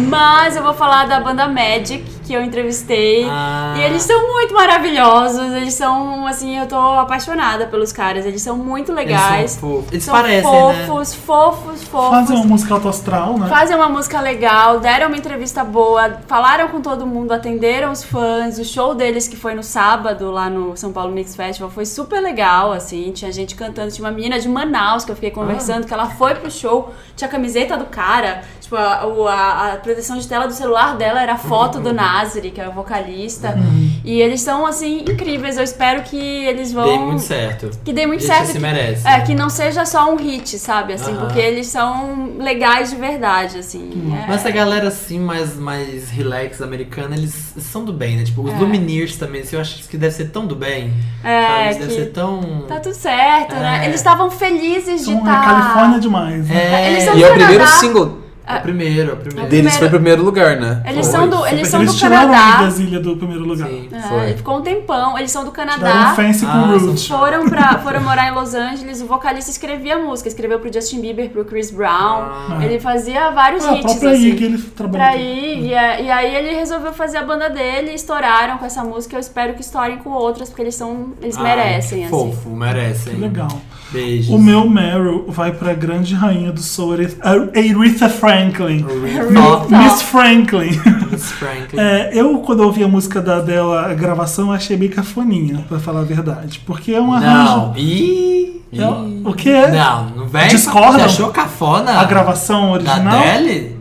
[SPEAKER 3] Mas eu vou falar da banda Magic, que eu entrevistei.
[SPEAKER 4] Ah.
[SPEAKER 3] E eles são muito maravilhosos. Eles são, assim, eu tô apaixonada pelos caras. Eles são muito legais.
[SPEAKER 4] Eles, são fofos. Eles
[SPEAKER 3] São
[SPEAKER 4] parecem, né?
[SPEAKER 3] fofos, fofos, fofos.
[SPEAKER 2] Fazem um uma música autoastral, né?
[SPEAKER 3] Fazem uma música legal, deram uma entrevista boa, falaram com todo mundo, atenderam os fãs. O show deles, que foi no sábado, lá no São Paulo Mix Festival, foi super legal, assim. Tinha gente cantando, tinha uma menina de Manaus que eu fiquei conversando, que ela foi pro show, tinha a camiseta do cara, tipo, a, o- a- a proteção de tela do celular dela era a foto do Nazri, que é o vocalista. E eles são, assim, incríveis. Eu espero que eles vão.
[SPEAKER 4] Dei muito certo.
[SPEAKER 3] Que dê muito
[SPEAKER 4] Eles
[SPEAKER 3] certo.
[SPEAKER 4] se
[SPEAKER 3] que-
[SPEAKER 4] merecem.
[SPEAKER 3] É, que não seja só um hit, sabe? Assim,
[SPEAKER 4] Aham.
[SPEAKER 3] porque eles são legais de verdade, assim. é.
[SPEAKER 4] Mas essa galera assim, mais, mais relax americana, eles são do bem, né? Tipo, os Lumineers também, assim, eu acho que deve ser tão do bem.
[SPEAKER 3] É,
[SPEAKER 4] sabe? Eles devem
[SPEAKER 3] que-
[SPEAKER 4] ser tão.
[SPEAKER 3] Tá tudo certo, né?
[SPEAKER 4] É.
[SPEAKER 3] Eles estavam felizes de
[SPEAKER 2] São
[SPEAKER 3] tá- estar.
[SPEAKER 2] na Califórnia demais, né?
[SPEAKER 4] tá. É,
[SPEAKER 3] Eles são
[SPEAKER 1] E é
[SPEAKER 3] do
[SPEAKER 1] o primeiro
[SPEAKER 3] Canadá.
[SPEAKER 1] single
[SPEAKER 4] é o primeiro, é o primeiro.
[SPEAKER 1] deles foi primeiro lugar, né?
[SPEAKER 3] Eles
[SPEAKER 4] Foi,
[SPEAKER 3] são do,
[SPEAKER 4] super.
[SPEAKER 3] eles são
[SPEAKER 2] Eles
[SPEAKER 3] do
[SPEAKER 2] tiraram a
[SPEAKER 3] Canadá.
[SPEAKER 2] Brasilha do primeiro lugar.
[SPEAKER 4] Sim.
[SPEAKER 3] É,
[SPEAKER 1] Foi.
[SPEAKER 3] ficou um tempão. Eles são do
[SPEAKER 2] Tiraram um
[SPEAKER 3] Canadá.
[SPEAKER 2] Fancy com
[SPEAKER 4] Ah,
[SPEAKER 2] Root.
[SPEAKER 4] são-
[SPEAKER 3] Foram, pra, foram morar em Los Angeles, o vocalista escrevia música, escreveu pro Justin Bieber, pro Chris Brown,
[SPEAKER 4] Ah.
[SPEAKER 3] ele fazia vários
[SPEAKER 2] Ah, a
[SPEAKER 3] hits.
[SPEAKER 2] própria
[SPEAKER 3] assim.
[SPEAKER 2] Iggy, ele trabalhou.
[SPEAKER 3] pra ir. E, a- e aí ele resolveu fazer a banda dele, estouraram com essa música. Eu espero que estourem com outras, porque eles são. Eles
[SPEAKER 4] Ai,
[SPEAKER 3] merecem, assim.
[SPEAKER 4] Fofo, merecem.
[SPEAKER 2] Legal.
[SPEAKER 4] Beijos.
[SPEAKER 2] O meu Meryl vai pra grande rainha do soul, Aretha Franklin.
[SPEAKER 3] Nossa.
[SPEAKER 2] Miss Franklin.
[SPEAKER 4] Miss Franklin.
[SPEAKER 2] É, eu, quando ouvi a música da, dela, a gravação, achei bem cafoninha, pra falar a verdade. Porque é um arranjo.
[SPEAKER 4] Não. Ih.
[SPEAKER 2] É um- o que é?
[SPEAKER 4] Não, não vem.
[SPEAKER 2] Discordam?
[SPEAKER 4] Você achou cafona?
[SPEAKER 2] A gravação
[SPEAKER 4] da
[SPEAKER 2] original?
[SPEAKER 4] Deli?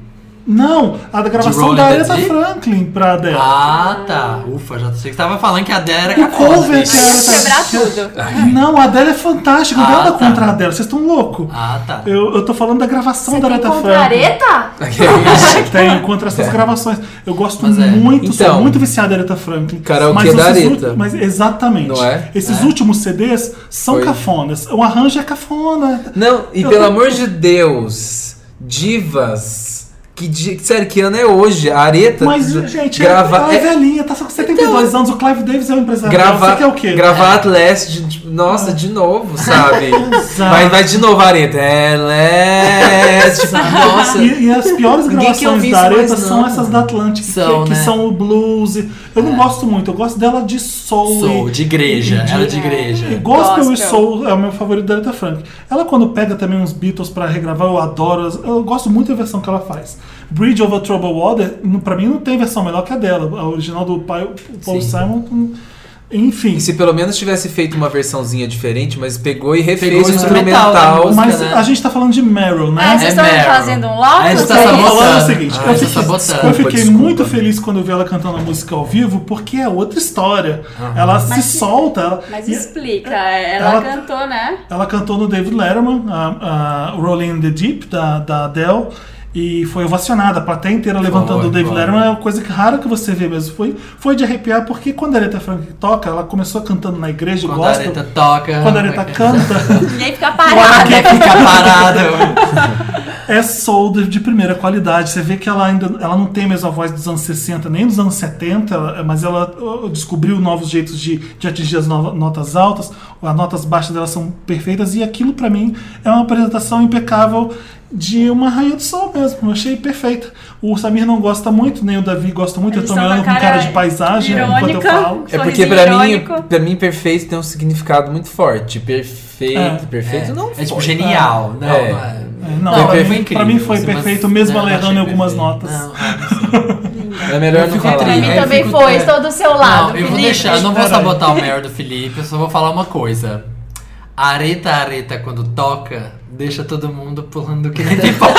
[SPEAKER 2] Não, a da gravação
[SPEAKER 4] Rolling
[SPEAKER 2] da
[SPEAKER 4] the
[SPEAKER 2] Aretha
[SPEAKER 4] Deep?
[SPEAKER 2] Franklin pra dela.
[SPEAKER 4] Ah, tá. Ufa, já achei que tava falando que a Deli era
[SPEAKER 2] o
[SPEAKER 4] cafona.
[SPEAKER 2] cover
[SPEAKER 4] gente.
[SPEAKER 2] que a Aretha...
[SPEAKER 3] Quebrar tudo.
[SPEAKER 2] Não, a dela é fantástica,
[SPEAKER 4] Ah,
[SPEAKER 2] nada
[SPEAKER 4] tá.
[SPEAKER 2] contra a dela, vocês estão loucos.
[SPEAKER 4] Ah, tá.
[SPEAKER 2] Eu, eu tô falando da gravação
[SPEAKER 3] Você
[SPEAKER 2] da
[SPEAKER 3] tem
[SPEAKER 2] Aretha
[SPEAKER 3] contra
[SPEAKER 2] Franklin.
[SPEAKER 3] areta?
[SPEAKER 1] é
[SPEAKER 2] Tem, contra essas gravações. Eu gosto
[SPEAKER 4] Mas é.
[SPEAKER 2] muito, sou
[SPEAKER 1] Então.
[SPEAKER 2] muito viciado em Aretha Franklin.
[SPEAKER 1] Karaokê
[SPEAKER 2] mas
[SPEAKER 1] da
[SPEAKER 2] esses
[SPEAKER 1] Aretha.
[SPEAKER 2] ulti- Mas exatamente.
[SPEAKER 1] Não é?
[SPEAKER 2] Esses últimos CDs são
[SPEAKER 1] Foi.
[SPEAKER 2] cafonas. O arranjo é cafona.
[SPEAKER 1] Não, e
[SPEAKER 2] Eu-
[SPEAKER 1] pelo amor de Deus, divas. Que di... Sério, que ano é hoje? A Areta
[SPEAKER 2] Mas, gente,
[SPEAKER 1] tá, grava...
[SPEAKER 2] ela é,
[SPEAKER 1] é-
[SPEAKER 2] velhinha, tá com
[SPEAKER 1] Então,
[SPEAKER 2] 72 anos. O Clive Davis é um empresário.
[SPEAKER 1] gravar,
[SPEAKER 2] Você quer o quê? É.
[SPEAKER 1] gravar Atlas de, de- nossa, de novo, sabe? vai, vai de novo, Areta. É, Leste, tipo, nossa.
[SPEAKER 2] E, e as piores
[SPEAKER 1] quer ouvir
[SPEAKER 2] gravações da
[SPEAKER 1] isso
[SPEAKER 2] Aretha
[SPEAKER 1] mais,
[SPEAKER 2] são
[SPEAKER 1] não.
[SPEAKER 2] essas da Atlantic, que-
[SPEAKER 4] São,
[SPEAKER 2] que,
[SPEAKER 4] né?
[SPEAKER 2] são o blues. Eu
[SPEAKER 1] É.
[SPEAKER 2] não gosto muito, eu gosto dela de soul.
[SPEAKER 4] Sou
[SPEAKER 2] e-
[SPEAKER 4] de igreja.
[SPEAKER 2] de- É,
[SPEAKER 4] Ela é de igreja.
[SPEAKER 2] Gospel, e
[SPEAKER 3] Gospel.
[SPEAKER 2] Soul é o meu favorito da Aretha Frank. Ela quando pega também uns Beatles pra regravar, eu adoro. as- Eu gosto muito da versão que ela faz. Bridge Over Troubled Water, no- pra mim não tem versão melhor que a dela. A original do pai, o Paul
[SPEAKER 1] Sim.
[SPEAKER 2] Simon. hum, Enfim.
[SPEAKER 1] E se pelo menos tivesse feito uma versãozinha diferente, mas pegou e refez
[SPEAKER 4] Pegou
[SPEAKER 1] o
[SPEAKER 4] o instrumental da
[SPEAKER 1] instrumental.
[SPEAKER 4] música.
[SPEAKER 2] Mas
[SPEAKER 4] né?
[SPEAKER 2] a gente tá falando de Meryl, né?
[SPEAKER 3] É, vocês estão
[SPEAKER 4] Meryl.
[SPEAKER 3] fazendo um
[SPEAKER 4] Aí
[SPEAKER 3] lóculo?
[SPEAKER 4] você tá
[SPEAKER 2] Eu
[SPEAKER 3] É
[SPEAKER 2] tô
[SPEAKER 3] isso?
[SPEAKER 4] sabotando.
[SPEAKER 2] falando o seguinte,
[SPEAKER 4] Ah,
[SPEAKER 2] eu
[SPEAKER 4] você tá
[SPEAKER 2] fiquei,
[SPEAKER 4] sabotando.
[SPEAKER 2] eu fiquei
[SPEAKER 1] Desculpa.
[SPEAKER 2] muito feliz quando eu vi ela cantando a música ao vivo, porque é outra história. Ela
[SPEAKER 3] Mas-
[SPEAKER 2] se solta. Ela,
[SPEAKER 3] Mas
[SPEAKER 2] e-
[SPEAKER 3] explica, é, ela,
[SPEAKER 2] Ela-
[SPEAKER 3] cantou, né?
[SPEAKER 2] Ela cantou no David Letterman, a, a Rolling in the Deep, da, da Adele, e foi ovacionada, a plateia inteira levantando
[SPEAKER 4] Foi,
[SPEAKER 2] o David
[SPEAKER 4] foi.
[SPEAKER 2] Letterman, é uma coisa que rara que você vê mesmo. Foi, foi de arrepiar, porque quando a Aretha Franklin toca, ela começou cantando na igreja,
[SPEAKER 4] Quando a
[SPEAKER 2] gospel,
[SPEAKER 4] Areta toca. é,
[SPEAKER 2] quando a Aretha canta,
[SPEAKER 3] Ninguém fica
[SPEAKER 4] Ela
[SPEAKER 3] parado. né?
[SPEAKER 4] quer ficar parada.
[SPEAKER 2] é soul de, de primeira qualidade. Você vê que ela ainda ela não tem a mesma voz dos anos 60, nem dos anos 70, ela- mas ela uh, descobriu novos jeitos de, de atingir as nova- notas altas, as notas baixas delas são perfeitas, e aquilo pra mim é uma apresentação impecável de uma rainha do sol mesmo. Eu achei perfeita. O Samir não gosta muito, nem o Davi gosta muito,
[SPEAKER 3] Eles
[SPEAKER 2] eu tô me
[SPEAKER 3] estão
[SPEAKER 2] olhando
[SPEAKER 3] com a
[SPEAKER 2] com
[SPEAKER 3] cara
[SPEAKER 2] cara de paisagem enquanto eu
[SPEAKER 3] irônica.
[SPEAKER 2] falo.
[SPEAKER 1] É porque
[SPEAKER 3] Sorrisinho
[SPEAKER 1] pra mim,
[SPEAKER 3] irônico.
[SPEAKER 1] pra mim, perfeito tem um significado muito forte. Perfeito,
[SPEAKER 2] É.
[SPEAKER 1] perfeito não
[SPEAKER 4] É tipo
[SPEAKER 1] foi.
[SPEAKER 4] genial. Não,
[SPEAKER 1] É.
[SPEAKER 4] não é.
[SPEAKER 2] É,
[SPEAKER 1] Não,
[SPEAKER 2] Não, pra,
[SPEAKER 1] foi
[SPEAKER 2] mim, pra
[SPEAKER 4] incrível,
[SPEAKER 2] mim foi
[SPEAKER 4] assim, mas-
[SPEAKER 2] perfeito, mesmo
[SPEAKER 4] não, eu
[SPEAKER 2] ela
[SPEAKER 4] achei
[SPEAKER 2] errando em algumas
[SPEAKER 4] perfeito.
[SPEAKER 2] notas.
[SPEAKER 4] Não,
[SPEAKER 1] É melhor não
[SPEAKER 4] fico
[SPEAKER 1] falar.
[SPEAKER 3] Pra
[SPEAKER 4] triste.
[SPEAKER 3] mim
[SPEAKER 4] É,
[SPEAKER 3] também
[SPEAKER 4] fico-
[SPEAKER 3] foi,
[SPEAKER 4] é.
[SPEAKER 3] estou do seu
[SPEAKER 4] Não,
[SPEAKER 3] lado,
[SPEAKER 4] eu vou
[SPEAKER 3] Felipe.
[SPEAKER 4] deixar, eu não vou
[SPEAKER 2] Peraí.
[SPEAKER 4] sabotar o maior do Felipe, eu só vou falar uma coisa. A areta areta quando toca, deixa todo mundo pulando que nem pipoca.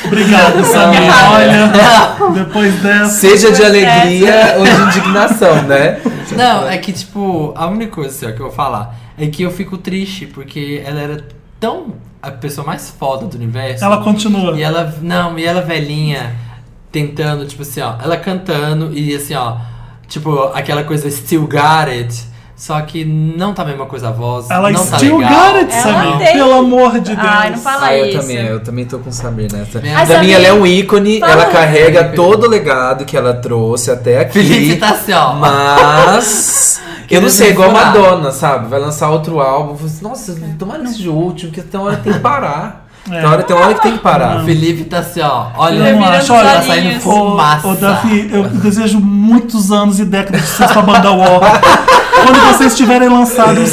[SPEAKER 2] Obrigado, Samir. Olha, depois dessa.
[SPEAKER 1] Seja de alegria ou de indignação, né?
[SPEAKER 4] Não, é que tipo, a única coisa assim, ó, que eu vou falar é que eu fico triste porque ela era tão a pessoa mais foda do universo.
[SPEAKER 2] Ela né? continua.
[SPEAKER 4] E ela, não, e ela velhinha, tentando, tipo assim, ó, ela cantando e assim, ó, tipo, aquela coisa still got it, só que não tá a mesma coisa a voz,
[SPEAKER 2] Ela
[SPEAKER 4] não tá
[SPEAKER 2] still
[SPEAKER 4] legal.
[SPEAKER 2] got it,
[SPEAKER 3] Ela
[SPEAKER 2] Samir.
[SPEAKER 3] tem-
[SPEAKER 2] Pelo amor de Deus.
[SPEAKER 3] Ai, não fala
[SPEAKER 1] Ah, eu
[SPEAKER 3] isso.
[SPEAKER 1] também, eu também tô com o Samir nessa.
[SPEAKER 4] Ah,
[SPEAKER 1] pra mim,
[SPEAKER 3] Samir,
[SPEAKER 1] ela é um ícone,
[SPEAKER 3] fala.
[SPEAKER 1] ela carrega todo o legado que ela trouxe até
[SPEAKER 4] Felipe
[SPEAKER 1] aqui.
[SPEAKER 4] tá assim, ó.
[SPEAKER 1] Mas. Eu não
[SPEAKER 4] Querendo
[SPEAKER 1] sei, é igual
[SPEAKER 4] misturar.
[SPEAKER 1] Madonna, sabe? Vai lançar outro álbum. fala assim, Nossa, tomara que seja o último, que até uma hora tem que parar.
[SPEAKER 2] É.
[SPEAKER 1] Tem, hora, tem hora que tem que parar.
[SPEAKER 4] O Felipe tá assim, ó. Olha,
[SPEAKER 2] Eu
[SPEAKER 4] eu
[SPEAKER 2] não acho, olha,
[SPEAKER 4] tá saindo
[SPEAKER 3] olhinhos.
[SPEAKER 4] fumaça.
[SPEAKER 2] Ô, Davi, eu desejo muitos anos e décadas de sucesso pra banda War. Quando vocês tiverem lançado os,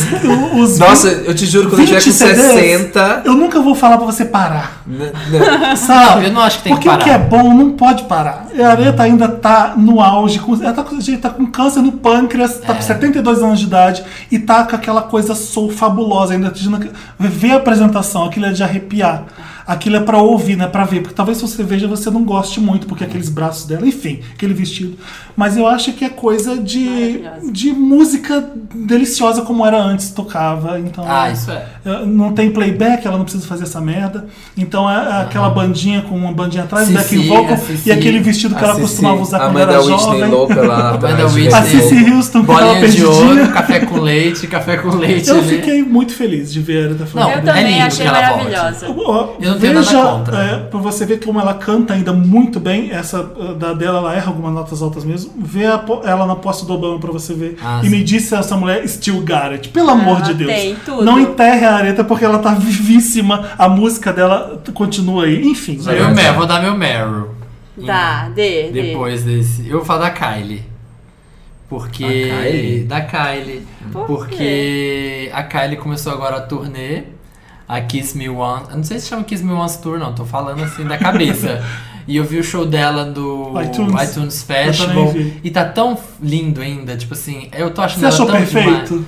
[SPEAKER 2] os
[SPEAKER 1] Nossa, eu te juro, quando eu tiver com
[SPEAKER 2] 20 CDs,
[SPEAKER 1] 60.
[SPEAKER 2] eu nunca vou falar pra você parar.
[SPEAKER 1] n- n-
[SPEAKER 2] Sabe?
[SPEAKER 4] Não, eu não acho que tem
[SPEAKER 2] Porque
[SPEAKER 4] que parar.
[SPEAKER 2] o que é bom não pode parar. A Areta ainda tá no auge, com- ela tá, com- gente, tá com câncer no pâncreas,
[SPEAKER 4] É.
[SPEAKER 2] tá com 72 anos de idade e tá com aquela coisa soul fabulosa ainda. Tina- Ver a apresentação, aquilo é de arrepiar. Aquilo é pra ouvir, não é pra ver. Porque talvez se você veja, você não goste muito, porque aqueles braços dela, enfim, aquele vestido. Mas eu acho que é coisa de,
[SPEAKER 3] Maravilhosa.
[SPEAKER 2] de música deliciosa como era antes, tocava. Então,
[SPEAKER 4] Ah, isso é.
[SPEAKER 2] eh, Não tem playback, ela não precisa fazer essa merda. Então é é aquela bandinha com uma bandinha atrás,
[SPEAKER 4] Cici,
[SPEAKER 2] backing vocal
[SPEAKER 4] a Cici,
[SPEAKER 2] e aquele vestido que
[SPEAKER 1] é, a
[SPEAKER 2] ela
[SPEAKER 1] Cici,
[SPEAKER 2] costumava usar
[SPEAKER 1] A
[SPEAKER 2] quando
[SPEAKER 1] mãe
[SPEAKER 2] era
[SPEAKER 1] da Whitney
[SPEAKER 2] jovem.
[SPEAKER 1] louca lá.
[SPEAKER 4] A mãe
[SPEAKER 1] atrás,
[SPEAKER 4] da
[SPEAKER 1] de
[SPEAKER 4] Whitney.
[SPEAKER 2] A
[SPEAKER 1] vez em
[SPEAKER 2] Cici Houston com aquela
[SPEAKER 4] Bolinha de ouro,
[SPEAKER 2] perdidinha.
[SPEAKER 4] café com leite, café com leite.
[SPEAKER 2] Eu
[SPEAKER 4] né?
[SPEAKER 2] fiquei muito feliz de ver a Aretha
[SPEAKER 4] Não, é
[SPEAKER 2] Franklin.
[SPEAKER 3] Eu também
[SPEAKER 4] lindo
[SPEAKER 3] achei
[SPEAKER 4] que ela volte.
[SPEAKER 3] maravilhosa.
[SPEAKER 2] Ó,
[SPEAKER 4] Eu não tenho nada
[SPEAKER 2] Veja,
[SPEAKER 4] contra.
[SPEAKER 2] é, pra você ver como ela canta ainda muito bem, essa uh, da dela, ela erra algumas notas altas mesmo. Vê a po- ela na posse do Obama pra você ver.
[SPEAKER 4] Ah,
[SPEAKER 2] e
[SPEAKER 4] sim.
[SPEAKER 2] me disse essa mulher Steel Garrett, pelo amor
[SPEAKER 4] Ah,
[SPEAKER 3] Ela
[SPEAKER 2] de Deus.
[SPEAKER 3] tem tudo.
[SPEAKER 2] Não enterre a Areta porque ela tá vivíssima, a música dela continua aí. Enfim,
[SPEAKER 4] Meu
[SPEAKER 2] né?
[SPEAKER 4] Meryl, vou dar meu Meryl.
[SPEAKER 3] Tá, dê, dê.
[SPEAKER 4] Hum. Depois desse. Eu vou falar da Kylie. Porque.
[SPEAKER 1] Da Kylie?
[SPEAKER 4] Da Kylie.
[SPEAKER 3] Por
[SPEAKER 4] porque a Kylie começou agora a turnê. A Kiss Me Once. Eu não sei se chama Kiss Me Once Tour, não. Tô falando assim da cabeça. e eu vi o show dela do
[SPEAKER 2] iTunes.
[SPEAKER 4] iTunes, Festival.
[SPEAKER 2] Eu também vi.
[SPEAKER 4] E tá tão lindo ainda. Tipo assim, eu tô achando
[SPEAKER 2] Você
[SPEAKER 4] ela
[SPEAKER 2] achou
[SPEAKER 4] tão
[SPEAKER 2] perfeito?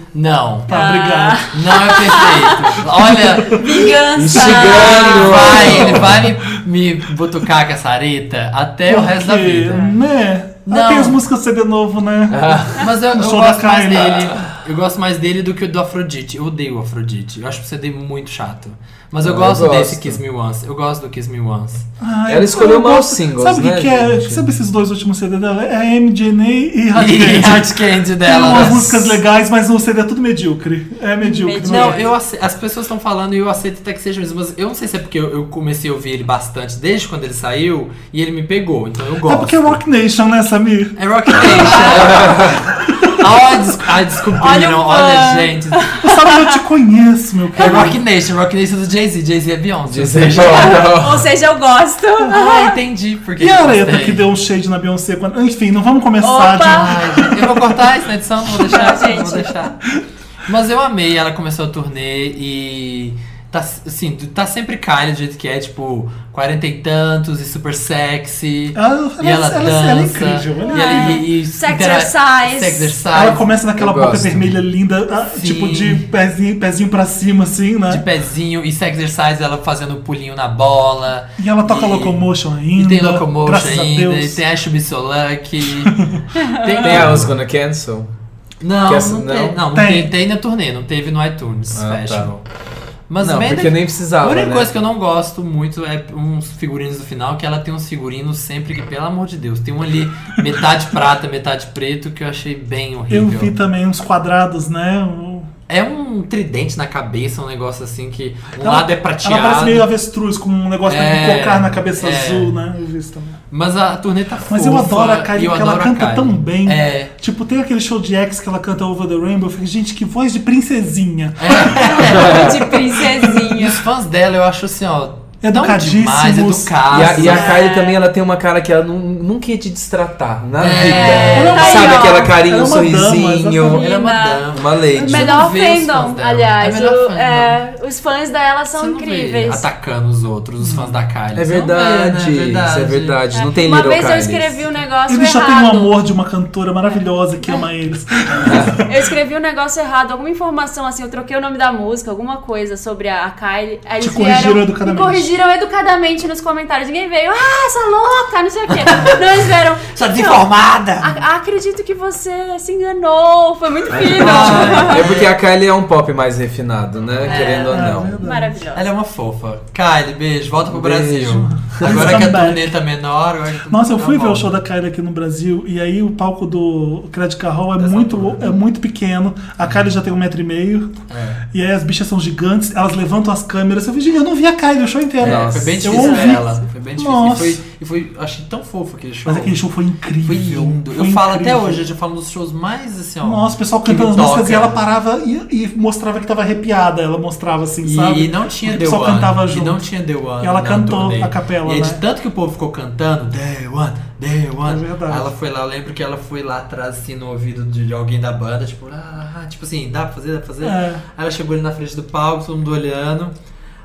[SPEAKER 4] demais. Não.
[SPEAKER 2] Tá, obrigado.
[SPEAKER 4] Não é perfeito. Olha,
[SPEAKER 3] Vingança!
[SPEAKER 4] ele Ah, vai, ele vai me, me botucar com essa areta até É o resto da
[SPEAKER 2] Porque,
[SPEAKER 4] vida.
[SPEAKER 2] Né? Ela
[SPEAKER 4] Não. Ah.
[SPEAKER 2] tem as músicas do CD novo, né?
[SPEAKER 4] Mas eu, eu
[SPEAKER 2] show da
[SPEAKER 4] gosto mais
[SPEAKER 2] Kylie.
[SPEAKER 4] dele. Eu gosto mais dele do que o do Afrodite. Eu odeio o Afrodite. Eu acho o CD muito chato. Mas eu,
[SPEAKER 1] Ah, eu
[SPEAKER 4] gosto, desse
[SPEAKER 1] gosto.
[SPEAKER 4] Kiss Me Once. Eu gosto do Kiss Me Once.
[SPEAKER 2] Ai,
[SPEAKER 1] Ela escolheu
[SPEAKER 2] Ah, então eu
[SPEAKER 1] maus
[SPEAKER 2] gosto.
[SPEAKER 1] singles,
[SPEAKER 2] Sabe o que
[SPEAKER 1] né,
[SPEAKER 2] que é?
[SPEAKER 1] gente?
[SPEAKER 2] Sabe esses dois últimos CD dela? É MDNA e Hard
[SPEAKER 4] E
[SPEAKER 2] Candy.
[SPEAKER 4] Hard Candy
[SPEAKER 2] Tem
[SPEAKER 4] dela.
[SPEAKER 2] umas músicas legais, mas o CD é tudo medíocre. É medíocre.
[SPEAKER 3] Medíocre.
[SPEAKER 4] Não, eu ace- as pessoas estão falando e eu aceito até que seja mesmo, mas eu não sei se é porque eu, eu comecei a ouvir ele bastante desde quando ele saiu e ele me pegou, então eu gosto.
[SPEAKER 2] É porque é Rock Nation, né, Samir?
[SPEAKER 4] É Rock Nation. ah, des ah,
[SPEAKER 3] Olha
[SPEAKER 4] descobriram.
[SPEAKER 3] o
[SPEAKER 4] Olha,
[SPEAKER 3] fã.
[SPEAKER 4] gente.
[SPEAKER 2] Eu sabe, eu te conheço, meu
[SPEAKER 4] É
[SPEAKER 2] cara.
[SPEAKER 4] Rock Nation. Rock Nation do Jay-Z. Jay-Z é Beyoncé.
[SPEAKER 1] Disney. Não,
[SPEAKER 3] Ou seja, eu gosto.
[SPEAKER 4] Ah, entendi. Porque
[SPEAKER 2] E a
[SPEAKER 4] eu
[SPEAKER 2] Areta
[SPEAKER 4] gostei.
[SPEAKER 2] que deu um shade na Beyoncé? quando- Enfim, não vamos começar
[SPEAKER 3] Opa!
[SPEAKER 4] Ai, gente, Ah, eu vou cortar isso na edição, não vou deixar,
[SPEAKER 3] Não,
[SPEAKER 4] não vou
[SPEAKER 3] gente.
[SPEAKER 4] deixar. Mas eu amei, ela começou a turnê e. Tá, assim, tá sempre Kylie do jeito que é, tipo, quarenta e tantos e super sexy.
[SPEAKER 2] de. Ela,
[SPEAKER 4] e ela,
[SPEAKER 2] ela, Ah, ela,
[SPEAKER 4] dança.
[SPEAKER 2] ela é incrível. Ela,
[SPEAKER 4] E ela, e, e
[SPEAKER 3] Sex
[SPEAKER 4] intera-
[SPEAKER 3] exercise.
[SPEAKER 4] Sex exercise.
[SPEAKER 2] ela começa naquela
[SPEAKER 1] Eu
[SPEAKER 2] boca
[SPEAKER 1] gosto.
[SPEAKER 2] vermelha linda, ah,
[SPEAKER 4] Sim.
[SPEAKER 2] tipo de pezinho, pezinho pra cima, assim, né?
[SPEAKER 4] de pezinho e sex exercise, ela fazendo um pulinho na bola.
[SPEAKER 2] E ela toca locomotion ainda.
[SPEAKER 4] E tem locomotion
[SPEAKER 2] graças
[SPEAKER 4] ainda,
[SPEAKER 2] a
[SPEAKER 4] e
[SPEAKER 2] Deus.
[SPEAKER 4] tem Ash Bissolak. tem,
[SPEAKER 1] Tem a Who's Gonna Cancel.
[SPEAKER 4] Não,
[SPEAKER 1] Que essa-
[SPEAKER 4] não, tem,
[SPEAKER 1] não?
[SPEAKER 4] não, não
[SPEAKER 2] Tem.
[SPEAKER 4] tem. tem na turnê, não teve no iTunes
[SPEAKER 1] Ah, tá.
[SPEAKER 4] Festival. Mas
[SPEAKER 1] não,
[SPEAKER 4] bem
[SPEAKER 1] porque
[SPEAKER 4] daqui-
[SPEAKER 1] nem
[SPEAKER 4] a
[SPEAKER 1] precisava.
[SPEAKER 4] única
[SPEAKER 1] né?
[SPEAKER 4] coisa que eu não gosto muito é uns figurinos do final, que ela tem uns figurinos sempre que, pelo amor de Deus, tem um ali metade prata, metade preto, que eu achei bem horrível.
[SPEAKER 2] Eu vi também uns quadrados, né? O-
[SPEAKER 4] É um tridente na cabeça, um negcio assim que um
[SPEAKER 2] Ela-
[SPEAKER 4] lado é
[SPEAKER 2] Ela
[SPEAKER 4] prateado.
[SPEAKER 2] parece meio avestruz, com um negócio de
[SPEAKER 4] É,
[SPEAKER 2] cocar na cabeça
[SPEAKER 4] é.
[SPEAKER 2] azul, né? Eu vi isso também.
[SPEAKER 4] Mas a turnê tá
[SPEAKER 2] Mas
[SPEAKER 4] fofa,
[SPEAKER 2] eu adoro a Kylie,
[SPEAKER 4] eu
[SPEAKER 2] porque ela
[SPEAKER 4] adoro a
[SPEAKER 2] canta
[SPEAKER 4] Kylie.
[SPEAKER 2] tão bem.
[SPEAKER 4] É.
[SPEAKER 2] Tipo, tem aquele show de X que ela canta Over the Rainbow. Eu fico, gente, que voz de princesinha.
[SPEAKER 4] É.
[SPEAKER 3] De
[SPEAKER 4] E
[SPEAKER 3] princesinha.
[SPEAKER 4] os fãs dela, eu acho assim, ó.
[SPEAKER 2] É
[SPEAKER 4] Tão
[SPEAKER 2] Educadíssimos.
[SPEAKER 4] demais,
[SPEAKER 1] E a,
[SPEAKER 4] educados.
[SPEAKER 1] e a Kylie também, ela tem uma cara que ela nun- nunca ia te distratar na
[SPEAKER 4] Ela
[SPEAKER 1] vida.
[SPEAKER 4] é
[SPEAKER 3] uma
[SPEAKER 1] Sabe
[SPEAKER 3] dama.
[SPEAKER 1] aquela carinha,
[SPEAKER 2] Ela
[SPEAKER 1] um
[SPEAKER 2] é uma dama,
[SPEAKER 1] sorrisinho.
[SPEAKER 2] exatamente.
[SPEAKER 4] Ela é uma
[SPEAKER 3] Menina.
[SPEAKER 4] dama.
[SPEAKER 1] Uma leite.
[SPEAKER 4] Mas-
[SPEAKER 3] Melhor
[SPEAKER 4] não vê os
[SPEAKER 3] fandom,
[SPEAKER 4] fãs dela.
[SPEAKER 3] aliás.
[SPEAKER 4] É melhor
[SPEAKER 3] o-
[SPEAKER 4] fandom.
[SPEAKER 3] é, os fãs dela
[SPEAKER 4] Você
[SPEAKER 3] são
[SPEAKER 4] não vê
[SPEAKER 3] incríveis.
[SPEAKER 4] Atacando os outros, os fãs da Kylie.
[SPEAKER 1] É
[SPEAKER 4] Você não vê, né?
[SPEAKER 1] verdade, isso é verdade. Não tem
[SPEAKER 3] Uma
[SPEAKER 1] Little
[SPEAKER 3] vez eu
[SPEAKER 1] Kylie.
[SPEAKER 3] escrevi um
[SPEAKER 2] E
[SPEAKER 3] negócio
[SPEAKER 2] bicha tem um
[SPEAKER 3] errado.
[SPEAKER 2] amor de uma cantora maravilhosa que ama eles.
[SPEAKER 3] Eu escrevi um negócio errado, alguma informação assim, eu troquei o nome da música, alguma coisa sobre a Kylie. Aí
[SPEAKER 2] Te
[SPEAKER 3] eles
[SPEAKER 2] corrigiram
[SPEAKER 3] vieram-
[SPEAKER 2] educadamente.
[SPEAKER 3] Me corrigiram educadamente nos comentários. Ninguém veio, ah, essa louca, não sei o quê. não, eles vieram. "Não,
[SPEAKER 4] Sua tá desinformada!
[SPEAKER 3] a- acredito que você se enganou. Foi muito fino.
[SPEAKER 1] É porque a Kylie é um pop mais refinado, né? Querendo ou não. Um
[SPEAKER 3] Maravilhosa.
[SPEAKER 4] Ela é uma fofa. Kylie, beijo, volta pro
[SPEAKER 1] Beijo.
[SPEAKER 4] Brasil. Agora que a
[SPEAKER 2] Come back.
[SPEAKER 4] turnê tá menor, eu acho que
[SPEAKER 2] Nossa, eu
[SPEAKER 4] tá
[SPEAKER 2] fui ver
[SPEAKER 4] bom.
[SPEAKER 2] o show da Kylie aqui no Brasil e aí o palco do Credit Carroll é muito,
[SPEAKER 4] né?
[SPEAKER 2] é muito pequeno. A Kylie
[SPEAKER 4] É.
[SPEAKER 2] já tem um metro e meio. E aí as bichas são gigantes, elas levantam as câmeras. Eu falei, gente, eu não vi a Kylie o show inteiro. inteira.
[SPEAKER 1] Nossa.
[SPEAKER 4] É, Foi bem
[SPEAKER 2] Eu
[SPEAKER 4] difícil pra
[SPEAKER 2] ouvi.
[SPEAKER 4] ela. Foi bem difícil.
[SPEAKER 2] Nossa.
[SPEAKER 4] E foi, e foi- eu achei tão fofo aquele show.
[SPEAKER 2] Mas aquele show foi incrível.
[SPEAKER 4] Foi lindo.
[SPEAKER 2] Foi
[SPEAKER 4] eu falo até
[SPEAKER 2] incrível.
[SPEAKER 4] hoje, eu já falo um dos shows mais assim, ó.
[SPEAKER 2] Nossa, o pessoal
[SPEAKER 4] que me
[SPEAKER 2] cantando as músicas
[SPEAKER 4] toca.
[SPEAKER 2] e ela parava e, e mostrava que tava arrepiada. Ela mostrava assim, sabe?
[SPEAKER 4] E, não tinha
[SPEAKER 2] Porque
[SPEAKER 4] The
[SPEAKER 2] o pessoal
[SPEAKER 4] One.
[SPEAKER 2] cantava
[SPEAKER 4] E
[SPEAKER 2] junto.
[SPEAKER 4] não tinha The One.
[SPEAKER 2] E ela
[SPEAKER 4] na
[SPEAKER 2] cantou
[SPEAKER 4] turnê.
[SPEAKER 2] a capela,
[SPEAKER 4] E aí, de
[SPEAKER 2] né?
[SPEAKER 4] tanto que o povo ficou cantando, The One, The One.
[SPEAKER 2] É verdade.
[SPEAKER 4] Aí ela foi lá, eu lembro que ela foi lá atrás, assim, no ouvido de alguém da banda, tipo, ah, ah", tipo assim, dá pra fazer, dá pra fazer.
[SPEAKER 2] É.
[SPEAKER 4] Aí ela chegou ali na frente do palco, todo mundo olhando.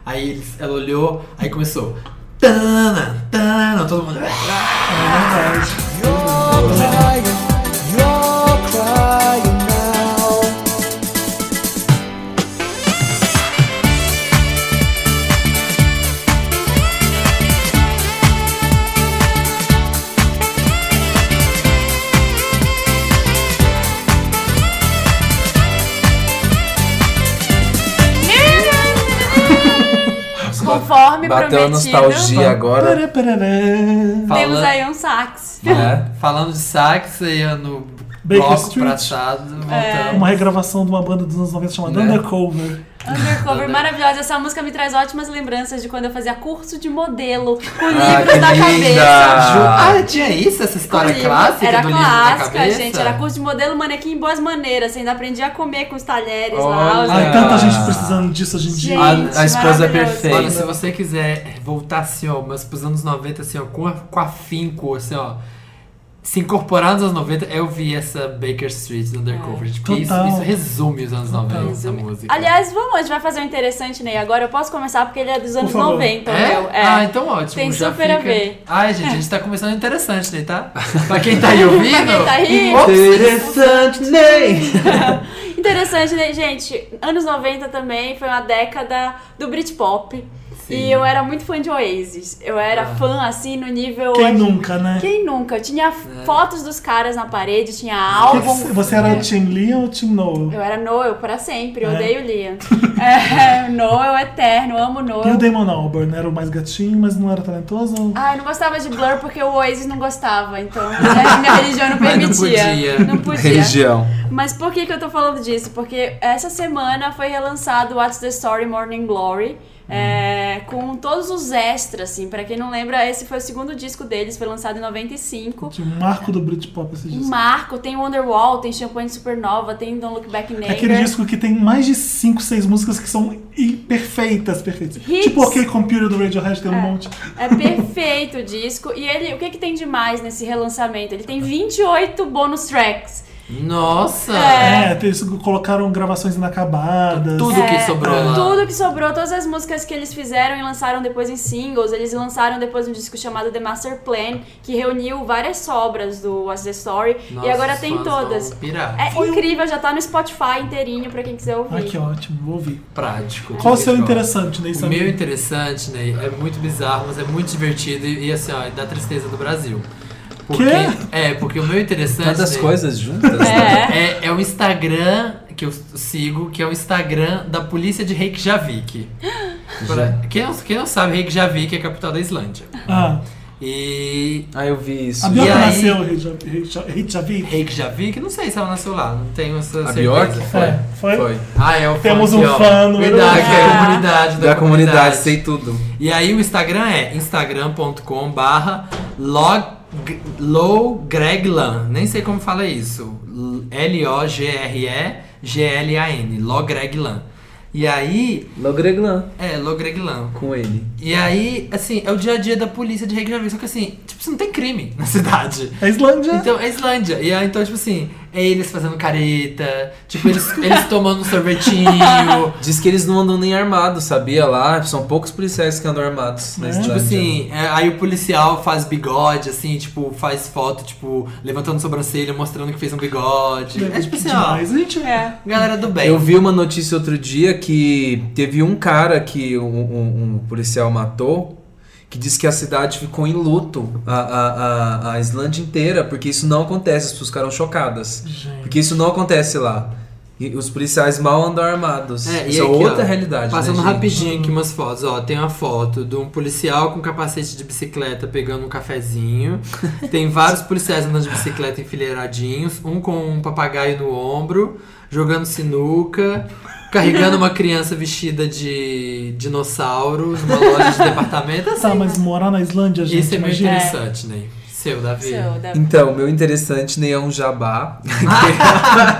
[SPEAKER 4] Aí eles- ela olhou, aí começou. Tana, tana, todo mundo. "Ah",
[SPEAKER 3] Conforme
[SPEAKER 1] Bateu a
[SPEAKER 3] prometido,
[SPEAKER 1] nostalgia agora.
[SPEAKER 2] Pará, parará.
[SPEAKER 3] temos
[SPEAKER 4] Falando-
[SPEAKER 3] aí um sax.
[SPEAKER 1] né?
[SPEAKER 4] Falando de sax, aí no
[SPEAKER 2] Baker
[SPEAKER 4] bloco
[SPEAKER 2] Street.
[SPEAKER 4] praçado, voltando.
[SPEAKER 3] É.
[SPEAKER 2] Uma regravação de uma banda dos anos 90 chamada
[SPEAKER 1] Né?
[SPEAKER 2] Undercover.
[SPEAKER 3] Undercover, maravilhosa. Essa música me traz ótimas lembranças de quando eu fazia curso de modelo com
[SPEAKER 1] Ah,
[SPEAKER 3] livros da cabeça.
[SPEAKER 4] Ju- Ah, tinha isso, essa história
[SPEAKER 3] Livro.
[SPEAKER 4] clássica
[SPEAKER 3] era
[SPEAKER 4] do livro da
[SPEAKER 3] clássica,
[SPEAKER 4] cabeça?
[SPEAKER 3] gente. Era curso de modelo manequim em boas maneiras. Ainda aprendi a comer com os talheres lá.
[SPEAKER 4] É.
[SPEAKER 1] Olha.
[SPEAKER 3] Os...
[SPEAKER 2] Ai, tanta gente precisando disso hoje em dia.
[SPEAKER 1] A- a esposa é
[SPEAKER 3] maravilhoso.
[SPEAKER 1] perfeita.
[SPEAKER 4] Olha, se você quiser voltar assim, ó, mas pros anos 90, assim, ó, com, a, com afinco, assim, ó. Se incorporar nos anos 90, eu vi essa Baker Street do Undercover. Tipo, isso,
[SPEAKER 2] Total.
[SPEAKER 4] isso resume os anos 90, essa
[SPEAKER 3] Resume.
[SPEAKER 4] música.
[SPEAKER 3] É, Aliás, vamos, a gente vai fazer um interessante, Ney. Agora eu posso começar porque ele é dos anos
[SPEAKER 2] favor.
[SPEAKER 3] 90,
[SPEAKER 4] é?
[SPEAKER 3] meu. É.
[SPEAKER 4] Ah, então ótimo.
[SPEAKER 3] Tem
[SPEAKER 4] já
[SPEAKER 3] super
[SPEAKER 4] fica...
[SPEAKER 3] a ver.
[SPEAKER 4] Ai, gente, a gente tá começando interessante, né, tá? pra quem tá aí ouvindo.
[SPEAKER 3] Pra quem tá aí.
[SPEAKER 4] ops,
[SPEAKER 1] Interessante, né? Ney!
[SPEAKER 3] Interessante, né, gente? Anos 90 também foi uma década do Britpop. E eu era muito fã de Oasis. Eu era fã, assim, no nível.
[SPEAKER 2] Quem nunca, né?
[SPEAKER 3] Quem nunca? Eu tinha fotos dos caras na parede, tinha
[SPEAKER 2] Que que
[SPEAKER 3] álbum.
[SPEAKER 2] c- você
[SPEAKER 4] É.
[SPEAKER 2] era o Team Lee ou o Team Noel?
[SPEAKER 3] Eu era Noel pra sempre, eu
[SPEAKER 2] É.
[SPEAKER 3] odeio Liam. É, Noel eterno, amo
[SPEAKER 2] E o
[SPEAKER 3] Noel.
[SPEAKER 2] Damon Albarn? Era o mais gatinho, mas não era talentoso?
[SPEAKER 3] Ai, não gostava de Blur porque o Oasis não gostava, então né, minha religião não
[SPEAKER 4] Mas não
[SPEAKER 3] permitia.
[SPEAKER 4] podia.
[SPEAKER 3] Não
[SPEAKER 1] Religião.
[SPEAKER 3] Mas por que, que eu tô falando disso? Porque essa semana foi relançado What's the Story Morning Glory. é, com todos os extras, assim. Pra quem não lembra, esse foi o segundo disco deles, foi lançado em 95.
[SPEAKER 2] De marco do Britpop esse
[SPEAKER 3] Um
[SPEAKER 2] disco.
[SPEAKER 3] marco, tem Wonderwall, tem Champagne Supernova, tem Don't Look Back in
[SPEAKER 2] É aquele
[SPEAKER 3] Anger.
[SPEAKER 2] disco que tem mais de 5, 6 músicas que são i- perfeitas, perfeitas.
[SPEAKER 3] Hits.
[SPEAKER 2] Tipo OK Computer do Radiohead, tem um monte.
[SPEAKER 3] É perfeito o disco. E ele, o que, que tem de mais nesse relançamento? Ele tem 28 bônus tracks.
[SPEAKER 4] Nossa!
[SPEAKER 3] É.
[SPEAKER 2] É, tem isso, colocaram gravações inacabadas.
[SPEAKER 4] Tudo que sobrou lá.
[SPEAKER 3] Tudo que sobrou, todas as músicas que eles fizeram e lançaram depois em singles, eles lançaram depois um disco chamado The Master Plan, que reuniu várias sobras do What's the Story.
[SPEAKER 4] Nossa,
[SPEAKER 3] e agora
[SPEAKER 4] os
[SPEAKER 3] tem
[SPEAKER 4] fãs
[SPEAKER 3] todas.
[SPEAKER 4] vão pirar.
[SPEAKER 3] É
[SPEAKER 2] um
[SPEAKER 3] incrível, já tá no Spotify inteirinho pra quem quiser
[SPEAKER 4] É.
[SPEAKER 3] ouvir.
[SPEAKER 2] Ai, Ah, que ótimo, vou ouvir.
[SPEAKER 4] Prático.
[SPEAKER 2] Qual o seu
[SPEAKER 4] Legal.
[SPEAKER 2] interessante, né?
[SPEAKER 4] O meu é
[SPEAKER 2] Samir?
[SPEAKER 4] interessante, Ney, é muito bizarro, mas é muito divertido e, e, assim, ó, dá tristeza do Brasil. Porque,
[SPEAKER 2] Quê?
[SPEAKER 4] É, porque o meu interessante.
[SPEAKER 1] Tantas
[SPEAKER 4] Ney,
[SPEAKER 1] coisas juntas, né?
[SPEAKER 3] É.
[SPEAKER 4] É, é o Instagram que eu sigo, que é o Instagram da polícia de Reykjavik. Pra- quem, não, quem não sabe, Reykjavik é a capital da Islândia.
[SPEAKER 2] Ah,
[SPEAKER 4] E.
[SPEAKER 1] Ah, eu vi isso.
[SPEAKER 2] a
[SPEAKER 4] minha-
[SPEAKER 2] Bianca
[SPEAKER 4] aí?
[SPEAKER 2] nasceu em Reykja- Reykja- Reykjavik?
[SPEAKER 4] Reykjavik, não sei se ela nasceu lá, não tenho essa
[SPEAKER 1] A
[SPEAKER 4] certeza.
[SPEAKER 1] Bjork?
[SPEAKER 2] É, foi?
[SPEAKER 1] Foi.
[SPEAKER 4] Ah, é o fã
[SPEAKER 2] Temos um
[SPEAKER 4] aqui, ó.
[SPEAKER 2] fã número
[SPEAKER 4] Verdade,
[SPEAKER 2] um.
[SPEAKER 4] que é a comunidade.
[SPEAKER 1] Da comunidade, sei tudo.
[SPEAKER 4] E aí o Instagram é instagram.com barra logreglan. Nem sei como fala isso. L-O-G-R-E-G-L-A-N. Logreglan. E aí...
[SPEAKER 1] Logreglan
[SPEAKER 4] É, Logreglan.
[SPEAKER 1] com ele.
[SPEAKER 4] E aí, assim, é o dia a dia da polícia de Reykjavik. Só que assim, tipo, você não tem crime na cidade.
[SPEAKER 2] A Islândia?
[SPEAKER 4] Então, é Islândia. E aí, então, tipo assim, é eles fazendo careta, tipo, eles, eles tomando um sorvetinho,
[SPEAKER 1] Diz que eles não andam nem armados, sabia? Lá são poucos policiais que andam armados. na
[SPEAKER 4] Tipo
[SPEAKER 1] Islândia.
[SPEAKER 4] assim, é, aí o policial faz bigode, assim, tipo, faz foto, tipo, levantando sobrancelha, mostrando que fez um bigode. É tipo assim, ó,
[SPEAKER 2] Demais. Gente, é.
[SPEAKER 4] galera do bem.
[SPEAKER 1] Eu vi uma notícia outro dia que teve um cara que um, um- um policial matou. Que diz que a cidade ficou em luto, a, a, a, a Islândia inteira, porque isso não acontece, as pessoas ficaram chocadas. Porque isso não acontece lá. E os policiais mal andam armados.
[SPEAKER 4] É, e
[SPEAKER 1] isso é
[SPEAKER 4] aqui, ó,
[SPEAKER 1] outra realidade.
[SPEAKER 4] Passando
[SPEAKER 1] né, gente?
[SPEAKER 4] rapidinho aqui umas fotos, ó. Tem uma foto de um policial com capacete de bicicleta pegando um cafezinho. Tem vários policiais andando de bicicleta enfileiradinhos, um com um papagaio no ombro, jogando sinuca. Carregando uma criança vestida de dinossauro numa loja de departamento. Assim,
[SPEAKER 2] Tá, mas morar na Islândia, gente,
[SPEAKER 4] Esse é meio
[SPEAKER 2] imagina.
[SPEAKER 4] interessante, Ney. Seu, Davi.
[SPEAKER 3] Seu, deve-
[SPEAKER 1] Então, meu interessante nem é um jabá.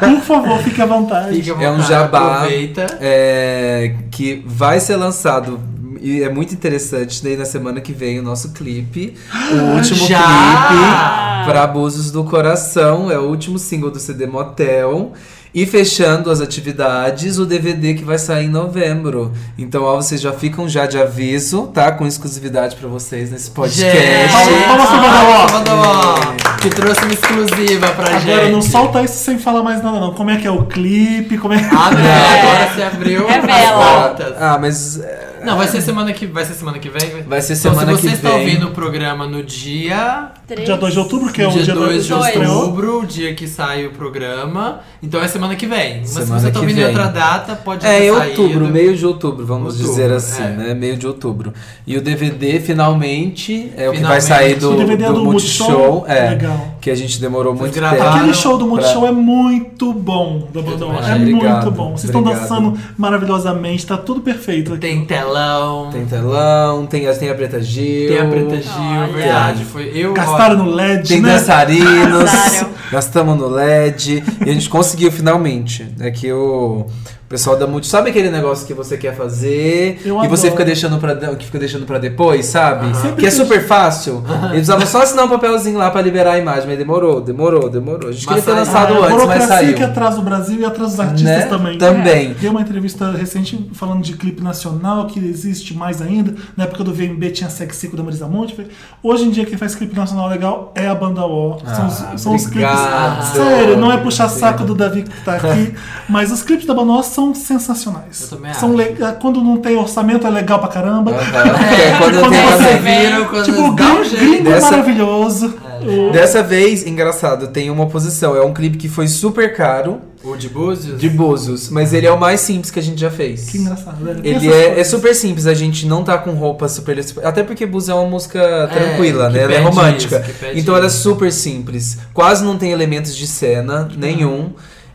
[SPEAKER 2] Por favor, fique à vontade.
[SPEAKER 4] Fique à
[SPEAKER 1] É um
[SPEAKER 4] vontade,
[SPEAKER 1] jabá.
[SPEAKER 4] Aproveita.
[SPEAKER 1] é, que vai ser lançado. E é muito interessante, daí na semana que vem o nosso clipe, o último
[SPEAKER 4] Já!
[SPEAKER 1] clipe para Abusos do Coração, é o último single do CD Motel. E fechando as atividades, o DVD que vai sair em novembro. Então, ó, vocês já ficam já de aviso, tá? Com exclusividade para vocês nesse um podcast. É.
[SPEAKER 2] Palmas, palmas pro Badaló.
[SPEAKER 4] Palmas pro Badaló, Que trouxe uma exclusiva pra gente.
[SPEAKER 2] Agora não solta isso sem falar mais nada, não. Como é que é o clipe? Como é que.
[SPEAKER 4] Ah, não,
[SPEAKER 3] É.
[SPEAKER 4] agora você abriu
[SPEAKER 3] Revela.
[SPEAKER 4] as portas.
[SPEAKER 1] Ah, mas é,
[SPEAKER 4] Não, vai ser semana que vai ser semana que vem.
[SPEAKER 1] vai ser
[SPEAKER 4] Então,
[SPEAKER 1] semana
[SPEAKER 4] se você
[SPEAKER 1] que
[SPEAKER 4] está
[SPEAKER 1] vem.
[SPEAKER 4] ouvindo o programa no dia
[SPEAKER 3] Três.
[SPEAKER 2] Dia 2 de outubro,
[SPEAKER 1] um
[SPEAKER 2] que é o
[SPEAKER 4] dia 2 de
[SPEAKER 2] que estreou.
[SPEAKER 4] outubro, o dia que sai o programa. Então é semana que vem. Mas
[SPEAKER 1] Semana
[SPEAKER 4] se você tá
[SPEAKER 1] que
[SPEAKER 4] ouvindo em
[SPEAKER 1] vem.
[SPEAKER 4] outra data, pode
[SPEAKER 1] É,
[SPEAKER 4] ter
[SPEAKER 1] em
[SPEAKER 4] saído.
[SPEAKER 1] outubro, meio de outubro, vamos
[SPEAKER 4] Outubro,
[SPEAKER 1] dizer assim,
[SPEAKER 4] é.
[SPEAKER 1] né? Meio de outubro. E o DVD, finalmente, é o que
[SPEAKER 4] Finalmente.
[SPEAKER 1] vai sair do,
[SPEAKER 2] O DVD é
[SPEAKER 1] do
[SPEAKER 2] do
[SPEAKER 1] Multishow.
[SPEAKER 2] Multishow?
[SPEAKER 1] É,
[SPEAKER 2] Legal.
[SPEAKER 1] que a gente demorou muito
[SPEAKER 4] gravaram?
[SPEAKER 1] tempo.
[SPEAKER 2] Aquele
[SPEAKER 4] Ah,
[SPEAKER 2] show do Multishow é muito bom, da Bandão.
[SPEAKER 4] também
[SPEAKER 2] É
[SPEAKER 1] achei. Obrigado,
[SPEAKER 2] muito bom. Vocês estão
[SPEAKER 1] obrigado.
[SPEAKER 2] dançando maravilhosamente, tá tudo perfeito. aqui.
[SPEAKER 4] Tem telão,
[SPEAKER 1] Tem telão, tem, a- tem a Preta Gil.
[SPEAKER 4] tem a Preta Gil, é
[SPEAKER 3] Olha.
[SPEAKER 4] verdade. Foi eu.
[SPEAKER 2] Gastaram no LED,
[SPEAKER 1] Tem
[SPEAKER 2] né?
[SPEAKER 1] dançarinos,
[SPEAKER 3] Arrasaram.
[SPEAKER 1] gastamos no LED e a gente conseguiu finalmente. É que o pessoal da Multi sabe aquele negócio que você quer fazer
[SPEAKER 2] Eu
[SPEAKER 1] e você
[SPEAKER 2] adoro.
[SPEAKER 1] fica deixando para que fica deixando para depois, sabe?
[SPEAKER 2] Sempre
[SPEAKER 1] Que é
[SPEAKER 2] tem.
[SPEAKER 1] super fácil. Eles precisavam só assinar um papelzinho lá pra liberar a imagem, mas demorou, demorou, demorou. A gente
[SPEAKER 4] Mas
[SPEAKER 1] queria ter
[SPEAKER 4] saiu.
[SPEAKER 1] lançado
[SPEAKER 2] a
[SPEAKER 1] antes, mas
[SPEAKER 2] burocracia
[SPEAKER 1] saiu. É,
[SPEAKER 2] que atrasa o Brasil e atrasa os artistas
[SPEAKER 1] Né?
[SPEAKER 2] também.
[SPEAKER 1] Também.
[SPEAKER 2] Dei uma entrevista recente falando de clipe nacional, que existe mais ainda. Na época do VMB tinha Sexico da Marisa Monte. Hoje em dia quem faz clipe nacional legal é a banda O. São, os, são os clipes.
[SPEAKER 1] Ah, obrigado.
[SPEAKER 2] Sério, não é puxar saco do Davi que tá aqui. mas os clipes da banda O são sensacionais.
[SPEAKER 4] Eu também
[SPEAKER 2] são
[SPEAKER 4] acho.
[SPEAKER 2] le- Quando não tem orçamento é legal pra caramba.
[SPEAKER 1] Aham. É, quando
[SPEAKER 2] Quando
[SPEAKER 1] eu tenho
[SPEAKER 2] você
[SPEAKER 1] essa-
[SPEAKER 4] viram
[SPEAKER 1] tá.
[SPEAKER 4] quando
[SPEAKER 2] Tipo, o
[SPEAKER 4] dá um
[SPEAKER 2] gringo
[SPEAKER 4] jeito.
[SPEAKER 2] gringo é
[SPEAKER 1] Dessa-
[SPEAKER 2] maravilhoso.
[SPEAKER 1] É.
[SPEAKER 2] O-
[SPEAKER 1] Dessa vez, engraçado, tem uma oposição. É um clipe que foi super caro
[SPEAKER 4] O de Búzios?
[SPEAKER 1] de Bozos, mas ele é o mais simples que a gente já fez.
[SPEAKER 2] Que engraçado, né? Tem
[SPEAKER 1] Ele
[SPEAKER 2] essas
[SPEAKER 1] é, é
[SPEAKER 2] coisas.
[SPEAKER 1] super simples, a gente não tá com roupa super. Até porque Blues é uma música
[SPEAKER 4] É,
[SPEAKER 1] tranquila,
[SPEAKER 4] que
[SPEAKER 1] né? Ela é
[SPEAKER 4] pede
[SPEAKER 1] romântica.
[SPEAKER 4] isso, que pede
[SPEAKER 1] então ela é
[SPEAKER 4] isso.
[SPEAKER 1] super simples. Quase não tem elementos de cena, nenhum.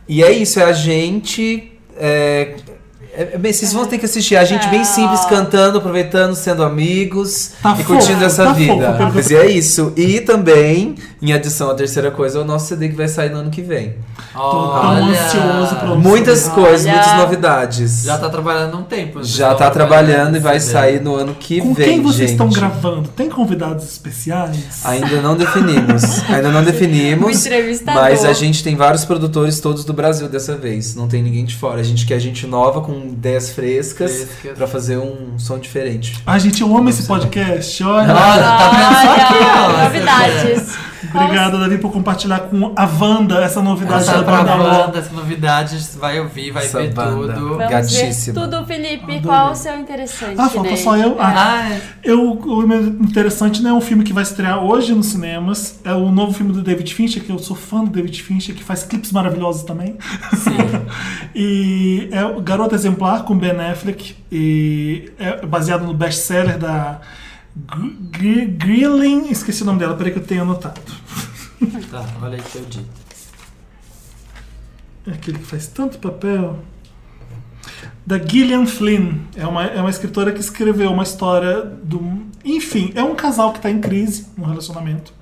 [SPEAKER 1] E é isso, é a gente. é, é- é bem- vocês vão ter que assistir. A gente bem simples, cantando, aproveitando, sendo amigos
[SPEAKER 2] É. Tá
[SPEAKER 1] e curtindo
[SPEAKER 2] fofo,
[SPEAKER 1] essa
[SPEAKER 2] tá
[SPEAKER 1] vida.
[SPEAKER 2] fofo.
[SPEAKER 1] Mas é isso. E também, em adição à terceira coisa, é o nosso CD que vai sair no ano que vem.
[SPEAKER 2] Tô
[SPEAKER 4] Olha,
[SPEAKER 2] tão ansioso pra
[SPEAKER 1] Muitas coisas,
[SPEAKER 3] Olha.
[SPEAKER 1] muitas novidades.
[SPEAKER 4] Já tá trabalhando há um tempo. vocês
[SPEAKER 1] Já
[SPEAKER 4] estão
[SPEAKER 1] tá trabalhando e vai
[SPEAKER 4] nesse
[SPEAKER 1] sair no ano que
[SPEAKER 2] Com
[SPEAKER 1] vem.
[SPEAKER 2] quem
[SPEAKER 1] gente.
[SPEAKER 2] vocês estão gravando? Tem convidados especiais?
[SPEAKER 1] Ainda não definimos. Ainda não
[SPEAKER 3] O
[SPEAKER 1] definimos.
[SPEAKER 3] entrevistador.
[SPEAKER 1] Mas a gente tem vários produtores todos do Brasil dessa vez. Não tem ninguém de fora. A gente quer gente nova com ideias frescas
[SPEAKER 4] Frescas.
[SPEAKER 1] pra fazer um som diferente. Ah,
[SPEAKER 2] Ai, Ah, gente, eu amo esse podcast.
[SPEAKER 4] demo.
[SPEAKER 2] Olha,
[SPEAKER 3] Ah,
[SPEAKER 4] Olha, tá vendo só aqui, ó.
[SPEAKER 3] Olha, novidades.
[SPEAKER 2] obrigado, Davi, por compartilhar com a Wanda essa novidade
[SPEAKER 4] Essa
[SPEAKER 2] da banda
[SPEAKER 4] propaganda,
[SPEAKER 2] Ló.
[SPEAKER 4] essa novidade, vai ouvir, vai
[SPEAKER 1] Essa
[SPEAKER 4] ver
[SPEAKER 1] banda.
[SPEAKER 4] tudo.
[SPEAKER 3] Vamos
[SPEAKER 1] Gatíssima.
[SPEAKER 3] ver tudo, Felipe. Qual o seu interessante?
[SPEAKER 2] Ah, falta
[SPEAKER 3] Ney?
[SPEAKER 2] só eu? Ah,
[SPEAKER 4] Ai,
[SPEAKER 2] eu, o meu interessante né, é um filme que vai estrear hoje nos cinemas. É o novo filme do David Fincher, que eu sou fã do David Fincher, que faz clipes maravilhosos também. e é o Garota Exemplar, com Ben Affleck. E é baseado no best-seller da Gr- Gr- Grilling... Esqueci o nome dela, peraí que eu tenho anotado.
[SPEAKER 4] tá, olha aí que eu dito.
[SPEAKER 2] É aquele que faz tanto papel. Da Gillian Flynn. É uma, é uma escritora que escreveu uma história do. Enfim, é um casal que está em crise no relacionamento.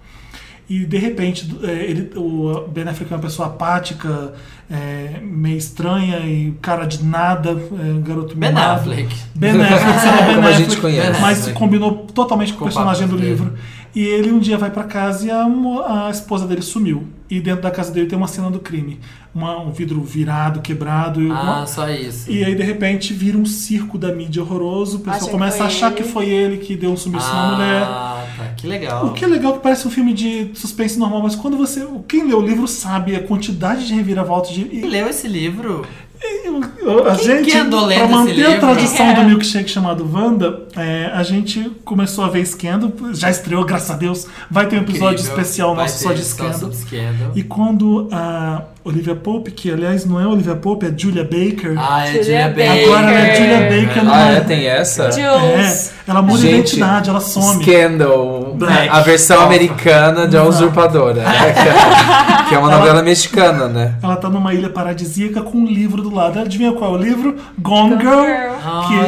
[SPEAKER 2] E de repente, do- é, ele, o Ben Affleck é uma pessoa apática, é, meio estranha e cara de nada, é, um garoto
[SPEAKER 4] Ben
[SPEAKER 2] mimado.
[SPEAKER 4] Affleck.
[SPEAKER 2] Ben Affleck, será Ben
[SPEAKER 1] Como a gente
[SPEAKER 2] Affleck,
[SPEAKER 1] conhece.
[SPEAKER 2] Mas
[SPEAKER 4] Ben Affleck.
[SPEAKER 2] combinou totalmente com o
[SPEAKER 4] Com o
[SPEAKER 2] personagem do
[SPEAKER 4] papo dele.
[SPEAKER 2] livro. E ele um dia vai pra casa e a, mo- a esposa dele sumiu. E dentro da casa dele tem uma cena do crime. Uma- um vidro virado, quebrado. e uma-
[SPEAKER 4] Ah, só isso.
[SPEAKER 2] E aí, de repente, vira um circo da mídia horroroso. O pessoal
[SPEAKER 3] Acha que
[SPEAKER 2] começa a
[SPEAKER 3] foi
[SPEAKER 2] achar
[SPEAKER 3] ele.
[SPEAKER 2] que foi ele que deu um sumiço na mulher.
[SPEAKER 4] Ah, tá, que legal.
[SPEAKER 2] O que é legal que parece um filme de suspense normal, mas quando você. Quem lê o livro sabe a quantidade de reviravoltas de.
[SPEAKER 4] Quem
[SPEAKER 2] e-
[SPEAKER 4] leu esse livro?
[SPEAKER 2] a
[SPEAKER 4] Quem
[SPEAKER 2] gente,
[SPEAKER 4] que andou lendo
[SPEAKER 2] pra
[SPEAKER 4] esse
[SPEAKER 2] manter a
[SPEAKER 4] livro?
[SPEAKER 2] tradição do milkshake chamado Wanda, é, a gente começou a ver Scandal, já estreou, graças a Deus. Vai ter um episódio
[SPEAKER 4] Incrível.
[SPEAKER 2] especial
[SPEAKER 4] Vai
[SPEAKER 2] nosso
[SPEAKER 4] ter
[SPEAKER 2] só de
[SPEAKER 4] só
[SPEAKER 2] Scandal.
[SPEAKER 4] sobre Scandal.
[SPEAKER 2] E quando a, Olivia Pope, que aliás não é Olivia Pope, é Julia Baker.
[SPEAKER 4] Ah, é
[SPEAKER 3] Julia
[SPEAKER 4] Julia
[SPEAKER 3] Baker.
[SPEAKER 4] Baker.
[SPEAKER 2] Agora ela é Julia Baker
[SPEAKER 4] né,
[SPEAKER 2] no-
[SPEAKER 1] Ah, é, tem essa?
[SPEAKER 3] Jules.
[SPEAKER 2] É, ela muda a
[SPEAKER 1] Gente,
[SPEAKER 2] identidade, ela some.
[SPEAKER 1] Scandal,
[SPEAKER 2] Black.
[SPEAKER 1] a versão
[SPEAKER 4] Alpha.
[SPEAKER 1] americana de A
[SPEAKER 2] Não.
[SPEAKER 1] Usurpadora, né? que, é, que é uma novela mexicana, né?
[SPEAKER 2] Ela tá numa ilha paradisíaca com um livro do lado. Adivinha qual é o livro? Gone Girl,
[SPEAKER 4] Olha.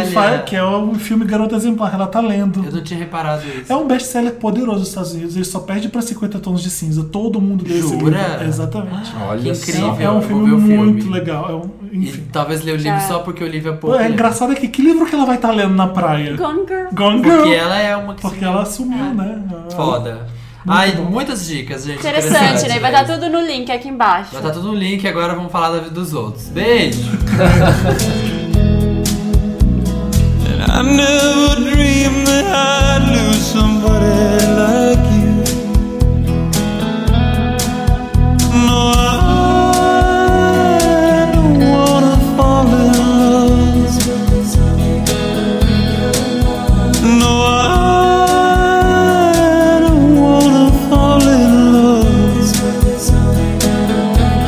[SPEAKER 2] Que, fa- que é o filme Garota Exemplar. Ela tá lendo.
[SPEAKER 4] Eu não tinha reparado isso.
[SPEAKER 2] É um best-seller poderoso dos Estados Unidos. Ele só perde pra 50 tons de cinza. Todo mundo lê esse livro.
[SPEAKER 4] Jura?
[SPEAKER 2] Exatamente.
[SPEAKER 1] Olha
[SPEAKER 4] que
[SPEAKER 1] só.
[SPEAKER 4] incrível.
[SPEAKER 2] é um
[SPEAKER 4] eu
[SPEAKER 2] filme
[SPEAKER 4] vou ver o filme.
[SPEAKER 2] muito legal. É um-
[SPEAKER 4] E
[SPEAKER 2] enfim.
[SPEAKER 4] talvez ler o livro só porque Olivia Pope.
[SPEAKER 2] É engraçado é que que livro que ela vai estar lendo na praia?
[SPEAKER 3] Gone Girl.
[SPEAKER 2] Gone Girl.
[SPEAKER 4] Porque ela é uma que
[SPEAKER 2] Porque
[SPEAKER 4] se-
[SPEAKER 2] ela sumiu, né?
[SPEAKER 4] foda. Ai, muitas dicas, gente.
[SPEAKER 3] Interessante, né? Vai
[SPEAKER 4] né?
[SPEAKER 3] estar tudo no link aqui embaixo.
[SPEAKER 4] Vai estar tudo no link, agora vamos falar da vida dos outros. Beijo!
[SPEAKER 7] I never dreamed that I'd lose somebody like you. No, I don't wanna fall in love. No, I don't wanna fall in love.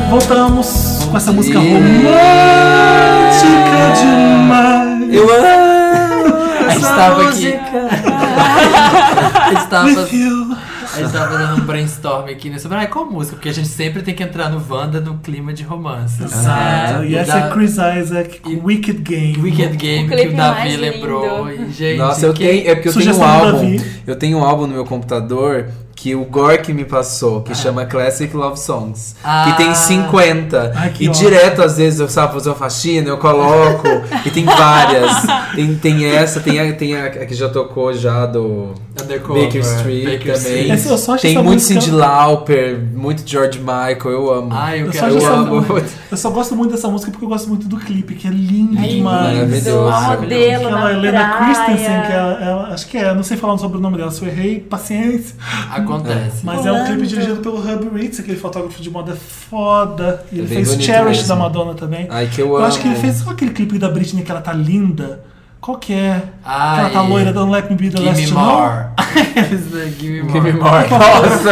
[SPEAKER 2] Voltamos com essa música romântica demais.
[SPEAKER 1] Eu amo
[SPEAKER 4] A gente tava aqui. A gente tava,
[SPEAKER 2] With you.
[SPEAKER 4] a gente tava fazendo um brainstorm aqui, né? Sobre ah, qual música? Porque a gente sempre tem que entrar no Wanda no clima de romance. né?
[SPEAKER 2] Exato. E essa
[SPEAKER 4] Da-
[SPEAKER 2] é Chris Isaac com
[SPEAKER 4] E-
[SPEAKER 2] Wicked Game.
[SPEAKER 4] Wicked Game
[SPEAKER 3] O
[SPEAKER 4] que
[SPEAKER 3] clipe
[SPEAKER 4] o Davi
[SPEAKER 3] mais
[SPEAKER 4] lembrou.
[SPEAKER 3] lindo.
[SPEAKER 4] E, gente,
[SPEAKER 1] Nossa, eu
[SPEAKER 4] que-
[SPEAKER 1] tenho. É porque eu tenho um
[SPEAKER 2] Sugestão do
[SPEAKER 1] álbum.
[SPEAKER 2] Davi.
[SPEAKER 1] Eu tenho um álbum no meu computador que o Gork me passou,
[SPEAKER 2] Ah.
[SPEAKER 1] que chama Classic Love Songs.
[SPEAKER 4] Ah.
[SPEAKER 1] Que tem 50.
[SPEAKER 2] Ai, que
[SPEAKER 1] e
[SPEAKER 2] ótimo.
[SPEAKER 1] direto, às vezes, eu sabe fazer uma faxina, eu coloco. e tem várias. Tem, tem essa, tem a, tem a, a que já tocou já do.
[SPEAKER 4] Undercover,
[SPEAKER 1] Baker Street
[SPEAKER 4] Baker
[SPEAKER 1] também.
[SPEAKER 4] Street.
[SPEAKER 2] Essa- eu só acho
[SPEAKER 1] Tem
[SPEAKER 2] essa
[SPEAKER 1] muito
[SPEAKER 2] música-
[SPEAKER 1] Cindy Lauper, muito George Michael, eu amo.
[SPEAKER 4] Ai, eu
[SPEAKER 2] Eu só,
[SPEAKER 4] quero.
[SPEAKER 1] acho
[SPEAKER 2] já
[SPEAKER 1] eu
[SPEAKER 2] sou-
[SPEAKER 1] amo.
[SPEAKER 2] eu só gosto muito dessa música porque eu gosto muito do clipe, que é lindo
[SPEAKER 3] Lindo,
[SPEAKER 4] né?
[SPEAKER 2] demais.
[SPEAKER 1] Maravilhoso.
[SPEAKER 3] modelo
[SPEAKER 2] Aquela
[SPEAKER 3] na
[SPEAKER 2] é Helena
[SPEAKER 3] praia.
[SPEAKER 2] Christensen, que é, ela- acho que é, não sei falar o sobrenome dela, se eu errei, paciência.
[SPEAKER 4] Acontece.
[SPEAKER 2] Mas é um clipe dirigido pelo Hub Ritz, aquele fotógrafo de moda foda.
[SPEAKER 4] É
[SPEAKER 2] E ele
[SPEAKER 1] bem
[SPEAKER 2] fez
[SPEAKER 1] bonito
[SPEAKER 2] Cherish
[SPEAKER 1] mesmo.
[SPEAKER 2] da Madonna também.
[SPEAKER 4] Ah,
[SPEAKER 1] Ai, que eu
[SPEAKER 2] eu
[SPEAKER 1] amo.
[SPEAKER 2] acho que ele fez só aquele clipe da Britney que ela tá linda. Qual que é?
[SPEAKER 4] Ai.
[SPEAKER 2] que ela tá loira, Don't Let Me Be The
[SPEAKER 4] Give me
[SPEAKER 2] Last To Know.
[SPEAKER 4] more. é, Give me more.
[SPEAKER 1] Give me more. Nossa!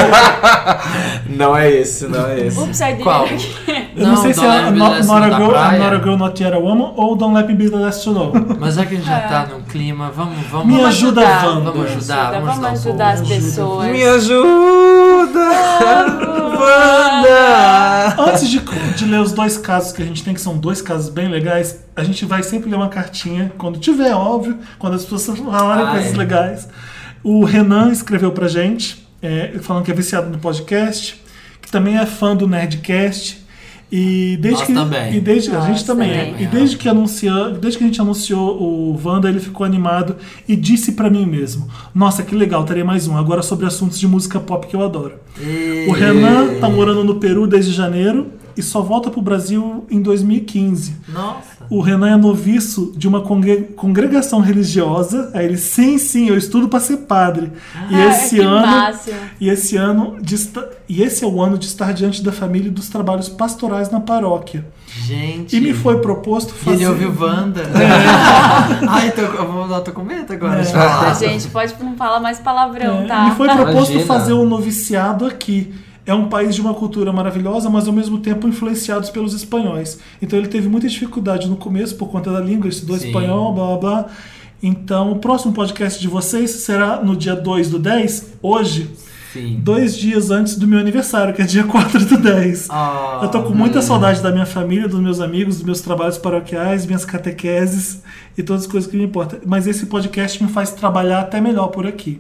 [SPEAKER 1] não é esse, não é esse.
[SPEAKER 3] Ups, I did
[SPEAKER 4] Qual?
[SPEAKER 3] it again.
[SPEAKER 2] Eu não, sei se é
[SPEAKER 4] Don't Let
[SPEAKER 2] a
[SPEAKER 4] Me Be
[SPEAKER 2] Not,
[SPEAKER 4] Last
[SPEAKER 2] Not
[SPEAKER 4] da
[SPEAKER 2] a Girl, I'm
[SPEAKER 4] Praia.
[SPEAKER 2] Not a Girl, Not Yet a Woman ou Don't Let Me Be The Last To Know.
[SPEAKER 4] Mas já que a gente já tá num clima, vamos, vamos.
[SPEAKER 2] Me ajuda,
[SPEAKER 3] ajudar,
[SPEAKER 2] Wanda.
[SPEAKER 4] Vamos ajudar, vamos
[SPEAKER 3] Vamos
[SPEAKER 4] dar um
[SPEAKER 3] ajudar as
[SPEAKER 4] pouco.
[SPEAKER 3] pessoas.
[SPEAKER 1] Me ajuda, Wanda!
[SPEAKER 2] Antes de, de ler os dois casos que a gente tem, que são dois casos bem legais, a gente vai sempre ler uma cartinha, quando tiver, óbvio, quando as pessoas falarem
[SPEAKER 4] Ah,
[SPEAKER 2] coisas
[SPEAKER 4] é.
[SPEAKER 2] legais. O Renan escreveu pra gente, é, falando que é viciado no podcast, que também é fã do Nerdcast. E desde
[SPEAKER 4] Nós
[SPEAKER 2] que,
[SPEAKER 4] também.
[SPEAKER 2] E desde, a gente
[SPEAKER 3] Nós
[SPEAKER 2] também. é.
[SPEAKER 3] também.
[SPEAKER 2] E desde que, anunciou, desde que a gente anunciou o Wanda, ele ficou animado e disse pra mim mesmo: Nossa, que legal, terei mais um. Agora sobre assuntos de música pop que eu adoro.
[SPEAKER 4] É.
[SPEAKER 2] O Renan tá morando no Peru desde janeiro e só volta pro Brasil em 2015.
[SPEAKER 4] Nossa.
[SPEAKER 2] O Renan é noviço de uma congre- congregação religiosa. Aí ele, sim, sim, eu estudo pra ser padre. E
[SPEAKER 4] Ah,
[SPEAKER 3] Ai,
[SPEAKER 2] esse
[SPEAKER 3] que
[SPEAKER 2] ano,
[SPEAKER 3] máximo.
[SPEAKER 2] e esse ano de esta- e esse é o ano de estar diante da família e dos trabalhos pastorais na paróquia.
[SPEAKER 4] Gente.
[SPEAKER 2] E me foi É. proposto
[SPEAKER 4] E
[SPEAKER 2] fazer
[SPEAKER 4] Ele ouviu Wanda. Ai, tô, eu vou dar tô com medo agora. de
[SPEAKER 3] Ah,
[SPEAKER 4] falar.
[SPEAKER 3] gente, pode não falar mais palavrão,
[SPEAKER 2] É,
[SPEAKER 3] tá?
[SPEAKER 2] Me foi proposto
[SPEAKER 1] Imagina.
[SPEAKER 2] fazer um noviciado aqui. É um país de uma cultura maravilhosa, mas ao mesmo tempo influenciados pelos espanhóis. Então ele teve muita dificuldade no começo por conta da língua, ele estudou
[SPEAKER 4] Sim.
[SPEAKER 2] espanhol, blá blá blá. Então o próximo podcast de vocês será no dia 2 do 10, hoje,
[SPEAKER 4] Sim.
[SPEAKER 2] dois dias antes do meu aniversário, que é dia 4 do 10.
[SPEAKER 4] Ah,
[SPEAKER 2] Eu tô com muita saudade da minha família, dos meus amigos, dos meus trabalhos paroquiais, minhas catequeses e todas as coisas que me importam. Mas esse podcast me faz trabalhar até melhor por aqui.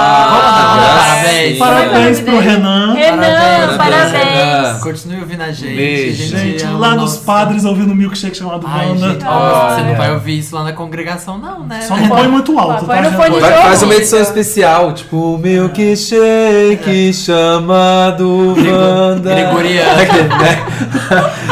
[SPEAKER 1] Ah,
[SPEAKER 2] Parabéns
[SPEAKER 4] Parabéns.
[SPEAKER 3] Parabéns
[SPEAKER 2] pro Renan.
[SPEAKER 3] Ah. Renan,
[SPEAKER 4] Parabéns,
[SPEAKER 1] Renan.
[SPEAKER 3] parabéns.
[SPEAKER 4] Continue ouvindo a gente.
[SPEAKER 1] Beijo.
[SPEAKER 4] a
[SPEAKER 2] Gente,
[SPEAKER 4] ama
[SPEAKER 2] lá
[SPEAKER 4] o
[SPEAKER 2] nos
[SPEAKER 4] nosso-
[SPEAKER 2] padres ouvindo um milkshake chamado
[SPEAKER 4] Ai,
[SPEAKER 2] Wanda.
[SPEAKER 4] gente, ó, você não
[SPEAKER 1] Olha.
[SPEAKER 4] vai ouvir isso lá na congregação, não, né?
[SPEAKER 2] Só um- não põe muito alto,
[SPEAKER 3] Põe
[SPEAKER 2] tá?
[SPEAKER 3] no
[SPEAKER 2] gente?
[SPEAKER 3] fone de
[SPEAKER 1] Vai, faz uma
[SPEAKER 3] ouvido.
[SPEAKER 1] edição especial, tipo o milkshake chamado Wanda.
[SPEAKER 4] Gregoriano.
[SPEAKER 1] Aquele, né?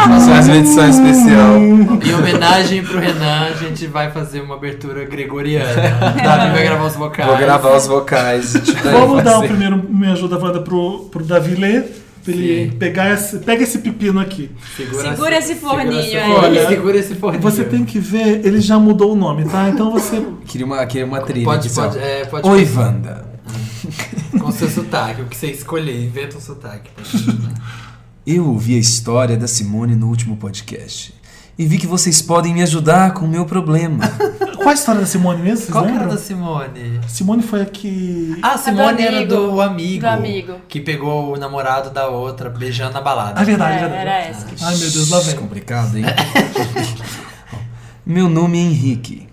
[SPEAKER 1] Nossa, faz uma edição especial.
[SPEAKER 4] Em homenagem pro Renan, a gente vai fazer uma abertura gregoriana. Davi vai gravar os vocais.
[SPEAKER 1] Vou gravar os vocais.
[SPEAKER 4] é
[SPEAKER 1] tipo,
[SPEAKER 2] Vamos
[SPEAKER 1] vai
[SPEAKER 2] dar o
[SPEAKER 1] ser-
[SPEAKER 2] primeiro Me Ajuda Wanda pro, pro Davi ler. pra Ele
[SPEAKER 4] Sim.
[SPEAKER 2] pegar esse, pega esse pepino aqui.
[SPEAKER 3] Segura esse forninho aí.
[SPEAKER 4] Olha, segura esse forninho.
[SPEAKER 2] Você tem que ver, ele já mudou o nome, tá? Então você.
[SPEAKER 1] Queria uma, queria uma trilha.
[SPEAKER 4] Pode,
[SPEAKER 1] aqui, só.
[SPEAKER 4] pode, é, pode
[SPEAKER 1] Oi, Wanda.
[SPEAKER 4] com seu sotaque, o que você escolher, inventa um sotaque.
[SPEAKER 1] Eu ouvi a história da Simone no último podcast e vi que vocês podem me ajudar com o meu problema.
[SPEAKER 2] Qual a história da Simone mesmo? Vocês
[SPEAKER 4] Qual que era
[SPEAKER 2] lembram?
[SPEAKER 4] da Simone?
[SPEAKER 2] Simone foi a que.
[SPEAKER 4] Ah, a Simone era
[SPEAKER 3] amigo.
[SPEAKER 4] do amigo.
[SPEAKER 3] Do amigo.
[SPEAKER 4] Que pegou o namorado da outra, beijando na balada.
[SPEAKER 2] Ah, verdade,
[SPEAKER 3] É,
[SPEAKER 2] verdade.
[SPEAKER 3] era essa.
[SPEAKER 2] Ai, meu Deus, lá
[SPEAKER 1] Isso é
[SPEAKER 2] vem.
[SPEAKER 1] complicado, hein? Meu nome é Henrique.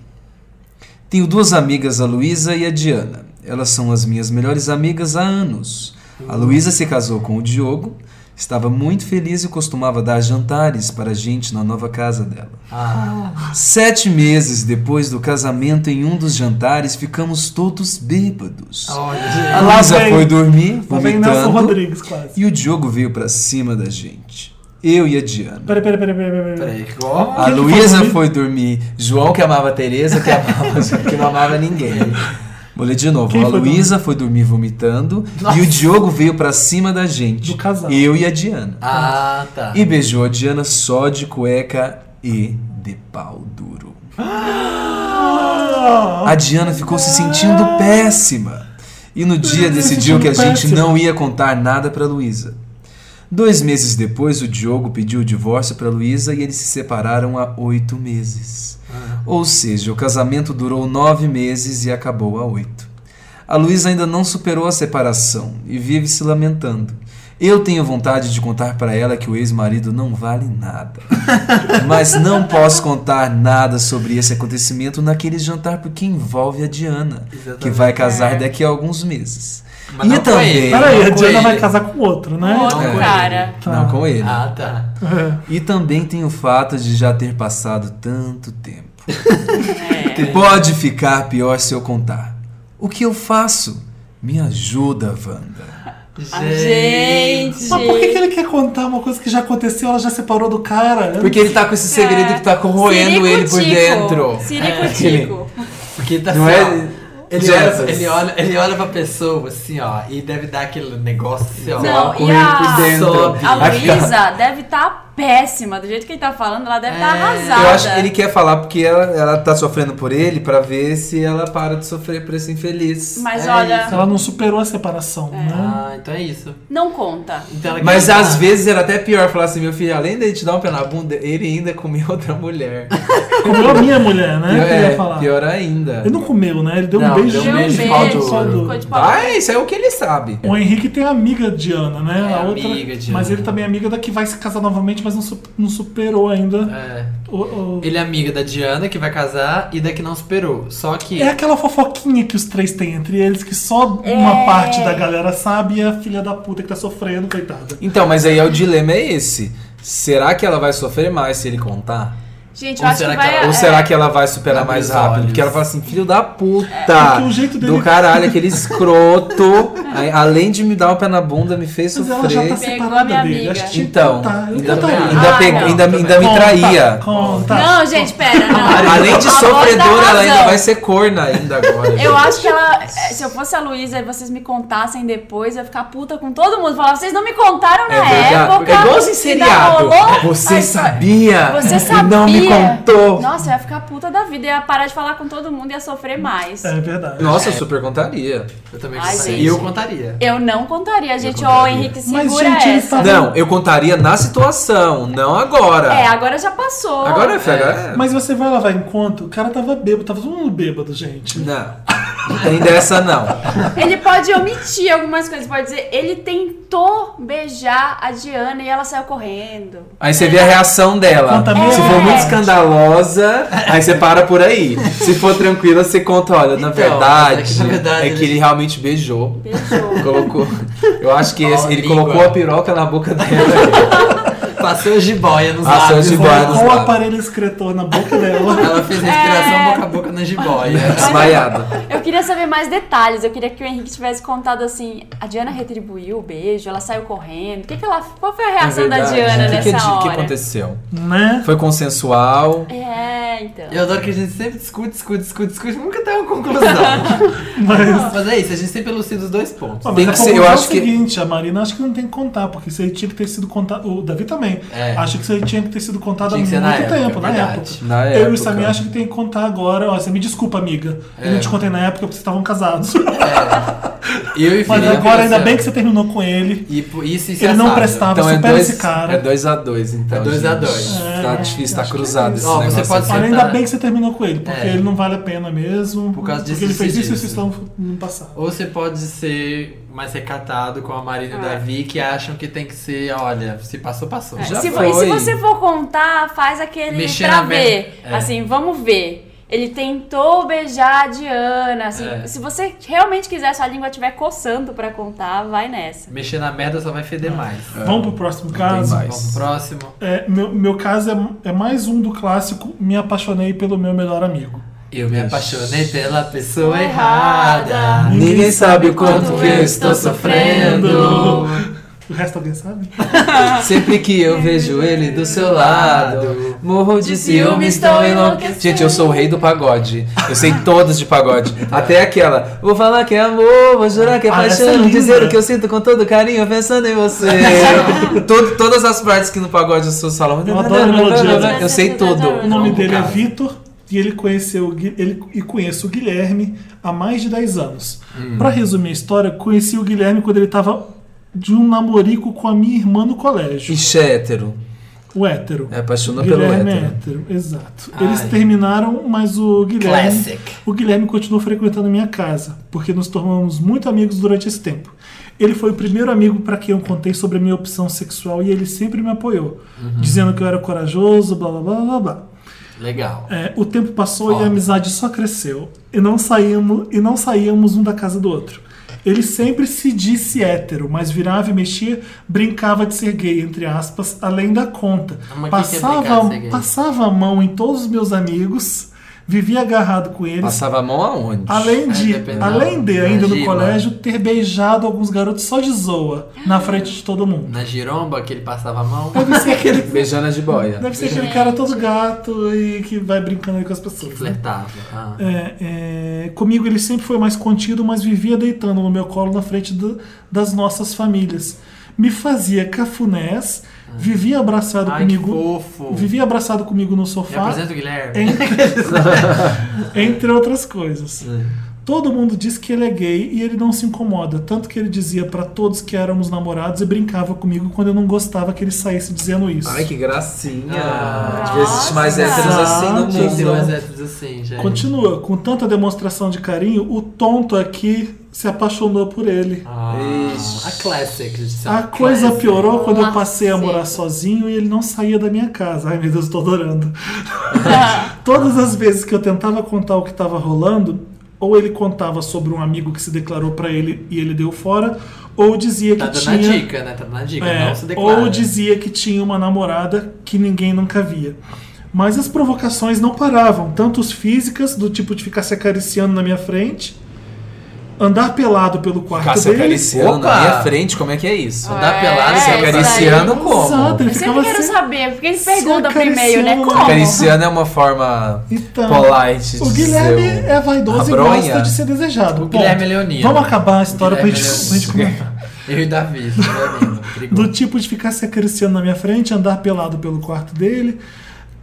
[SPEAKER 1] Tenho duas amigas, a Luísa e a Diana. Elas são as minhas melhores amigas há anos.
[SPEAKER 2] Hum.
[SPEAKER 1] A Luísa se casou com o Diogo, estava muito feliz e costumava dar jantares para a gente na nova casa dela.
[SPEAKER 2] Ah.
[SPEAKER 1] Sete meses depois do casamento, em um dos jantares, ficamos todos bêbados.
[SPEAKER 2] Ah.
[SPEAKER 4] Olha,
[SPEAKER 1] A
[SPEAKER 2] Lá
[SPEAKER 1] Luísa
[SPEAKER 2] vem-
[SPEAKER 1] foi dormir,
[SPEAKER 2] Lá vem Nelson
[SPEAKER 1] vomitando,
[SPEAKER 2] Rodrigues, quase.
[SPEAKER 1] e o Diogo veio pra cima da gente. Eu e a Diana.
[SPEAKER 2] Peraí, peraí, peraí, peraí. peraí.
[SPEAKER 4] peraí, igual.
[SPEAKER 1] A
[SPEAKER 2] Quem que
[SPEAKER 1] Luísa
[SPEAKER 2] foi
[SPEAKER 1] foi dormir. João que amava a Tereza, que, amava, que não amava ninguém. Vou ler de novo.
[SPEAKER 2] Quem
[SPEAKER 1] a
[SPEAKER 2] foi
[SPEAKER 1] Luísa foi dormir vomitando e o Diogo veio pra cima da gente.
[SPEAKER 2] Do casal.
[SPEAKER 1] Eu e a Diana.
[SPEAKER 4] Ah, tá.
[SPEAKER 1] E beijou a Diana só de cueca e de pau duro.
[SPEAKER 2] Ah,
[SPEAKER 1] A Diana ficou se sentindo péssima. E no dia decidiu que a gente
[SPEAKER 2] Péssima.
[SPEAKER 1] não ia contar nada pra Luísa. Dois meses depois, o Diogo pediu o divórcio pra Luísa e eles se separaram há oito meses. Ou seja, o casamento durou nove meses e acabou há oito. A Luísa ainda não superou a separação e vive se lamentando. Eu tenho vontade de contar pra ela que o ex-marido não vale nada. Mas não posso contar nada sobre esse acontecimento naquele jantar porque envolve a Diana, que vai casar daqui a alguns meses.
[SPEAKER 4] Mas
[SPEAKER 1] e
[SPEAKER 4] não com
[SPEAKER 1] também.
[SPEAKER 4] ele.
[SPEAKER 2] Peraí, a
[SPEAKER 4] Com
[SPEAKER 2] Diana
[SPEAKER 4] ele.
[SPEAKER 2] vai casar com outro, né?
[SPEAKER 3] Um outro
[SPEAKER 4] É.
[SPEAKER 3] cara.
[SPEAKER 1] Não com ele.
[SPEAKER 4] Ah, tá.
[SPEAKER 1] E também tem o fato de já ter passado tanto tempo.
[SPEAKER 3] É.
[SPEAKER 1] Pode ficar pior se eu contar. O que eu faço? Me ajuda, Wanda.
[SPEAKER 3] A gente.
[SPEAKER 2] Mas por que, que ele quer contar uma coisa que já aconteceu, ela já separou do cara?
[SPEAKER 5] Porque ele tá com esse segredo que tá corroendo ele por dentro.
[SPEAKER 3] É. Sirico-tico.
[SPEAKER 4] Porque ele tá
[SPEAKER 5] Não
[SPEAKER 4] assim,
[SPEAKER 5] é-
[SPEAKER 4] ó, Ele
[SPEAKER 5] Jesus.
[SPEAKER 4] olha, ele, olha, ele olha pra pessoa assim, ó, e deve dar aquele negócio assim, ó.
[SPEAKER 3] Não,
[SPEAKER 4] com
[SPEAKER 3] e
[SPEAKER 4] ele
[SPEAKER 3] a-
[SPEAKER 4] por dentro.
[SPEAKER 5] Sobe.
[SPEAKER 3] A Luísa deve estar péssima. Do jeito que ele tá falando, ela deve estar arrasada.
[SPEAKER 5] Eu acho que ele quer falar porque ela, ela tá sofrendo por ele pra ver se ela para de sofrer por esse infeliz.
[SPEAKER 3] Mas
[SPEAKER 4] É
[SPEAKER 3] olha,
[SPEAKER 2] Ela não superou a separação, né?
[SPEAKER 4] Ah, então é isso.
[SPEAKER 3] não conta.
[SPEAKER 4] Então ela
[SPEAKER 5] Mas
[SPEAKER 4] quer
[SPEAKER 5] às
[SPEAKER 4] falar.
[SPEAKER 5] vezes era até pior falar assim, meu filho, além de te dar um pé na bunda, ele ainda comeu outra mulher.
[SPEAKER 2] Comeu a minha mulher, né?
[SPEAKER 5] Pior-
[SPEAKER 2] que eu ia
[SPEAKER 5] é,
[SPEAKER 2] falar.
[SPEAKER 5] pior ainda.
[SPEAKER 2] Ele não comeu, né? Ele deu
[SPEAKER 4] Não,
[SPEAKER 2] um beijo
[SPEAKER 4] deu um
[SPEAKER 2] de
[SPEAKER 4] beijo,
[SPEAKER 2] pau
[SPEAKER 4] faltou.
[SPEAKER 2] só do-
[SPEAKER 3] Ficou de pau.
[SPEAKER 5] Ah, isso é o que ele sabe.
[SPEAKER 2] O Henrique tem a amiga Diana, né?
[SPEAKER 4] É,
[SPEAKER 2] a outra,
[SPEAKER 4] amiga Diana.
[SPEAKER 2] Mas ele também é amiga da que vai se casar novamente, mas não, su- não superou ainda.
[SPEAKER 4] É.
[SPEAKER 2] o- o-
[SPEAKER 4] Ele é amiga da Diana, que vai casar, e da que não superou. Só que.
[SPEAKER 2] É aquela fofoquinha que os três têm entre eles, que só
[SPEAKER 3] É.
[SPEAKER 2] uma parte da galera sabe e a filha da puta que tá sofrendo, coitada.
[SPEAKER 5] Então, mas aí é o dilema é esse. Será que ela vai sofrer mais se ele contar?
[SPEAKER 3] Gente, eu
[SPEAKER 4] Ou
[SPEAKER 3] acho
[SPEAKER 4] será
[SPEAKER 3] que
[SPEAKER 4] que
[SPEAKER 3] vai.
[SPEAKER 4] ela-
[SPEAKER 5] Ou
[SPEAKER 3] é,
[SPEAKER 5] será que ela vai superar mais
[SPEAKER 4] Abre os
[SPEAKER 5] rápido?
[SPEAKER 4] olhos.
[SPEAKER 5] Porque ela fala assim, filho da puta!
[SPEAKER 2] É, porque o jeito dele-
[SPEAKER 5] Do caralho, aquele escroto. a- além de me dar um pé na bunda, me fez
[SPEAKER 2] Mas ela já tá
[SPEAKER 5] sofrer.
[SPEAKER 3] Pegou a
[SPEAKER 2] separada
[SPEAKER 3] minha
[SPEAKER 2] dele.
[SPEAKER 3] amiga.
[SPEAKER 2] Acho que tinha que
[SPEAKER 5] Então,
[SPEAKER 2] contar. Eu
[SPEAKER 5] ainda,
[SPEAKER 2] contaria.
[SPEAKER 5] ainda,
[SPEAKER 3] Ah,
[SPEAKER 5] pe-
[SPEAKER 3] não.
[SPEAKER 5] ainda, ainda me
[SPEAKER 2] Conta,
[SPEAKER 5] traía.
[SPEAKER 2] Conta.
[SPEAKER 3] Não, gente, pera. Não.
[SPEAKER 5] Além de
[SPEAKER 3] A voz da
[SPEAKER 5] sofredora, ela ainda
[SPEAKER 3] razão.
[SPEAKER 5] vai ser corna ainda agora.
[SPEAKER 3] Eu acho que ela. é, Se eu fosse a Luísa e vocês me contassem depois, eu ia ficar puta com todo mundo. Falava, vocês não me contaram na época.
[SPEAKER 5] É igualzinho
[SPEAKER 3] que
[SPEAKER 5] seriado.
[SPEAKER 3] rolou a
[SPEAKER 5] Você
[SPEAKER 3] história."
[SPEAKER 5] sabia?
[SPEAKER 3] Você
[SPEAKER 5] E não me
[SPEAKER 3] sabia.
[SPEAKER 5] contou.
[SPEAKER 3] Nossa, eu ia ficar puta da vida, ia parar de falar com todo mundo e ia sofrer mais.
[SPEAKER 2] É verdade.
[SPEAKER 5] Nossa, eu super contaria.
[SPEAKER 4] Eu também
[SPEAKER 3] Ai,
[SPEAKER 4] contaria.
[SPEAKER 3] gente.
[SPEAKER 4] E eu contaria.
[SPEAKER 3] Eu não contaria, gente. Ô,
[SPEAKER 5] contaria.
[SPEAKER 3] Henrique, segura
[SPEAKER 2] Mas, gente, ele
[SPEAKER 3] essa.
[SPEAKER 2] tá-
[SPEAKER 5] Não, eu contaria na situação, não agora.
[SPEAKER 3] É, agora é. já passou.
[SPEAKER 5] Agora, filho, agora. é.
[SPEAKER 2] Mas você vai lavar enquanto? O cara tava bêbado, tava todo mundo bêbado, gente.
[SPEAKER 5] Não. Ainda essa não.
[SPEAKER 3] Ele pode omitir algumas coisas. Pode dizer, ele tentou beijar a Diana e ela saiu correndo.
[SPEAKER 5] Aí você vê a reação dela.
[SPEAKER 2] Conta mesmo.
[SPEAKER 5] Se for muito
[SPEAKER 3] É.
[SPEAKER 5] escandalosa, aí você para por aí. Se for tranquila, você conta, olha, na,
[SPEAKER 4] Então,
[SPEAKER 5] verdade,
[SPEAKER 4] é que na verdade
[SPEAKER 5] é que ele
[SPEAKER 4] ele-
[SPEAKER 5] realmente beijou.
[SPEAKER 3] Beijou.
[SPEAKER 5] Colocou. Eu acho que
[SPEAKER 4] Ó,
[SPEAKER 5] esse- ele
[SPEAKER 4] língua.
[SPEAKER 5] colocou a piroca na boca dela.
[SPEAKER 4] Passou jiboia nos
[SPEAKER 5] Passou
[SPEAKER 4] lábios.
[SPEAKER 5] jiboia nos
[SPEAKER 2] Qual o
[SPEAKER 5] lábios.
[SPEAKER 2] aparelho excretor na boca dela? né?
[SPEAKER 4] Ela fez respiração
[SPEAKER 3] É.
[SPEAKER 4] boca a boca na jiboia.
[SPEAKER 5] Desmaiada.
[SPEAKER 3] Eu queria saber mais detalhes. Eu queria que o Henrique tivesse contado assim: a Diana retribuiu o beijo, ela saiu correndo. O que que ela, qual foi a reação da
[SPEAKER 5] Verdade.
[SPEAKER 3] Diana
[SPEAKER 5] O que que,
[SPEAKER 3] nessa
[SPEAKER 5] O que
[SPEAKER 3] hora?
[SPEAKER 5] aconteceu?
[SPEAKER 2] né?
[SPEAKER 5] Foi consensual.
[SPEAKER 3] É, então.
[SPEAKER 4] Eu adoro que a gente sempre discute, discute, discute, discute, nunca tem uma conclusão.
[SPEAKER 2] Mas.
[SPEAKER 4] Mas é isso, a gente sempre elucida os dois pontos.
[SPEAKER 2] Pô, mas
[SPEAKER 5] Tem
[SPEAKER 2] a
[SPEAKER 5] que ser- eu
[SPEAKER 2] conclusão é
[SPEAKER 5] acho
[SPEAKER 2] o
[SPEAKER 5] que-
[SPEAKER 2] seguinte, a Marina acho que não tem que contar, porque isso aí tinha que ter sido contado. O Davi também, também.
[SPEAKER 4] É.
[SPEAKER 2] Acho que isso aí tinha que ter sido contado há
[SPEAKER 4] Tinha que
[SPEAKER 2] muito
[SPEAKER 4] ser na época,
[SPEAKER 2] tempo, na
[SPEAKER 4] verdade.
[SPEAKER 2] época.
[SPEAKER 1] Na
[SPEAKER 2] eu e
[SPEAKER 1] época.
[SPEAKER 2] o Samir acho que tem que contar agora. Ó, você me desculpa, amiga. Eu não te contei na época porque vocês estavam casados.
[SPEAKER 4] Eu e
[SPEAKER 2] Mas
[SPEAKER 4] Felipe,
[SPEAKER 2] agora, ainda
[SPEAKER 4] assim,
[SPEAKER 2] bem que você terminou com ele.
[SPEAKER 4] E, pô, isso, isso é
[SPEAKER 2] Ele não
[SPEAKER 4] sábio.
[SPEAKER 2] prestava,
[SPEAKER 1] Então é
[SPEAKER 2] supera
[SPEAKER 1] dois,
[SPEAKER 2] esse cara.
[SPEAKER 1] é dois a dois, então.
[SPEAKER 4] É dois a
[SPEAKER 1] gente.
[SPEAKER 4] dois.
[SPEAKER 1] Tá difícil, tá
[SPEAKER 2] acho que
[SPEAKER 1] cruzado
[SPEAKER 2] é
[SPEAKER 1] esse
[SPEAKER 4] Ó, você
[SPEAKER 1] negócio.
[SPEAKER 4] pode
[SPEAKER 1] aqui.
[SPEAKER 4] ser-
[SPEAKER 2] Olha,
[SPEAKER 4] Você
[SPEAKER 2] ainda
[SPEAKER 4] tá-
[SPEAKER 2] bem que você terminou com ele, porque
[SPEAKER 4] É.
[SPEAKER 2] ele não vale a pena mesmo.
[SPEAKER 4] Por causa disso,
[SPEAKER 2] Porque ele fez
[SPEAKER 4] disso,
[SPEAKER 2] isso e isso
[SPEAKER 4] disso.
[SPEAKER 2] estão no passado.
[SPEAKER 4] Ou você pode ser mais recatado com a Marina e o Davi, que acham que tem que ser, olha, se passou, passou.
[SPEAKER 3] É,
[SPEAKER 1] Já
[SPEAKER 3] se, vo- e se
[SPEAKER 1] foi.
[SPEAKER 3] você for contar, faz aquele
[SPEAKER 4] Mexer
[SPEAKER 3] pra
[SPEAKER 4] na
[SPEAKER 3] ver.
[SPEAKER 4] merda. É.
[SPEAKER 3] Assim, vamos ver. Ele tentou beijar a Diana. assim,
[SPEAKER 4] É.
[SPEAKER 3] Se você realmente quiser, sua língua estiver coçando pra contar, vai nessa.
[SPEAKER 4] Mexer na merda só vai feder mais.
[SPEAKER 2] Vamos pro próximo caso.
[SPEAKER 1] mais.
[SPEAKER 4] Vamos pro próximo.
[SPEAKER 2] É, meu, meu caso é, é mais um do clássico Me Apaixonei pelo Meu Melhor Amigo.
[SPEAKER 4] Eu me apaixonei pela pessoa errada.
[SPEAKER 1] Ninguém sabe o quanto
[SPEAKER 3] quanto
[SPEAKER 1] que eu
[SPEAKER 3] eu
[SPEAKER 1] estou
[SPEAKER 3] estou
[SPEAKER 1] sofrendo.
[SPEAKER 2] O resto alguém sabe?
[SPEAKER 1] Sempre que eu vejo ele do seu lado, morro de ciúme, estou enlouquecendo. Gente, eu sou o rei do pagode. Eu sei todas de pagode. Até aquela. Vou falar que é amor, vou jurar que é
[SPEAKER 2] Ah, essa é
[SPEAKER 1] paixão,
[SPEAKER 2] linda.
[SPEAKER 1] dizer o que eu sinto com todo carinho, pensando em você. Todo- todas as partes que no pagode eu sou salão.
[SPEAKER 2] Eu adoro a melodia. né?
[SPEAKER 1] Eu sei tudo.
[SPEAKER 2] O nome
[SPEAKER 1] Amo,
[SPEAKER 2] dele
[SPEAKER 1] cara.
[SPEAKER 2] é Vitor e ele conheceu o Gui- ele e conheço o Guilherme há mais de 10 anos. Pra resumir a história, conheci o Guilherme quando ele tava de um namorico com a minha irmã no colégio.
[SPEAKER 1] Ixi, é hétero.
[SPEAKER 2] O hétero.
[SPEAKER 1] É, apaixonou pelo
[SPEAKER 2] Guilherme é
[SPEAKER 1] hétero.
[SPEAKER 2] hétero, exato. Eles terminaram, mas o Guilherme.
[SPEAKER 4] Classic.
[SPEAKER 2] O Guilherme continuou frequentando minha casa, porque nos tornamos muito amigos durante esse tempo. Ele foi o primeiro amigo para quem eu contei sobre a minha opção sexual e ele sempre me apoiou, dizendo que eu era corajoso, blá blá blá blá blá.
[SPEAKER 4] Legal.
[SPEAKER 2] É, o tempo passou e
[SPEAKER 4] Foda.
[SPEAKER 2] a amizade só cresceu. E não saímos, e não saíamos um da casa do outro. Ele sempre se disse hétero, mas virava e mexia, brincava de ser gay, entre aspas, além da conta.
[SPEAKER 4] Mas o que que é brincar de
[SPEAKER 2] Passava,
[SPEAKER 4] ser gay?
[SPEAKER 2] passava a mão em todos os meus amigos, vivia agarrado com eles.
[SPEAKER 1] Passava a mão aonde?
[SPEAKER 2] Além de,
[SPEAKER 4] dependendo.
[SPEAKER 2] além de ainda no
[SPEAKER 4] É, Imagina.
[SPEAKER 2] colégio, ter beijado alguns garotos só de zoa, na frente de todo mundo.
[SPEAKER 4] Na giromba que ele passava a mão.
[SPEAKER 2] Deve ser aquele,
[SPEAKER 1] Beijando a jiboia.
[SPEAKER 2] deve ser aquele cara todo gato e que vai brincando aí com as pessoas. né?
[SPEAKER 4] Flertava. Ah.
[SPEAKER 2] É, é, comigo ele sempre foi mais contido, mas vivia deitando no meu colo na frente do- das nossas famílias. Me fazia cafunés, vivia abraçado
[SPEAKER 4] Ai, que
[SPEAKER 2] comigo.
[SPEAKER 4] fofo.
[SPEAKER 2] Vivia abraçado comigo no
[SPEAKER 4] Me
[SPEAKER 2] sofá,
[SPEAKER 4] apresenta o Guilherme.
[SPEAKER 2] entre, entre outras coisas.
[SPEAKER 4] É.
[SPEAKER 2] Todo mundo diz que ele é gay e ele não se incomoda, tanto que ele dizia pra todos que éramos namorados e brincava comigo quando eu não gostava que ele saísse dizendo isso.
[SPEAKER 1] Ai, que gracinha.
[SPEAKER 4] Ah.
[SPEAKER 1] Devia existir mais
[SPEAKER 3] Nossa.
[SPEAKER 1] héteros assim no
[SPEAKER 4] Tem que ser mais
[SPEAKER 1] mundo.
[SPEAKER 4] héteros assim, gente.
[SPEAKER 2] Continua, com tanta demonstração de carinho, o tonto aqui se apaixonou por ele.
[SPEAKER 4] Ah, a classic. gente. é um
[SPEAKER 2] A coisa
[SPEAKER 4] classic.
[SPEAKER 2] piorou quando eu
[SPEAKER 3] Nossa.
[SPEAKER 2] passei a morar sozinho e ele não saía da minha casa. Ai, meu Deus, tô adorando. Todas as vezes que eu tentava contar o que tava rolando, ou ele contava sobre um amigo que se declarou pra ele e ele deu fora, ou dizia
[SPEAKER 4] Tá
[SPEAKER 2] que
[SPEAKER 4] dando
[SPEAKER 2] tinha
[SPEAKER 4] a dica, né? Tá dando a dica.
[SPEAKER 2] é,
[SPEAKER 4] não se né? declara.
[SPEAKER 2] ou dizia que tinha uma namorada que ninguém nunca via. Mas as provocações não paravam, tanto as físicas, do tipo de ficar se acariciando na minha frente, andar pelado pelo quarto
[SPEAKER 1] Ficar se
[SPEAKER 2] dele.
[SPEAKER 1] acariciando
[SPEAKER 4] Opa!
[SPEAKER 1] na minha frente, como é que é isso?
[SPEAKER 4] Dá pelado, se
[SPEAKER 3] É, isso
[SPEAKER 1] Acariciando
[SPEAKER 3] aí.
[SPEAKER 1] como?
[SPEAKER 2] Exato, ele
[SPEAKER 3] Eu sempre
[SPEAKER 2] ficava
[SPEAKER 3] quero
[SPEAKER 2] assim.
[SPEAKER 3] saber, porque eles
[SPEAKER 2] se
[SPEAKER 3] perguntam primeiro, né?
[SPEAKER 2] acariciando.
[SPEAKER 3] Como?
[SPEAKER 1] Acariciando é uma forma
[SPEAKER 2] Então,
[SPEAKER 1] polite de
[SPEAKER 2] O
[SPEAKER 1] dizer
[SPEAKER 2] Guilherme é vaidoso e
[SPEAKER 1] abronha.
[SPEAKER 2] gosta de ser desejado.
[SPEAKER 4] O
[SPEAKER 2] ponto.
[SPEAKER 4] Guilherme é leonino.
[SPEAKER 2] Vamos acabar a história pra gente,
[SPEAKER 4] Guilherme é
[SPEAKER 2] pra gente comentar.
[SPEAKER 4] Eu e Davi, isso é lindo. perigoso.
[SPEAKER 2] Do tipo de ficar se acariciando na minha frente, andar pelado pelo quarto dele,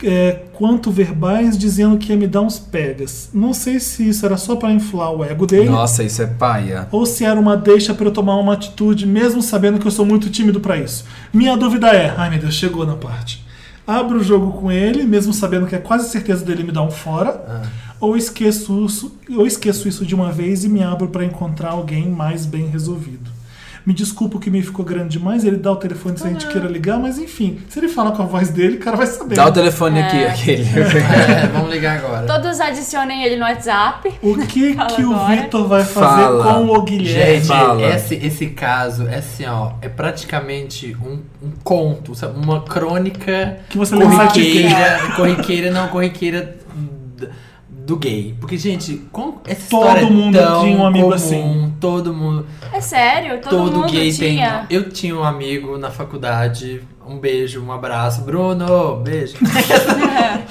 [SPEAKER 2] é, quanto verbais dizendo que ia me dar uns pegas. Não sei se isso era só pra inflar o ego dele.
[SPEAKER 1] Nossa, isso é paia.
[SPEAKER 2] Ou se era uma deixa pra eu tomar uma atitude, mesmo sabendo que eu sou muito tímido pra isso. Minha dúvida é, ai meu Deus, chegou na parte. Abro o jogo com ele, mesmo sabendo que é quase certeza dele me dar um fora,
[SPEAKER 4] Ah.
[SPEAKER 2] ou esqueço isso, ou esqueço isso de uma vez e me abro pra encontrar alguém mais bem resolvido. Me desculpa o que me ficou grande demais, ele dá o telefone se a
[SPEAKER 3] Ah.
[SPEAKER 2] gente queira ligar, mas enfim, se ele falar com a voz dele, o cara vai saber.
[SPEAKER 1] Dá o telefone aqui, aquele.
[SPEAKER 4] É, vamos ligar agora.
[SPEAKER 3] Todos adicionem ele no WhatsApp.
[SPEAKER 2] O que
[SPEAKER 3] Fala
[SPEAKER 2] que o
[SPEAKER 3] agora.
[SPEAKER 2] Vitor vai fazer
[SPEAKER 1] Fala.
[SPEAKER 2] com o Guilherme?
[SPEAKER 4] Gente,
[SPEAKER 1] Fala.
[SPEAKER 4] esse, esse caso é assim, ó. É praticamente um, um conto, sabe? uma crônica
[SPEAKER 2] Que você lê no site de gay.
[SPEAKER 4] corriqueira. Corriqueira, não, corriqueira d- do gay. Porque, gente, com essa
[SPEAKER 2] Todo
[SPEAKER 4] história é
[SPEAKER 2] mundo
[SPEAKER 4] tão
[SPEAKER 2] tinha um amigo
[SPEAKER 4] comum,
[SPEAKER 2] assim.
[SPEAKER 4] Todo mundo.
[SPEAKER 3] É sério, todo,
[SPEAKER 4] todo
[SPEAKER 3] mundo
[SPEAKER 4] gay
[SPEAKER 3] tinha.
[SPEAKER 4] tem. Eu tinha um amigo na faculdade. Um beijo, um abraço. Bruno, beijo.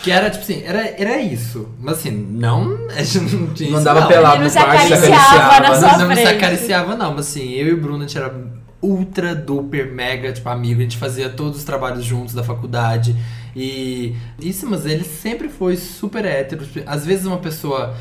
[SPEAKER 4] que era tipo assim, era, era isso. Mas assim, não. A gente não tinha
[SPEAKER 1] Não
[SPEAKER 4] isso,
[SPEAKER 1] dava pelado
[SPEAKER 3] Ele não
[SPEAKER 1] no
[SPEAKER 3] se
[SPEAKER 1] quarto, se
[SPEAKER 3] acariciava na
[SPEAKER 1] acariciava.
[SPEAKER 3] sua
[SPEAKER 4] não, não se
[SPEAKER 3] frente.
[SPEAKER 4] acariciava, não, mas assim, eu e o Bruno a gente era ultra, duper, mega, tipo, amigo. A gente fazia todos os trabalhos juntos da faculdade. E isso, mas ele sempre foi super hétero. tipo, Às vezes uma pessoa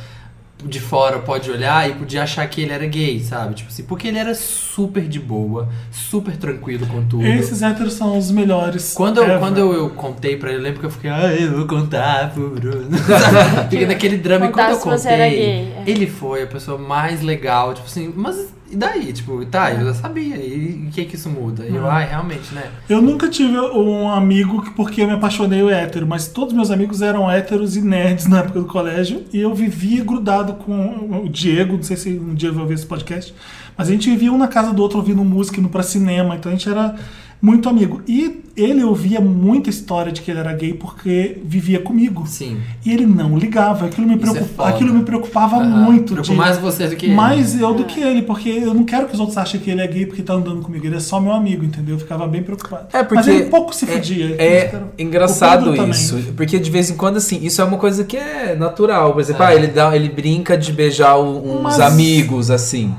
[SPEAKER 4] de fora pode olhar e podia achar que ele era gay, sabe? Tipo assim, porque ele era super de boa, super tranquilo com tudo.
[SPEAKER 2] Esses héteros são os melhores.
[SPEAKER 4] Quando eu,
[SPEAKER 2] ever.
[SPEAKER 4] quando eu, eu contei pra ele, eu lembro que eu fiquei, ah, eu vou contar pro Bruno. Sabe? Fiquei naquele drama e
[SPEAKER 3] Contar
[SPEAKER 4] quando eu
[SPEAKER 3] se você era
[SPEAKER 4] contei,
[SPEAKER 3] gay, é.
[SPEAKER 4] ele foi a pessoa mais legal, tipo assim, mas e daí? Tipo, tá, eu já sabia, e o que que isso muda? E eu, ai, realmente, né?
[SPEAKER 2] Eu nunca tive um amigo que- porque eu me apaixonei o hétero, mas todos meus amigos eram héteros e nerds na época do colégio. E eu vivia grudado com o Diego, não sei se um dia vai ouvir esse podcast, mas a gente vivia um na casa do outro ouvindo música, indo pra cinema, então a gente era muito amigo. E ele ouvia muita história de que ele era gay porque vivia comigo.
[SPEAKER 4] Sim.
[SPEAKER 2] E ele não ligava, aquilo me,
[SPEAKER 4] Isso é
[SPEAKER 2] preocup-
[SPEAKER 4] foda.
[SPEAKER 2] aquilo me preocupava
[SPEAKER 4] Ah,
[SPEAKER 2] muito.
[SPEAKER 4] preocupa mais você do que ele.
[SPEAKER 2] Mais eu do que ele, porque eu não quero que os outros achem que ele é gay porque tá andando comigo. Ele é só meu amigo, entendeu? Eu ficava bem preocupado.
[SPEAKER 1] É, porque
[SPEAKER 2] Mas ele um pouco se
[SPEAKER 1] é-
[SPEAKER 2] fudia.
[SPEAKER 1] É,
[SPEAKER 2] Isso era- O
[SPEAKER 1] engraçado
[SPEAKER 2] Pedro também.
[SPEAKER 1] isso. Porque de vez em quando, assim, isso é uma coisa que é natural. Por exemplo, ah, ele, dá, ele brinca de beijar o- uns
[SPEAKER 2] Mas-
[SPEAKER 1] amigos, assim.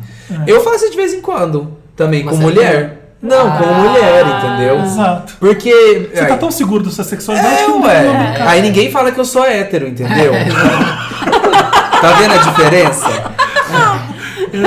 [SPEAKER 2] É.
[SPEAKER 1] Eu faço de vez em quando. Também
[SPEAKER 4] Mas
[SPEAKER 1] com
[SPEAKER 4] é
[SPEAKER 1] mulher. Não, com mulher, entendeu?
[SPEAKER 2] Exato.
[SPEAKER 1] Porque.
[SPEAKER 2] Você
[SPEAKER 1] ai,
[SPEAKER 2] tá tão seguro da sua sexualidade
[SPEAKER 1] é,
[SPEAKER 2] que não É,
[SPEAKER 1] ué.
[SPEAKER 2] tem como brincar.
[SPEAKER 1] Aí ninguém fala que eu sou hétero, entendeu? tá vendo a diferença?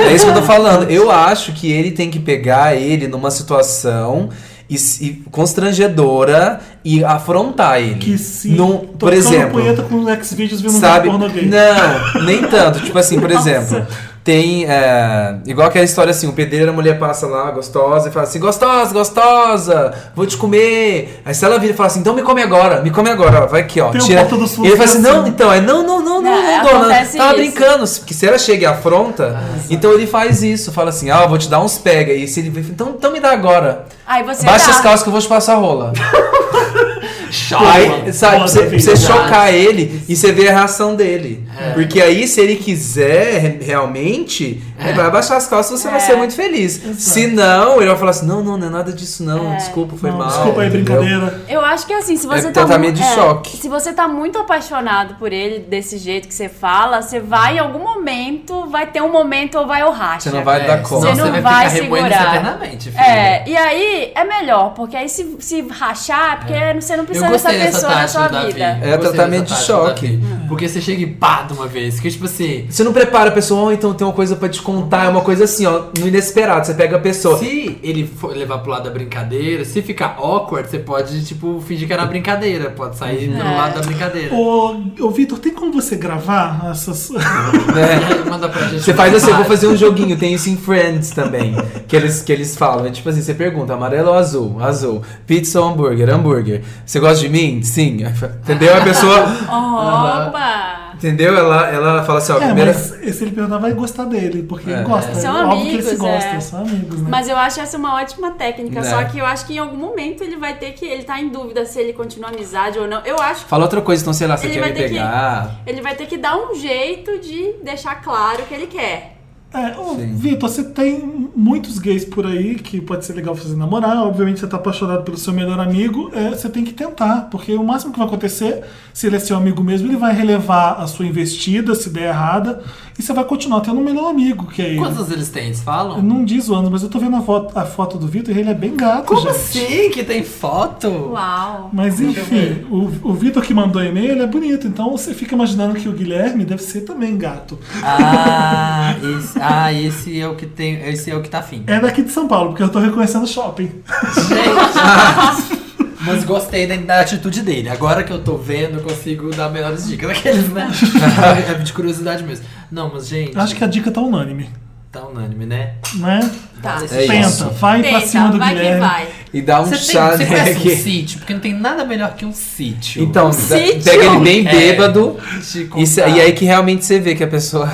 [SPEAKER 1] É isso que eu tô falando. Eu acho que ele tem que pegar ele numa situação e, e constrangedora e afrontar ele.
[SPEAKER 2] Que sim.
[SPEAKER 1] Num- por
[SPEAKER 2] tocando
[SPEAKER 1] exemplo,
[SPEAKER 2] punheta com o Xvideos vindo
[SPEAKER 1] sabe?
[SPEAKER 2] um porno gay.
[SPEAKER 1] Não, nem tanto. Tipo assim, por exemplo, tem. é, igual aquela história assim: o pedreiro, a mulher passa lá, gostosa, e fala assim: gostosa, gostosa, vou te comer. Aí se ela vira e fala assim: então me come agora, me come agora, ó, vai aqui, ó.
[SPEAKER 2] Tem um
[SPEAKER 1] tira.
[SPEAKER 2] ponto do sul
[SPEAKER 1] e ele fala
[SPEAKER 2] que é
[SPEAKER 1] assim: não,
[SPEAKER 2] assim.
[SPEAKER 1] então, é não, não, não, não, não,
[SPEAKER 3] Não,
[SPEAKER 1] dona. Tava
[SPEAKER 3] acontece isso. Ah,
[SPEAKER 1] brincando, porque se ela chega e afronta, então ele faz isso, fala assim: ah, vou te dar uns pega. E se ele vira, então, então me dá agora.
[SPEAKER 3] Aí você tá-
[SPEAKER 1] Baixa
[SPEAKER 3] dá.
[SPEAKER 1] as calças que eu vou te passar a rola.
[SPEAKER 4] Chama.
[SPEAKER 1] Aí, sabe,
[SPEAKER 2] Nossa,
[SPEAKER 1] você,
[SPEAKER 2] filho, É.
[SPEAKER 1] você
[SPEAKER 2] nossa.
[SPEAKER 1] chocar ele e você ver a reação dele. Porque aí, se ele quiser re- realmente,
[SPEAKER 2] É.
[SPEAKER 1] ele vai abaixar as calças e você vai ser muito feliz. Se não, ele vai falar assim: não, não, não é nada disso, não. Desculpa, foi
[SPEAKER 2] Não,
[SPEAKER 1] mal.
[SPEAKER 2] Desculpa aí,
[SPEAKER 1] entendeu?
[SPEAKER 2] brincadeira.
[SPEAKER 3] Eu acho que assim, se você
[SPEAKER 1] É
[SPEAKER 3] tá.
[SPEAKER 1] tratamento
[SPEAKER 3] mu-
[SPEAKER 1] de choque.
[SPEAKER 3] Se você tá muito apaixonado por ele desse jeito que você fala, você vai em algum momento, vai ter um momento ou vai ou racha.
[SPEAKER 1] Você não vai dar conta.
[SPEAKER 3] Você
[SPEAKER 4] senão
[SPEAKER 3] não
[SPEAKER 4] vai, né?
[SPEAKER 3] vai
[SPEAKER 4] ficar remoendo isso
[SPEAKER 3] segurar.
[SPEAKER 4] eternamente, filho.
[SPEAKER 3] É, e aí é melhor, porque aí se, se rachar, é porque você não precisa
[SPEAKER 4] eu
[SPEAKER 3] dessa
[SPEAKER 4] gostei dessa
[SPEAKER 3] pessoa na
[SPEAKER 4] tática
[SPEAKER 3] sua
[SPEAKER 4] do Davi.
[SPEAKER 3] vida.
[SPEAKER 1] É
[SPEAKER 4] Eu gostei
[SPEAKER 1] tratamento
[SPEAKER 4] dessa
[SPEAKER 1] de
[SPEAKER 4] tática do
[SPEAKER 1] choque.
[SPEAKER 4] Davi. Porque você chega e pá de uma vez. Que tipo assim.
[SPEAKER 1] Você não prepara a pessoa, "Oh, então tem uma coisa pra te contar. É uma coisa assim, ó, no inesperado. Você pega a pessoa.
[SPEAKER 4] Se ele for levar pro lado da brincadeira, se ficar awkward, você pode, tipo, fingir que era brincadeira. Pode sair pelo lado da brincadeira.
[SPEAKER 2] Ô, ô Vitor, tem como você gravar essas.
[SPEAKER 1] né?
[SPEAKER 4] Manda pra gente.
[SPEAKER 1] Você faz assim, eu vou fazer um joguinho, tem isso em Friends também. Que eles, que eles falam. É tipo assim, você pergunta, amarelo ou azul? Azul. Pizza ou hambúrguer? Hambúrguer. Você gosta de mim? Sim. Aí fa- Entendeu? A pessoa.
[SPEAKER 3] Opa!
[SPEAKER 1] Entendeu? Ela, ela fala assim, ó,
[SPEAKER 2] É,
[SPEAKER 1] primeira.
[SPEAKER 2] mas se ele perguntar, vai gostar dele, porque
[SPEAKER 1] É.
[SPEAKER 2] ele gosta.
[SPEAKER 3] São
[SPEAKER 2] Óbvio que eles se
[SPEAKER 3] amigos,
[SPEAKER 2] gostam,
[SPEAKER 3] é.
[SPEAKER 2] são amigos, né?
[SPEAKER 3] Mas eu acho essa uma ótima técnica,
[SPEAKER 1] Né.
[SPEAKER 3] só que eu acho que em algum momento ele vai ter que. Ele tá em dúvida se ele continua a amizade ou não. Eu acho que
[SPEAKER 1] Fala outra coisa, então sei lá, você
[SPEAKER 3] Ele
[SPEAKER 1] quer
[SPEAKER 3] vai
[SPEAKER 1] me
[SPEAKER 3] ter que-
[SPEAKER 1] pegar.
[SPEAKER 3] ele vai ter que dar um jeito de deixar claro que ele quer.
[SPEAKER 2] É, ô, Vitor, você tem muitos gays por aí que pode ser legal fazer namorar. Obviamente você tá apaixonado pelo seu melhor amigo. é, você tem que tentar, porque o máximo que vai acontecer, se ele é seu amigo mesmo, ele vai relevar a sua investida, se der errada, e você vai continuar tendo um melhor amigo, que é ele.
[SPEAKER 4] Quantos eles têm? Eles falam?
[SPEAKER 2] Não diz o ano, mas eu tô vendo a foto, a foto do Vitor e ele é bem gato,
[SPEAKER 4] Como
[SPEAKER 2] gente.
[SPEAKER 4] assim? Que tem foto?
[SPEAKER 3] Uau!
[SPEAKER 2] Mas enfim, o, o Vitor que mandou e-mail ele é bonito, então você fica imaginando que o Guilherme deve ser também gato.
[SPEAKER 4] Ah, esse, ah, esse é o que tem. Esse é o que tá afim.
[SPEAKER 2] É daqui de São Paulo, porque eu tô reconhecendo o shopping.
[SPEAKER 4] Mas gostei da, da atitude dele. Agora que eu tô vendo, eu consigo dar melhores dicas daqueles, né? é de curiosidade mesmo. Não, mas gente,
[SPEAKER 2] Acho que a dica tá unânime,
[SPEAKER 4] tá unânime, né?
[SPEAKER 2] né?
[SPEAKER 3] Tá.
[SPEAKER 1] É
[SPEAKER 2] Tenta,
[SPEAKER 1] isso.
[SPEAKER 2] vai pra cima do
[SPEAKER 3] vai que
[SPEAKER 2] Guilherme.
[SPEAKER 3] vai.
[SPEAKER 1] E dá um
[SPEAKER 4] Você, tem,
[SPEAKER 1] chá
[SPEAKER 4] você conhece um
[SPEAKER 1] nele.
[SPEAKER 4] sítio, porque não tem nada melhor que um sítio.
[SPEAKER 1] Então, dá-
[SPEAKER 3] sítio?
[SPEAKER 1] pega ele bem
[SPEAKER 4] É.
[SPEAKER 1] bêbado.
[SPEAKER 4] Te
[SPEAKER 1] E, se-
[SPEAKER 4] contar.
[SPEAKER 1] e aí é que realmente você vê que a pessoa.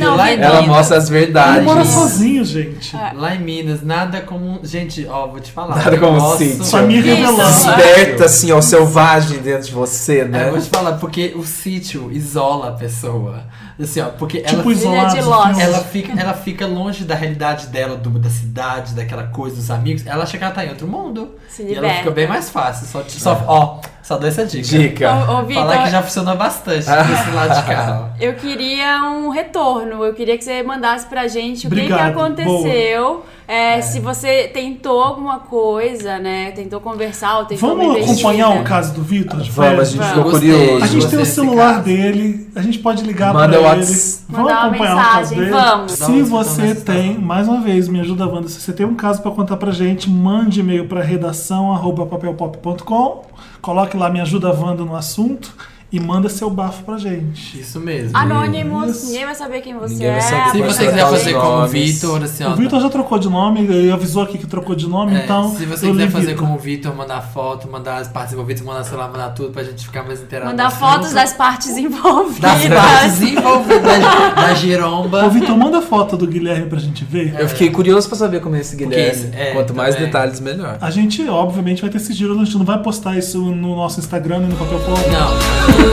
[SPEAKER 3] Não,
[SPEAKER 4] Lá em
[SPEAKER 3] Vitor,
[SPEAKER 1] ela
[SPEAKER 4] Minas.
[SPEAKER 1] mostra as
[SPEAKER 2] Ele mora
[SPEAKER 1] verdades.
[SPEAKER 2] sozinho, gente.
[SPEAKER 3] É.
[SPEAKER 4] Lá em Minas, nada como. um- Gente, ó, vou te falar.
[SPEAKER 1] Nada como um
[SPEAKER 4] Nossa,
[SPEAKER 1] sítio.
[SPEAKER 2] Família
[SPEAKER 3] Isso.
[SPEAKER 2] revelando.
[SPEAKER 1] Desperta, assim, ó, o selvagem dentro de você,
[SPEAKER 4] É,
[SPEAKER 1] né?
[SPEAKER 4] eu vou te falar, porque o sítio isola a pessoa. Assim, ó, porque ela,
[SPEAKER 2] Tipo isolado.
[SPEAKER 3] de Lost.
[SPEAKER 4] ela, fica, ela fica longe da realidade dela, do- da cidade, daquela coisa, dos amigos. Ela acha que ela tá em outro mundo.
[SPEAKER 3] Se
[SPEAKER 4] e ela
[SPEAKER 3] liberta.
[SPEAKER 4] fica bem mais fácil. Só, te- só ó, Só dou essa
[SPEAKER 3] é.
[SPEAKER 4] dica.
[SPEAKER 1] Dica.
[SPEAKER 3] Então, Ô, ô
[SPEAKER 4] Falar que
[SPEAKER 3] Vitor,
[SPEAKER 4] já funciona bastante desse lado de cá.
[SPEAKER 3] eu queria um retorno. Eu queria que você mandasse pra gente o que que,
[SPEAKER 2] Obrigado,
[SPEAKER 3] aconteceu. é, Se você tentou alguma coisa, né? Tentou conversar ou tentou uma
[SPEAKER 2] Vamos
[SPEAKER 3] investida.
[SPEAKER 2] acompanhar o caso do Vitor? de
[SPEAKER 1] Vamos, a
[SPEAKER 2] perto?
[SPEAKER 1] gente
[SPEAKER 3] Vamos.
[SPEAKER 1] ficou
[SPEAKER 4] Gostei.
[SPEAKER 1] curioso.
[SPEAKER 2] A gente tem o
[SPEAKER 4] Gostei desse
[SPEAKER 2] celular
[SPEAKER 4] caso.
[SPEAKER 2] dele, a gente pode ligar
[SPEAKER 1] Manda
[SPEAKER 2] pra ele.
[SPEAKER 1] whats.
[SPEAKER 3] Mandar uma mensagem, vamos.
[SPEAKER 2] Se
[SPEAKER 4] Dá uma
[SPEAKER 2] você
[SPEAKER 4] mensagem.
[SPEAKER 2] tem, mais uma vez, me ajuda, Wanda, se você tem um caso pra contar pra gente, mande e-mail pra redação arroba papelpop.com, coloque lá me ajuda, Wanda, no assunto e manda seu bafo pra gente.
[SPEAKER 4] Isso mesmo.
[SPEAKER 3] Anônimos,
[SPEAKER 2] Isso.
[SPEAKER 3] ninguém vai saber quem você
[SPEAKER 1] Ninguém vai
[SPEAKER 3] Ah, é.
[SPEAKER 1] saber quem
[SPEAKER 4] Se você
[SPEAKER 1] Pode
[SPEAKER 4] quiser
[SPEAKER 1] trocar os
[SPEAKER 4] fazer como o
[SPEAKER 1] nomes.
[SPEAKER 4] Vitor, assim, ó.
[SPEAKER 2] O Vitor já trocou de nome, ele avisou aqui que trocou de nome,
[SPEAKER 4] É,
[SPEAKER 2] então.
[SPEAKER 4] se você
[SPEAKER 2] eu
[SPEAKER 4] quiser
[SPEAKER 2] ligo.
[SPEAKER 4] fazer como o Vitor, mandar foto, mandar as partes envolvidas, mandar celular, mandar tudo pra gente ficar mais inteirado.
[SPEAKER 3] Mandar
[SPEAKER 4] no
[SPEAKER 3] fotos
[SPEAKER 4] assunto.
[SPEAKER 3] das partes envolvidas.
[SPEAKER 4] das partes envolvidas da- da giromba.
[SPEAKER 2] Ô, Vitor, manda foto do Guilherme pra gente ver.
[SPEAKER 3] é.
[SPEAKER 4] É.
[SPEAKER 1] Eu fiquei curioso pra saber como é esse Guilherme.
[SPEAKER 4] Porque- é,
[SPEAKER 1] Quanto mais
[SPEAKER 4] também.
[SPEAKER 1] detalhes, melhor.
[SPEAKER 2] A gente, obviamente, vai ter esse giro, a gente não vai postar isso no nosso Instagram e no papel pop.
[SPEAKER 4] Não,
[SPEAKER 9] Não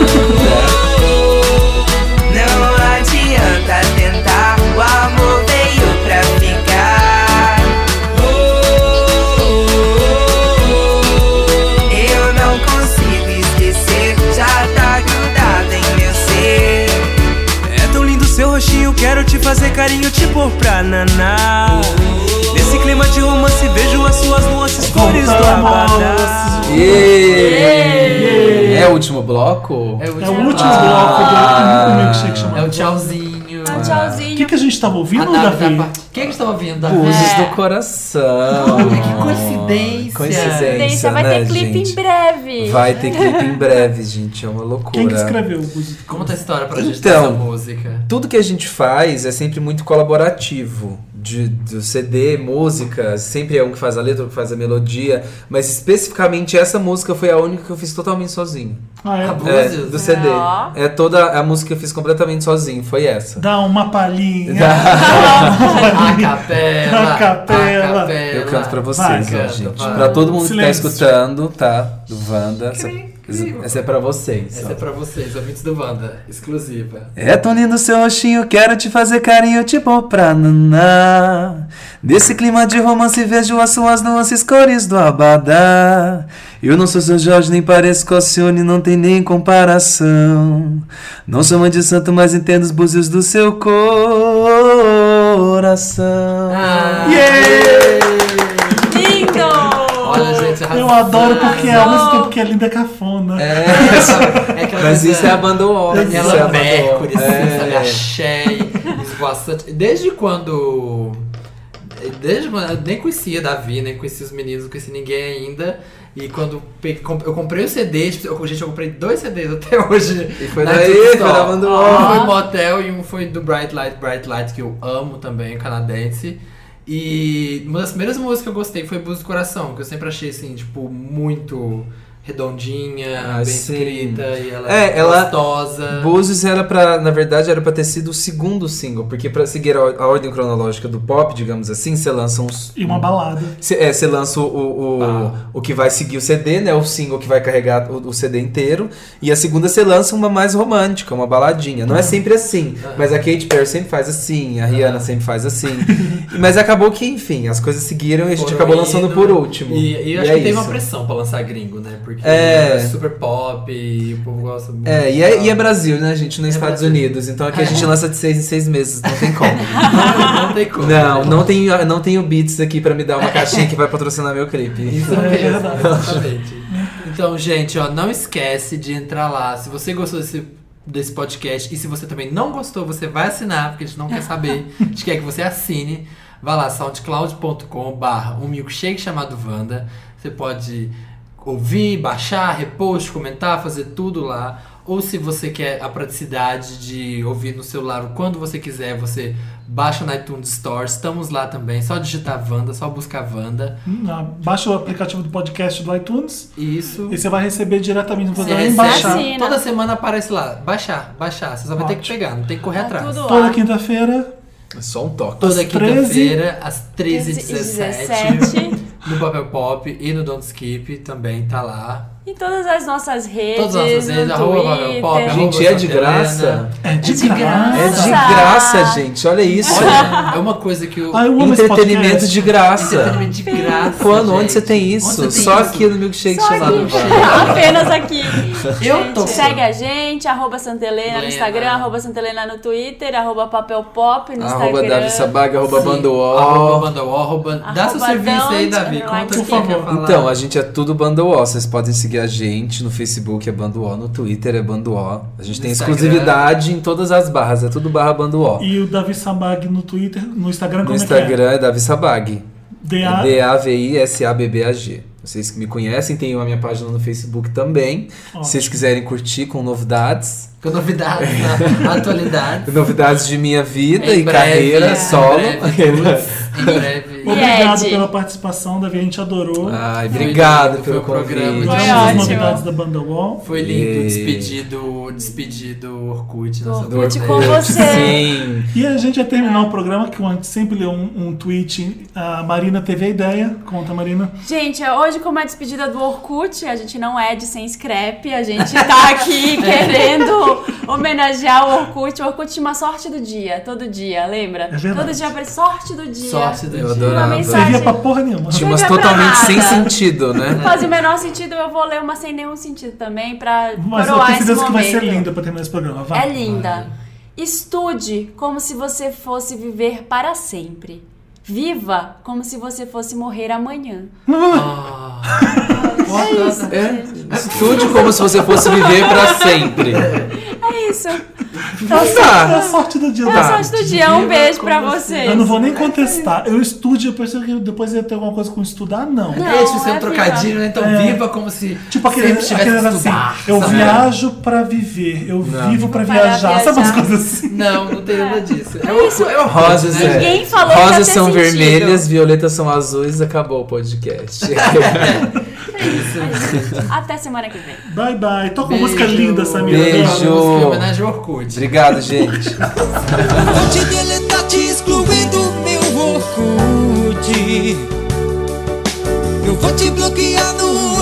[SPEAKER 9] adianta tentar, o amor veio pra ficar. Eu não consigo esquecer, já tá grudado em meu ser. É tão lindo seu rostinho, quero te fazer carinho, te pôr pra naná. Nesse clima de romance, vejo as suas nuances, cores do abadá.
[SPEAKER 2] Voltamos!
[SPEAKER 1] E... É o último bloco?
[SPEAKER 4] é
[SPEAKER 2] É
[SPEAKER 4] o
[SPEAKER 2] o
[SPEAKER 4] último.
[SPEAKER 2] último bloco do milkshake
[SPEAKER 4] É
[SPEAKER 2] chamado.
[SPEAKER 4] o tchauzinho.
[SPEAKER 3] Ah,
[SPEAKER 2] O
[SPEAKER 3] tchauzinho.
[SPEAKER 2] que, que a gente tava ouvindo,
[SPEAKER 4] A nave
[SPEAKER 2] Davi?
[SPEAKER 4] da parte. Quem é que estava ouvindo? Davi?
[SPEAKER 1] Pulsos
[SPEAKER 3] É.
[SPEAKER 1] do coração.
[SPEAKER 4] Olha, que coincidência.
[SPEAKER 1] Coincidência.
[SPEAKER 3] Coincidência, vai ter
[SPEAKER 1] né,
[SPEAKER 3] clipe
[SPEAKER 1] gente?
[SPEAKER 3] em breve.
[SPEAKER 1] Vai ter clipe em breve, gente. É uma loucura.
[SPEAKER 2] Quem que escreveu o músico?
[SPEAKER 4] Conta a história pra gente
[SPEAKER 1] Então.
[SPEAKER 4] dessa música.
[SPEAKER 1] Tudo que a gente faz é sempre muito colaborativo. De, do CD, música, sempre é um que faz a letra, um que faz a melodia. Mas especificamente essa música foi a única que eu fiz totalmente sozinho.
[SPEAKER 2] Ah, é.
[SPEAKER 1] É,
[SPEAKER 4] Búzios?
[SPEAKER 1] do CD.
[SPEAKER 3] Ó.
[SPEAKER 1] É toda a música que eu fiz completamente sozinho, foi essa.
[SPEAKER 2] Dá uma palhinha.
[SPEAKER 4] A capela.
[SPEAKER 2] A capela.
[SPEAKER 1] Eu canto pra
[SPEAKER 2] Vai,
[SPEAKER 1] vocês, ó,
[SPEAKER 4] canta,
[SPEAKER 1] gente.
[SPEAKER 4] vai.
[SPEAKER 1] Pra todo mundo que
[SPEAKER 2] Silêncio.
[SPEAKER 1] tá escutando, tá? Do Wanda. Essa, essa é pra vocês.
[SPEAKER 4] Essa
[SPEAKER 1] ó.
[SPEAKER 4] é pra vocês, ouvintes do Wanda. Exclusiva.
[SPEAKER 1] É tão lindo seu rostinho, quero te fazer carinho, tipo pra naná. Nesse clima de romance vejo as suas nuances, cores do abadá. Eu não sou seu Jorge, nem pareço Cossione, não tem nem comparação. Não sou mãe de santo, mas entendo os búzios do seu coração.
[SPEAKER 4] Ah,
[SPEAKER 3] Lindo!
[SPEAKER 4] Olha, gente, arrasou.
[SPEAKER 2] Eu adoro porque é ao mesmo
[SPEAKER 3] Arrasou.
[SPEAKER 2] tempo que é linda é cafona.
[SPEAKER 4] É aquela
[SPEAKER 1] Mas
[SPEAKER 4] coisa-
[SPEAKER 1] isso é a banda Warner, isso é a
[SPEAKER 4] Daniela
[SPEAKER 1] banda
[SPEAKER 4] Mercury,
[SPEAKER 1] Warner.
[SPEAKER 4] Cissa Axé, esvoaçante. Desde quando. Desde quando eu nem conhecia Davi, nem conhecia os meninos, não conhecia ninguém ainda. E quando pe- com- eu comprei o CD, tipo, eu, gente, eu comprei dois CDs até hoje. E
[SPEAKER 1] foi daí, Né? foi da Wonder Woman.
[SPEAKER 4] Um foi Motel e um foi do Bright Light, Bright Light, que eu amo também, canadense. E uma das primeiras músicas que eu gostei foi Blues do Coração, que eu sempre achei assim, tipo, muito redondinha,
[SPEAKER 1] Ah,
[SPEAKER 4] bem
[SPEAKER 1] sim.
[SPEAKER 4] escrita e ela
[SPEAKER 1] É, ela-
[SPEAKER 4] gostosa.
[SPEAKER 1] Búzios era pra, na verdade, era pra ter sido o segundo single, porque pra seguir a, or- a ordem cronológica do pop, digamos assim, você lança uns.
[SPEAKER 2] E uma balada.
[SPEAKER 1] Você é, você lança o, o,
[SPEAKER 4] Ah.
[SPEAKER 1] o que vai seguir o CD, né? O single que vai carregar o, o CD inteiro. E a segunda você lança uma mais romântica, uma baladinha.
[SPEAKER 4] Uhum.
[SPEAKER 1] Não é sempre assim. Mas a Katy Perry sempre faz assim, a Rihanna sempre faz assim. mas acabou que, enfim, as coisas seguiram e a gente
[SPEAKER 4] Foram
[SPEAKER 1] acabou lançando
[SPEAKER 4] indo. né?
[SPEAKER 1] por último.
[SPEAKER 4] E, e eu acho
[SPEAKER 1] é
[SPEAKER 4] que teve uma
[SPEAKER 1] isso.
[SPEAKER 4] pressão pra lançar gringo, né? Porque
[SPEAKER 1] É.
[SPEAKER 4] é super pop e o povo gosta muito.
[SPEAKER 1] É e, é, e é Brasil, né, gente? Não é
[SPEAKER 4] Então. É
[SPEAKER 1] Estados
[SPEAKER 4] Brasil.
[SPEAKER 1] Unidos. Então aqui a gente lança de seis em seis meses, não tem como.
[SPEAKER 4] Não tem como.
[SPEAKER 1] Não, não tenho, não tenho beats aqui pra me dar uma caixinha que vai patrocinar meu clipe.
[SPEAKER 4] Isso mesmo, É exatamente. Então, gente, ó, não esquece de entrar lá. Se você gostou desse, desse podcast e se você também não gostou, você vai assinar, porque a gente não quer saber. A gente quer que você assine. Vai lá, soundcloud.com barra um milkshake chamado Wanda. Você pode ouvir, baixar, repost, comentar, fazer tudo lá. Ou se você quer a praticidade de ouvir no celular o quando você quiser, você baixa na iTunes Store. Estamos lá também. Só digitar Wanda, só buscar Wanda.
[SPEAKER 2] Hum, ah, Baixa o aplicativo do podcast do iTunes
[SPEAKER 4] Isso.
[SPEAKER 2] e você vai receber diretamente. Não precisa
[SPEAKER 4] Você
[SPEAKER 2] nem
[SPEAKER 4] recebe,
[SPEAKER 2] baixar.
[SPEAKER 3] Assina.
[SPEAKER 4] Toda semana aparece lá. Baixar, baixar. Você só vai ter que pegar, não tem que correr
[SPEAKER 3] Tá
[SPEAKER 4] atrás.
[SPEAKER 3] tudo
[SPEAKER 2] Toda
[SPEAKER 3] lá.
[SPEAKER 2] quinta-feira.
[SPEAKER 1] É só um toque.
[SPEAKER 4] Toda
[SPEAKER 2] Às 13,
[SPEAKER 4] quinta-feira, às
[SPEAKER 3] 15 e
[SPEAKER 4] 13h17,
[SPEAKER 3] 17.
[SPEAKER 4] no Papel Pop e no Don't Skip também tá lá.
[SPEAKER 3] Em todas as nossas redes.
[SPEAKER 4] Todas as nossas redes,
[SPEAKER 3] no
[SPEAKER 4] arroba
[SPEAKER 3] Twitter.
[SPEAKER 4] Vagal Pop, arroba
[SPEAKER 1] Gente, é de
[SPEAKER 4] Santa
[SPEAKER 1] graça.
[SPEAKER 4] Helena.
[SPEAKER 2] É de,
[SPEAKER 3] de
[SPEAKER 2] graça.
[SPEAKER 1] É de
[SPEAKER 3] Nossa.
[SPEAKER 1] graça, gente. Olha isso.
[SPEAKER 4] Olha, é uma coisa que o.
[SPEAKER 2] Ah, eu amo esse
[SPEAKER 1] Entretenimento
[SPEAKER 2] podcast.
[SPEAKER 1] de graça.
[SPEAKER 4] Entretenimento de graça.
[SPEAKER 1] Quando?
[SPEAKER 4] gente.
[SPEAKER 1] Onde você tem isso?
[SPEAKER 4] Onde você tem
[SPEAKER 1] Só
[SPEAKER 4] isso?
[SPEAKER 1] aqui no Milkshake
[SPEAKER 3] Só
[SPEAKER 1] Chamado Bar.
[SPEAKER 3] aqui, apenas aqui.
[SPEAKER 4] Eu
[SPEAKER 3] Gente,
[SPEAKER 4] tô-
[SPEAKER 3] Segue a gente, arroba Santelena no
[SPEAKER 4] Helena.
[SPEAKER 3] Instagram, arroba Santelena no Twitter, arroba Papel Pop no
[SPEAKER 1] Arroba
[SPEAKER 3] Instagram.
[SPEAKER 1] Davi Sabaga, arroba
[SPEAKER 4] Sim.
[SPEAKER 1] Bandoó.
[SPEAKER 4] Arroba Bandawall, arroba... Dá seu
[SPEAKER 3] assim. Arroba
[SPEAKER 4] serviço aí,
[SPEAKER 3] don't
[SPEAKER 4] Davi.
[SPEAKER 3] and
[SPEAKER 4] Conta
[SPEAKER 3] like
[SPEAKER 4] o que
[SPEAKER 3] it.
[SPEAKER 4] quer falar.
[SPEAKER 1] Então, a gente é tudo Bandoó. Vocês podem seguir a gente no Facebook, é Bandoó. No Twitter é Bandoó. A gente
[SPEAKER 4] No
[SPEAKER 1] tem
[SPEAKER 4] Instagram.
[SPEAKER 1] exclusividade em todas as barras. É tudo barra Bandoó.
[SPEAKER 2] E o Davi Sabag no Twitter, no Instagram,
[SPEAKER 1] No
[SPEAKER 2] como
[SPEAKER 1] Instagram é Davi Sabag.
[SPEAKER 2] é que é? D.A.
[SPEAKER 1] D-A-V-I-S-A-B-B-A-G. Vocês que me conhecem, tem a minha página no Facebook também. Se vocês quiserem curtir com novidades,
[SPEAKER 4] Com novidades, na atualidade.
[SPEAKER 1] novidades de minha vida
[SPEAKER 4] Em
[SPEAKER 1] e
[SPEAKER 4] breve, é,
[SPEAKER 1] carreira,
[SPEAKER 4] em
[SPEAKER 1] solo.
[SPEAKER 4] breve, tudo. em breve.
[SPEAKER 2] Obrigado
[SPEAKER 3] Ed.
[SPEAKER 2] pela participação, Davi. A gente adorou.
[SPEAKER 1] Ai, obrigado
[SPEAKER 4] Foi
[SPEAKER 1] pelo
[SPEAKER 4] um programa
[SPEAKER 1] convite.
[SPEAKER 4] de-
[SPEAKER 2] Adoramos
[SPEAKER 3] Foi
[SPEAKER 2] as
[SPEAKER 3] ótimo.
[SPEAKER 2] novidades da banda Wall.
[SPEAKER 4] Foi lindo,
[SPEAKER 1] E-
[SPEAKER 4] despedido, despedido Orkut. nossa
[SPEAKER 3] Orkut
[SPEAKER 4] vida.
[SPEAKER 3] com você.
[SPEAKER 1] Sim.
[SPEAKER 2] E a gente vai terminar o programa que eu sempre lê um, um tweet. A Marina teve a ideia. Conta, Marina.
[SPEAKER 3] Gente, hoje, como é a despedida do Orkut, a gente não é de sem scrap, a gente tá aqui querendo homenagear o Orkut. O Orkut tinha uma sorte do dia, todo dia, lembra?
[SPEAKER 2] É verdade.
[SPEAKER 3] Todo dia aparece sorte do dia.
[SPEAKER 4] Sorte do
[SPEAKER 1] Eu
[SPEAKER 4] dia.
[SPEAKER 1] adorava.
[SPEAKER 3] Uma mensagem.
[SPEAKER 2] Servia pra porra nenhuma.
[SPEAKER 1] Tinha umas
[SPEAKER 3] Não tinha pra
[SPEAKER 1] totalmente
[SPEAKER 3] nada.
[SPEAKER 1] sem sentido, né?
[SPEAKER 3] Não faz o menor sentido, eu vou ler uma sem nenhum sentido também pra
[SPEAKER 2] Mas eu
[SPEAKER 3] coroar
[SPEAKER 2] tenho
[SPEAKER 3] esse
[SPEAKER 2] certeza que vai ser
[SPEAKER 3] momento.
[SPEAKER 2] linda pra terminar esse programa. Vai.
[SPEAKER 3] É linda. Estude como se você fosse viver para sempre. Viva como se você fosse morrer amanhã.
[SPEAKER 4] Nossa,
[SPEAKER 1] Estude É, como se você fosse viver pra sempre.
[SPEAKER 3] É isso.
[SPEAKER 1] Então
[SPEAKER 2] É a
[SPEAKER 1] tá.
[SPEAKER 2] sorte do dia.
[SPEAKER 3] É a
[SPEAKER 2] Davi.
[SPEAKER 3] sorte né? do dia. Um
[SPEAKER 4] Viva
[SPEAKER 3] beijo
[SPEAKER 4] como
[SPEAKER 3] pra
[SPEAKER 4] você-
[SPEAKER 3] vocês.
[SPEAKER 2] Eu não vou nem contestar. Eu estude, eu percebo que depois ia ter alguma coisa com estudar, não.
[SPEAKER 3] Não,
[SPEAKER 4] Deixa de ser
[SPEAKER 3] é
[SPEAKER 4] um trocadilho, né? Então
[SPEAKER 2] É.
[SPEAKER 4] viva como se
[SPEAKER 2] Tipo aquele,
[SPEAKER 4] sempre tivesse
[SPEAKER 2] aquele
[SPEAKER 4] que
[SPEAKER 2] era assim,
[SPEAKER 4] estudar.
[SPEAKER 2] eu
[SPEAKER 4] sabe?
[SPEAKER 2] viajo pra viver, eu vivo pra
[SPEAKER 3] Para
[SPEAKER 2] viajar. Sabe umas
[SPEAKER 3] viajar.
[SPEAKER 2] coisas assim?
[SPEAKER 4] Não, não tem nada disso. É, o-
[SPEAKER 3] isso.
[SPEAKER 4] é o
[SPEAKER 1] Rosas,
[SPEAKER 4] né?
[SPEAKER 1] é.
[SPEAKER 3] Ninguém falou que ia
[SPEAKER 1] Rosas
[SPEAKER 3] ter
[SPEAKER 1] são
[SPEAKER 3] sentido.
[SPEAKER 1] vermelhas, violetas são azuis. Acabou o podcast.
[SPEAKER 3] Até semana que vem.
[SPEAKER 2] Bye bye. Toca uma
[SPEAKER 4] Beijo.
[SPEAKER 2] música linda, Samira.
[SPEAKER 1] é.
[SPEAKER 2] né?
[SPEAKER 1] Beijo.
[SPEAKER 4] Uma música em homenagem ao Orkut.
[SPEAKER 1] Obrigado, gente.
[SPEAKER 7] Vou te deletar te excluindo meu Orkut Eu vou te bloquear no